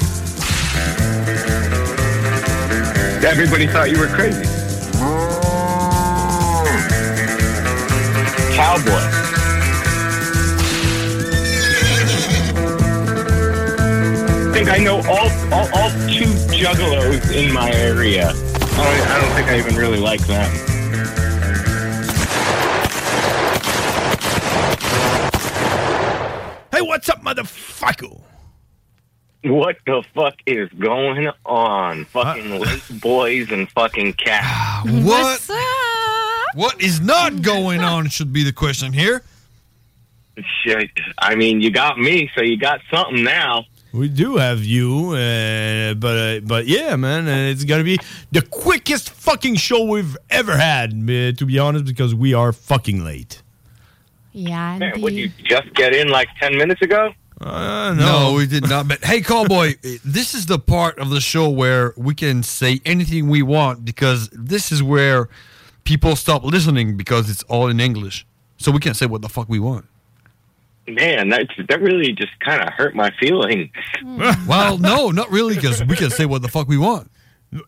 Speaker 21: Everybody thought you were crazy. Cowboy. I think I know all, all, all two juggalos in my area. I don't, I don't think I even really like them.
Speaker 5: Hey, what's up, motherfucker?
Speaker 21: What the fuck is going on? Fucking late boys and fucking cats.
Speaker 7: What? What is not going on should be the question here.
Speaker 21: Shit. I mean, you got me, so you got something now.
Speaker 5: We do have you, uh, but uh, but yeah, man, uh, it's gonna be the quickest fucking show we've ever had, uh, to be honest, because we are fucking late.
Speaker 6: Yeah,
Speaker 21: Man, what, you just get in like 10 minutes ago?
Speaker 5: Uh,
Speaker 7: no. we did not. But hey, Cowboy, this is the part of the show where we can say anything we want because this is where people stop listening because it's all in English. So we can say what the fuck we want.
Speaker 21: Man, that, that really just kind of hurt my feelings.
Speaker 7: well, no, not really, because we can say what the fuck we want.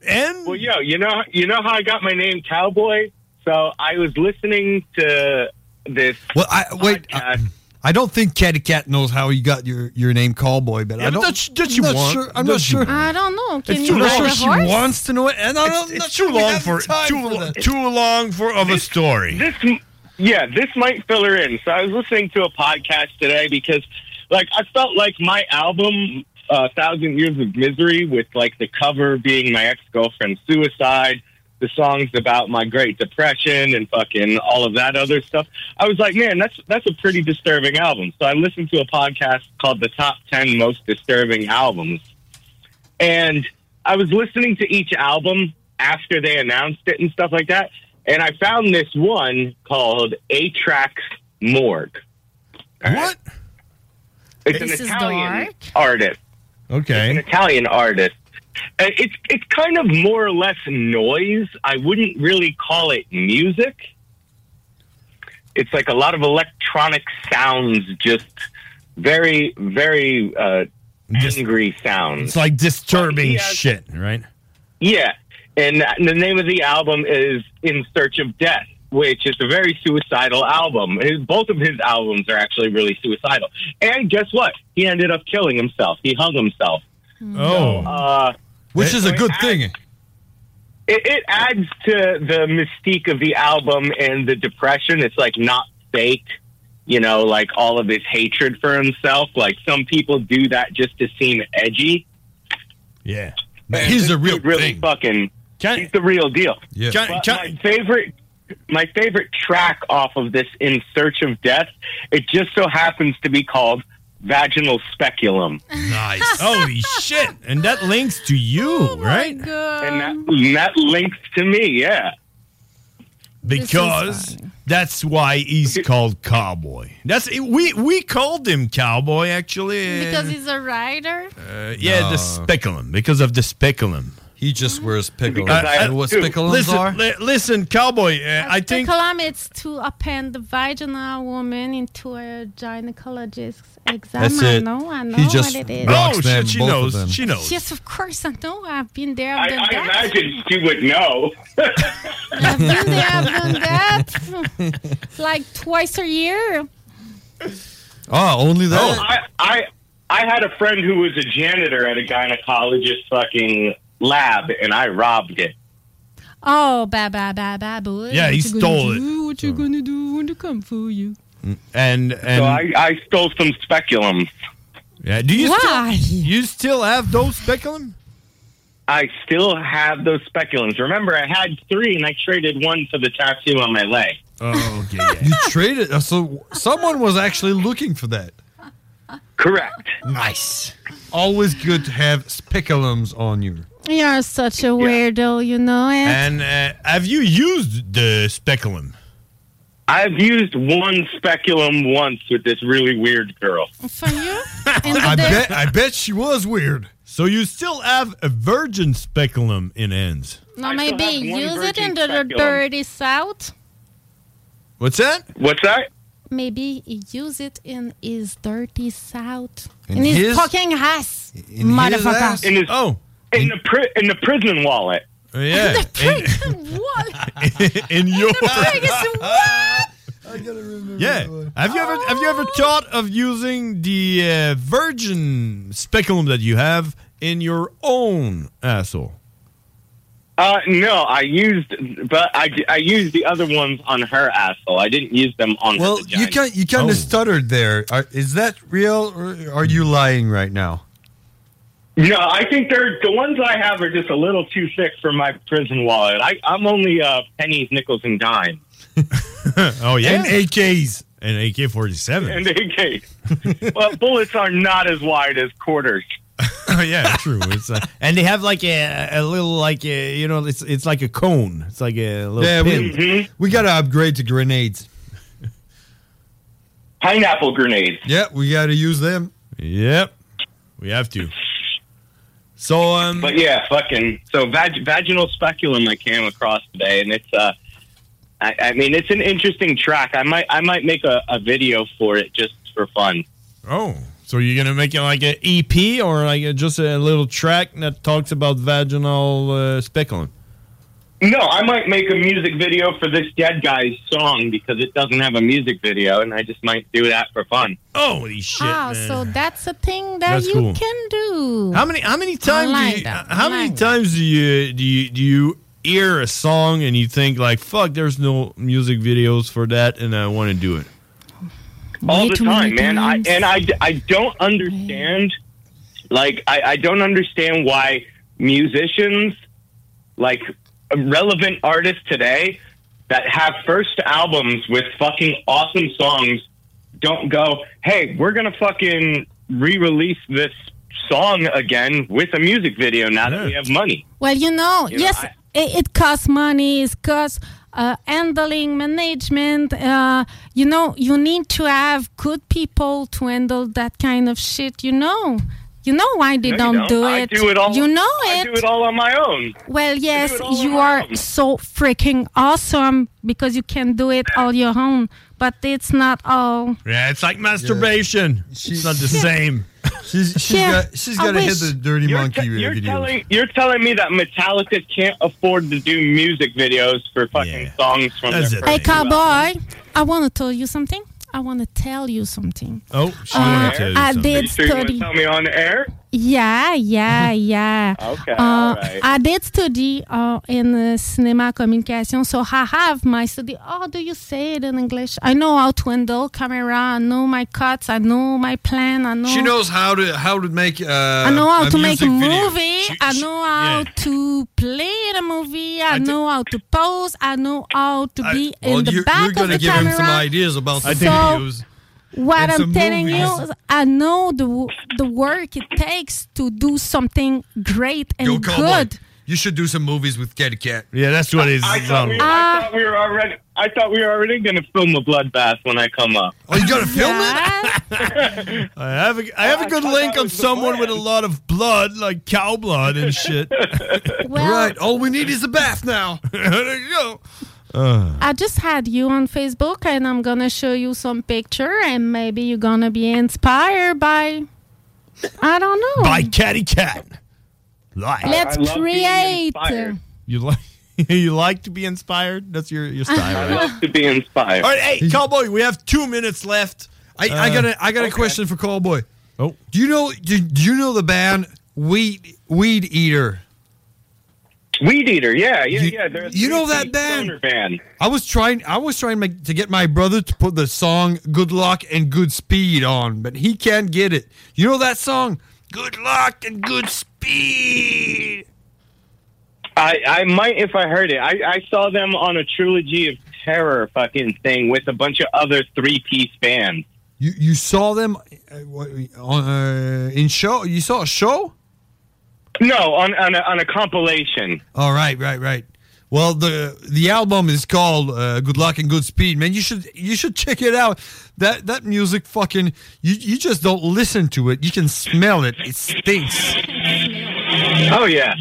Speaker 5: And
Speaker 21: well, yo, Oh, you know, you know how I got my name Cowboy. So I was listening to this.
Speaker 7: Well, I
Speaker 5: Oh,
Speaker 7: wait. I, I don't think Catty Cat knows how you got your, your name Cowboy, but
Speaker 5: Yeah,
Speaker 7: I
Speaker 5: but
Speaker 7: don't.
Speaker 5: that's- that's
Speaker 7: I'm
Speaker 5: you
Speaker 7: not
Speaker 5: want.
Speaker 7: sure.
Speaker 5: That's
Speaker 7: I'm not sure.
Speaker 5: you
Speaker 6: I don't know. Can
Speaker 7: It's
Speaker 6: you
Speaker 7: too
Speaker 6: ride
Speaker 7: long.
Speaker 6: a
Speaker 7: She
Speaker 6: horse?
Speaker 7: wants to know it, and I
Speaker 5: It's,
Speaker 7: don't.
Speaker 5: it's too long for too lo- too long for of a story.
Speaker 21: This, yeah, this might fill her in. So I was listening to a podcast today because, like, I felt like my album, uh, Thousand Years of Misery, with like the cover being my ex girlfriend's suicide, the songs about my Great Depression and fucking all of that other stuff. I was like, man, that's that's a pretty disturbing album. So I listened to a podcast called The Top Ten Most Disturbing Albums and I was listening to each album after they announced it and stuff like that. And I found this one called Atrax Morgue.
Speaker 5: What?
Speaker 21: It's
Speaker 5: This
Speaker 21: an
Speaker 5: is
Speaker 21: Italian
Speaker 5: dark.
Speaker 21: artist.
Speaker 5: Okay.
Speaker 21: An Italian artist. And it's it's kind of more or less noise. I wouldn't really call it music. it's like a lot of electronic sounds, just very, very uh, angry sounds.
Speaker 5: It's like disturbing
Speaker 21: He has-
Speaker 5: shit, right?
Speaker 21: Yeah, and th- the name of the album is In Search of Death, which is a very suicidal album. His, both of his albums are actually really suicidal. And guess what? He ended up killing himself. He hung himself.
Speaker 7: Oh.
Speaker 21: So, uh,
Speaker 7: Which is a
Speaker 21: so it
Speaker 7: good
Speaker 21: adds-
Speaker 7: thing.
Speaker 21: It, it adds to the mystique of the album and the depression. It's like not fake. You know, like all of his hatred for himself. Like some people do that just to seem edgy.
Speaker 5: Yeah.
Speaker 21: he's the real really fucking he's the real deal.
Speaker 5: Yeah. Can-
Speaker 21: But my favorite my favorite track off of this In Search of Death, it just so happens to be called Vaginal Speculum.
Speaker 5: Nice. Holy shit. And that links to you,
Speaker 6: Oh,
Speaker 5: right?
Speaker 21: And that, and that links to me, yeah.
Speaker 5: Because that's why he's called Cowboy. That's we we called him Cowboy actually.
Speaker 6: Because he's a rider.
Speaker 5: Uh, yeah, the speculum because of the speculum. He just wears
Speaker 7: pickles. You know what speculums
Speaker 5: listen,
Speaker 7: are?
Speaker 5: li- listen, cowboy. Uh, I think
Speaker 6: Column it's to append the vaginal woman into a gynecologist's exam.
Speaker 7: That's
Speaker 6: I
Speaker 7: it.
Speaker 6: know, I know
Speaker 7: He just
Speaker 6: what it
Speaker 5: Oh,
Speaker 6: is.
Speaker 7: blocks them, both of them.
Speaker 6: Yes, of course I know. I've been there. I've
Speaker 21: I,
Speaker 6: done
Speaker 21: I
Speaker 6: that.
Speaker 21: imagine she would know.
Speaker 6: I've been there. I've done that like twice a year.
Speaker 7: Oh, only that.
Speaker 21: I, I I had a friend who was a janitor at a gynecologist fucking lab and I robbed it.
Speaker 6: Oh, ba ba ba ba boy.
Speaker 5: Yeah, he
Speaker 6: What you gonna
Speaker 5: stole it.
Speaker 6: do? What you gonna do when they come for you?
Speaker 5: and and
Speaker 21: so I, I stole some speculum.
Speaker 5: Yeah, do you
Speaker 6: Why?
Speaker 5: still you still have those speculum?
Speaker 21: I still have those speculums. Remember, I had three and I traded one for the tattoo on my leg.
Speaker 5: Oh, okay.
Speaker 7: You traded. uh, So someone was actually looking for that.
Speaker 21: Correct.
Speaker 7: Nice. Always good to have speculums on you.
Speaker 6: You're such a weirdo, you know it.
Speaker 5: And uh, have you used the speculum?
Speaker 21: I've used one speculum once with this really weird girl.
Speaker 6: for you? And
Speaker 5: I
Speaker 6: there-
Speaker 5: bet I bet she was weird. So you still have a virgin speculum in ends.
Speaker 6: No, maybe
Speaker 21: one
Speaker 6: use it
Speaker 21: virgin
Speaker 6: into the
Speaker 21: speculum.
Speaker 6: dirty south.
Speaker 5: What's that?
Speaker 21: What's that?
Speaker 6: Maybe use it in his dirty south.
Speaker 5: In
Speaker 6: In, his,
Speaker 5: his-
Speaker 6: fucking ass. Motherfucker.
Speaker 21: In his,
Speaker 5: oh. Uh,
Speaker 21: In the pri- in the prison wallet.
Speaker 5: Yeah. In, in your Yeah. Have you ever have you ever thought of using the uh, virgin speculum that you have in your own asshole?
Speaker 21: Uh, no, I used, but I, I used the other ones on her asshole. I didn't use them on
Speaker 7: Well,
Speaker 21: her vagina.
Speaker 7: you kind you kind of stuttered there. Are, is that real, or are you lying right now?
Speaker 21: No, I think they're the ones I have are just a little too thick for my prison wallet. I, I'm only uh, pennies, nickels, and dimes.
Speaker 5: oh yeah.
Speaker 21: And
Speaker 5: AKs. And AK forty seven.
Speaker 21: And AK. well, bullets are not as wide as quarters.
Speaker 5: oh yeah, true. It's uh, and they have like a, a little like a, you know it's it's like a cone. It's like a little
Speaker 7: Yeah,
Speaker 5: pin.
Speaker 7: we, we got to upgrade to grenades.
Speaker 21: Pineapple grenades.
Speaker 7: Yeah, we got to use them.
Speaker 5: Yep, we have to. So, um,
Speaker 21: but yeah, fucking. So, vag- vaginal speculum I came across today, and it's uh, I, I mean, it's an interesting track. I might, I might make a, a video for it just for fun.
Speaker 5: Oh, so you're gonna make it like an EP or like a, just a little track that talks about vaginal uh, speculum?
Speaker 21: No, I might make a music video for this dead guy's song because it doesn't have a music video, and I just might do that for fun.
Speaker 5: Holy shit!
Speaker 6: Ah, so that's a thing that
Speaker 5: That's
Speaker 6: you
Speaker 5: cool.
Speaker 6: can do.
Speaker 5: How many how many times
Speaker 6: I like
Speaker 5: do you,
Speaker 6: that.
Speaker 5: how
Speaker 6: I
Speaker 5: many
Speaker 6: like
Speaker 5: times do you do you do you hear a song and you think like fuck there's no music videos for that and I want to do it.
Speaker 21: all the time, man. I, and I, I don't understand, like, I, I don't understand why musicians, like, relevant artists today that have first albums with fucking awesome songs don't go, hey, we're going to fucking re release this song again with a music video now that we have money.
Speaker 6: Well, you know,
Speaker 21: You know,
Speaker 6: yes,
Speaker 21: I-
Speaker 6: it, it costs money. It costs uh, handling, management. Uh, you know, you need to have good people to handle that kind of shit. You know, You know why they
Speaker 21: No,
Speaker 6: don't,
Speaker 21: you don't.
Speaker 6: do
Speaker 21: I
Speaker 6: it.
Speaker 21: do it all-
Speaker 6: you know
Speaker 21: I
Speaker 6: it.
Speaker 21: do it all on my own.
Speaker 6: Well, yes, you are so freaking awesome because you can do it all your own, but it's not all.
Speaker 5: Yeah, it's like masturbation. it's not the same.
Speaker 7: She's,
Speaker 6: she's Yeah, got- she's I gotta hit wish- the
Speaker 7: dirty
Speaker 21: you're
Speaker 7: monkey
Speaker 21: You're
Speaker 7: videos.
Speaker 21: telling you're telling me that Metallica can't afford to do music videos for fucking songs from
Speaker 5: That's
Speaker 21: their
Speaker 6: Hey,
Speaker 21: first album.
Speaker 6: cowboy, I want to tell you something. I want to tell you something.
Speaker 5: Oh, she
Speaker 6: Uh,
Speaker 5: wanted to tell you
Speaker 6: I
Speaker 5: something.
Speaker 6: did You sure you wanna study.
Speaker 21: tell me on air?
Speaker 6: Yeah, yeah, yeah.
Speaker 21: Okay,
Speaker 6: Uh,
Speaker 21: all right.
Speaker 6: I did study uh, in uh, cinema communication, so I have my study. Oh, do you say it in English? I know how to handle camera. I know my cuts. I know my plan. I know.
Speaker 7: She knows how to how to make. Uh,
Speaker 6: Oh. I know how
Speaker 7: a
Speaker 6: to make a
Speaker 7: music video.
Speaker 6: movie. I know how to play in a movie. I, know how to pose. I know how to be
Speaker 7: Well,
Speaker 6: in the
Speaker 7: you're,
Speaker 6: back
Speaker 7: you're
Speaker 6: of
Speaker 7: gonna
Speaker 6: the
Speaker 7: give
Speaker 6: camera.
Speaker 7: him some ideas about
Speaker 6: I
Speaker 7: the
Speaker 6: think-
Speaker 7: videos.
Speaker 6: What
Speaker 7: and
Speaker 6: I'm
Speaker 7: some
Speaker 6: telling you
Speaker 7: movies.
Speaker 6: is I know the w- the work it takes to do something great and
Speaker 7: Yo, cowboy,
Speaker 6: good.
Speaker 7: you should do some movies with Kitty Cat.
Speaker 5: Yeah, that's what
Speaker 21: I thought, we, I thought we were already. I thought we were already going to film a bloodbath when I come up.
Speaker 7: Oh, you gonna film
Speaker 5: it? I have a, I have a good link of someone with a lot of blood, like cow blood and shit.
Speaker 7: right, all we need is a bath now.
Speaker 5: there you go. Uh,
Speaker 6: I just had you on Facebook, and I'm gonna show you some picture, and maybe you're gonna be inspired by. I don't know.
Speaker 5: by Catty Cat. Like.
Speaker 6: Let's create.
Speaker 5: You like you like to be inspired? That's your your style.
Speaker 21: I love to be inspired.
Speaker 5: All right, hey, Cowboy, we have two minutes left.
Speaker 7: I, I got a, I
Speaker 6: Uh,
Speaker 7: got a question for Cowboy. Oh, do you know do, do you know the band Weed Weed Eater?
Speaker 21: Weed Eater, yeah, yeah,
Speaker 7: you,
Speaker 21: yeah. they're a
Speaker 7: You know that
Speaker 21: three-piece
Speaker 7: band?
Speaker 21: stoner band.
Speaker 7: I was trying I was trying to make- to get my brother to put the song "Good Luck and Good Speed" on, but he can't get it. You know that song? Good luck and good speed.
Speaker 21: I, I might if I heard it. I, I saw them on a trilogy of terror fucking thing with a bunch of other three piece bands.
Speaker 7: You you saw them uh, what- on uh, in show? You saw a show?
Speaker 21: No, on on a, on a compilation.
Speaker 7: All Oh, right, right, right. Well, the the album is called uh, "Good Luck and Good Speed." Man, you should you should check it out. That that music, fucking, you you just don't listen to it. You can smell it. It stinks.
Speaker 21: Oh yeah.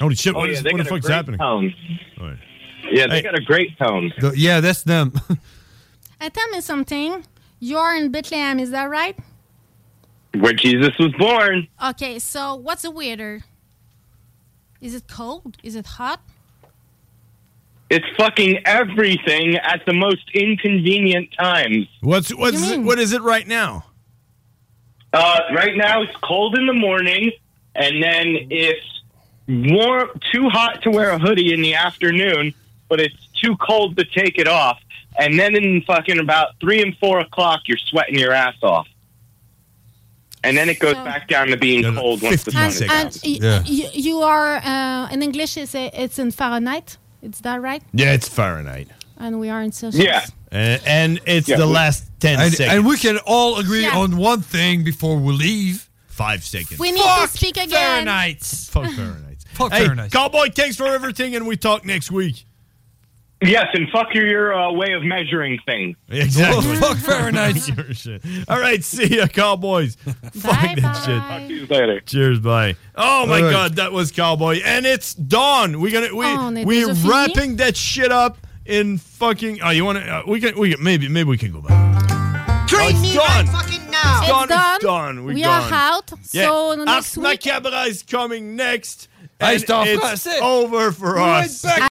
Speaker 5: Holy shit!
Speaker 21: Oh,
Speaker 5: What,
Speaker 21: yeah,
Speaker 5: is-
Speaker 21: they
Speaker 5: what the
Speaker 21: got a
Speaker 5: fuck's
Speaker 21: great
Speaker 5: happening?
Speaker 21: tone. Yeah, they
Speaker 5: Hey.
Speaker 21: got a great tone.
Speaker 7: The- yeah, that's them.
Speaker 6: I tell me something. You're in Bethlehem, is that right?
Speaker 21: Where Jesus was born.
Speaker 6: Okay, so what's the weather? Is it cold? Is it hot?
Speaker 21: It's fucking everything at the most inconvenient times.
Speaker 5: What's what's it, what is it right now?
Speaker 21: Uh, right now it's cold in the morning, and then it's warm, too hot to wear a hoodie in the afternoon, but it's too cold to take it off. And then in fucking about three and four o'clock, you're sweating your ass off. And then it goes back down to being cold once the sun
Speaker 6: And,
Speaker 21: is
Speaker 6: and y-
Speaker 21: out.
Speaker 6: you, you are uh, in English. It's it's in Fahrenheit. Is that right?
Speaker 5: Yeah, it's Fahrenheit.
Speaker 6: And we are in Celsius.
Speaker 5: Yeah, and, Uh, and it's
Speaker 7: Yeah,
Speaker 5: the
Speaker 7: we-
Speaker 5: last ten
Speaker 7: and,
Speaker 5: seconds.
Speaker 7: and we can all agree
Speaker 6: Yeah.
Speaker 7: on one thing before we leave.
Speaker 5: Five seconds.
Speaker 6: We need
Speaker 7: Fuck
Speaker 6: to speak again.
Speaker 7: Fahrenheit.
Speaker 5: Fuck Fahrenheit.
Speaker 7: Fuck
Speaker 5: hey,
Speaker 7: Fahrenheit.
Speaker 5: Cowboy, thanks for everything, and we talk next week.
Speaker 21: Yes, and fuck your, your uh, way of measuring things.
Speaker 5: Exactly.
Speaker 7: Oh, fuck Fahrenheit.
Speaker 5: Your shit. All right, see ya, Cowboys. fuck that shit. Talk
Speaker 21: to you later.
Speaker 5: Cheers, bye. Oh my
Speaker 7: All right.
Speaker 5: god, that was Cowboy, and it's dawn. We're gonna we
Speaker 7: Oh, on est
Speaker 5: we're
Speaker 7: déjà fini?
Speaker 5: wrapping that shit up in fucking. Oh, you want to? Uh, we can we can, maybe maybe we can go back. Oh, it's dawn.
Speaker 14: fucking now.
Speaker 5: It's done. It's done. We,
Speaker 6: We
Speaker 5: gone.
Speaker 6: are out. So
Speaker 5: yeah. Ars
Speaker 6: next
Speaker 5: Macabre is coming next.
Speaker 7: Hey,
Speaker 5: and
Speaker 7: stop.
Speaker 5: it's
Speaker 7: That's it.
Speaker 5: over for
Speaker 8: Right
Speaker 5: us.
Speaker 8: back.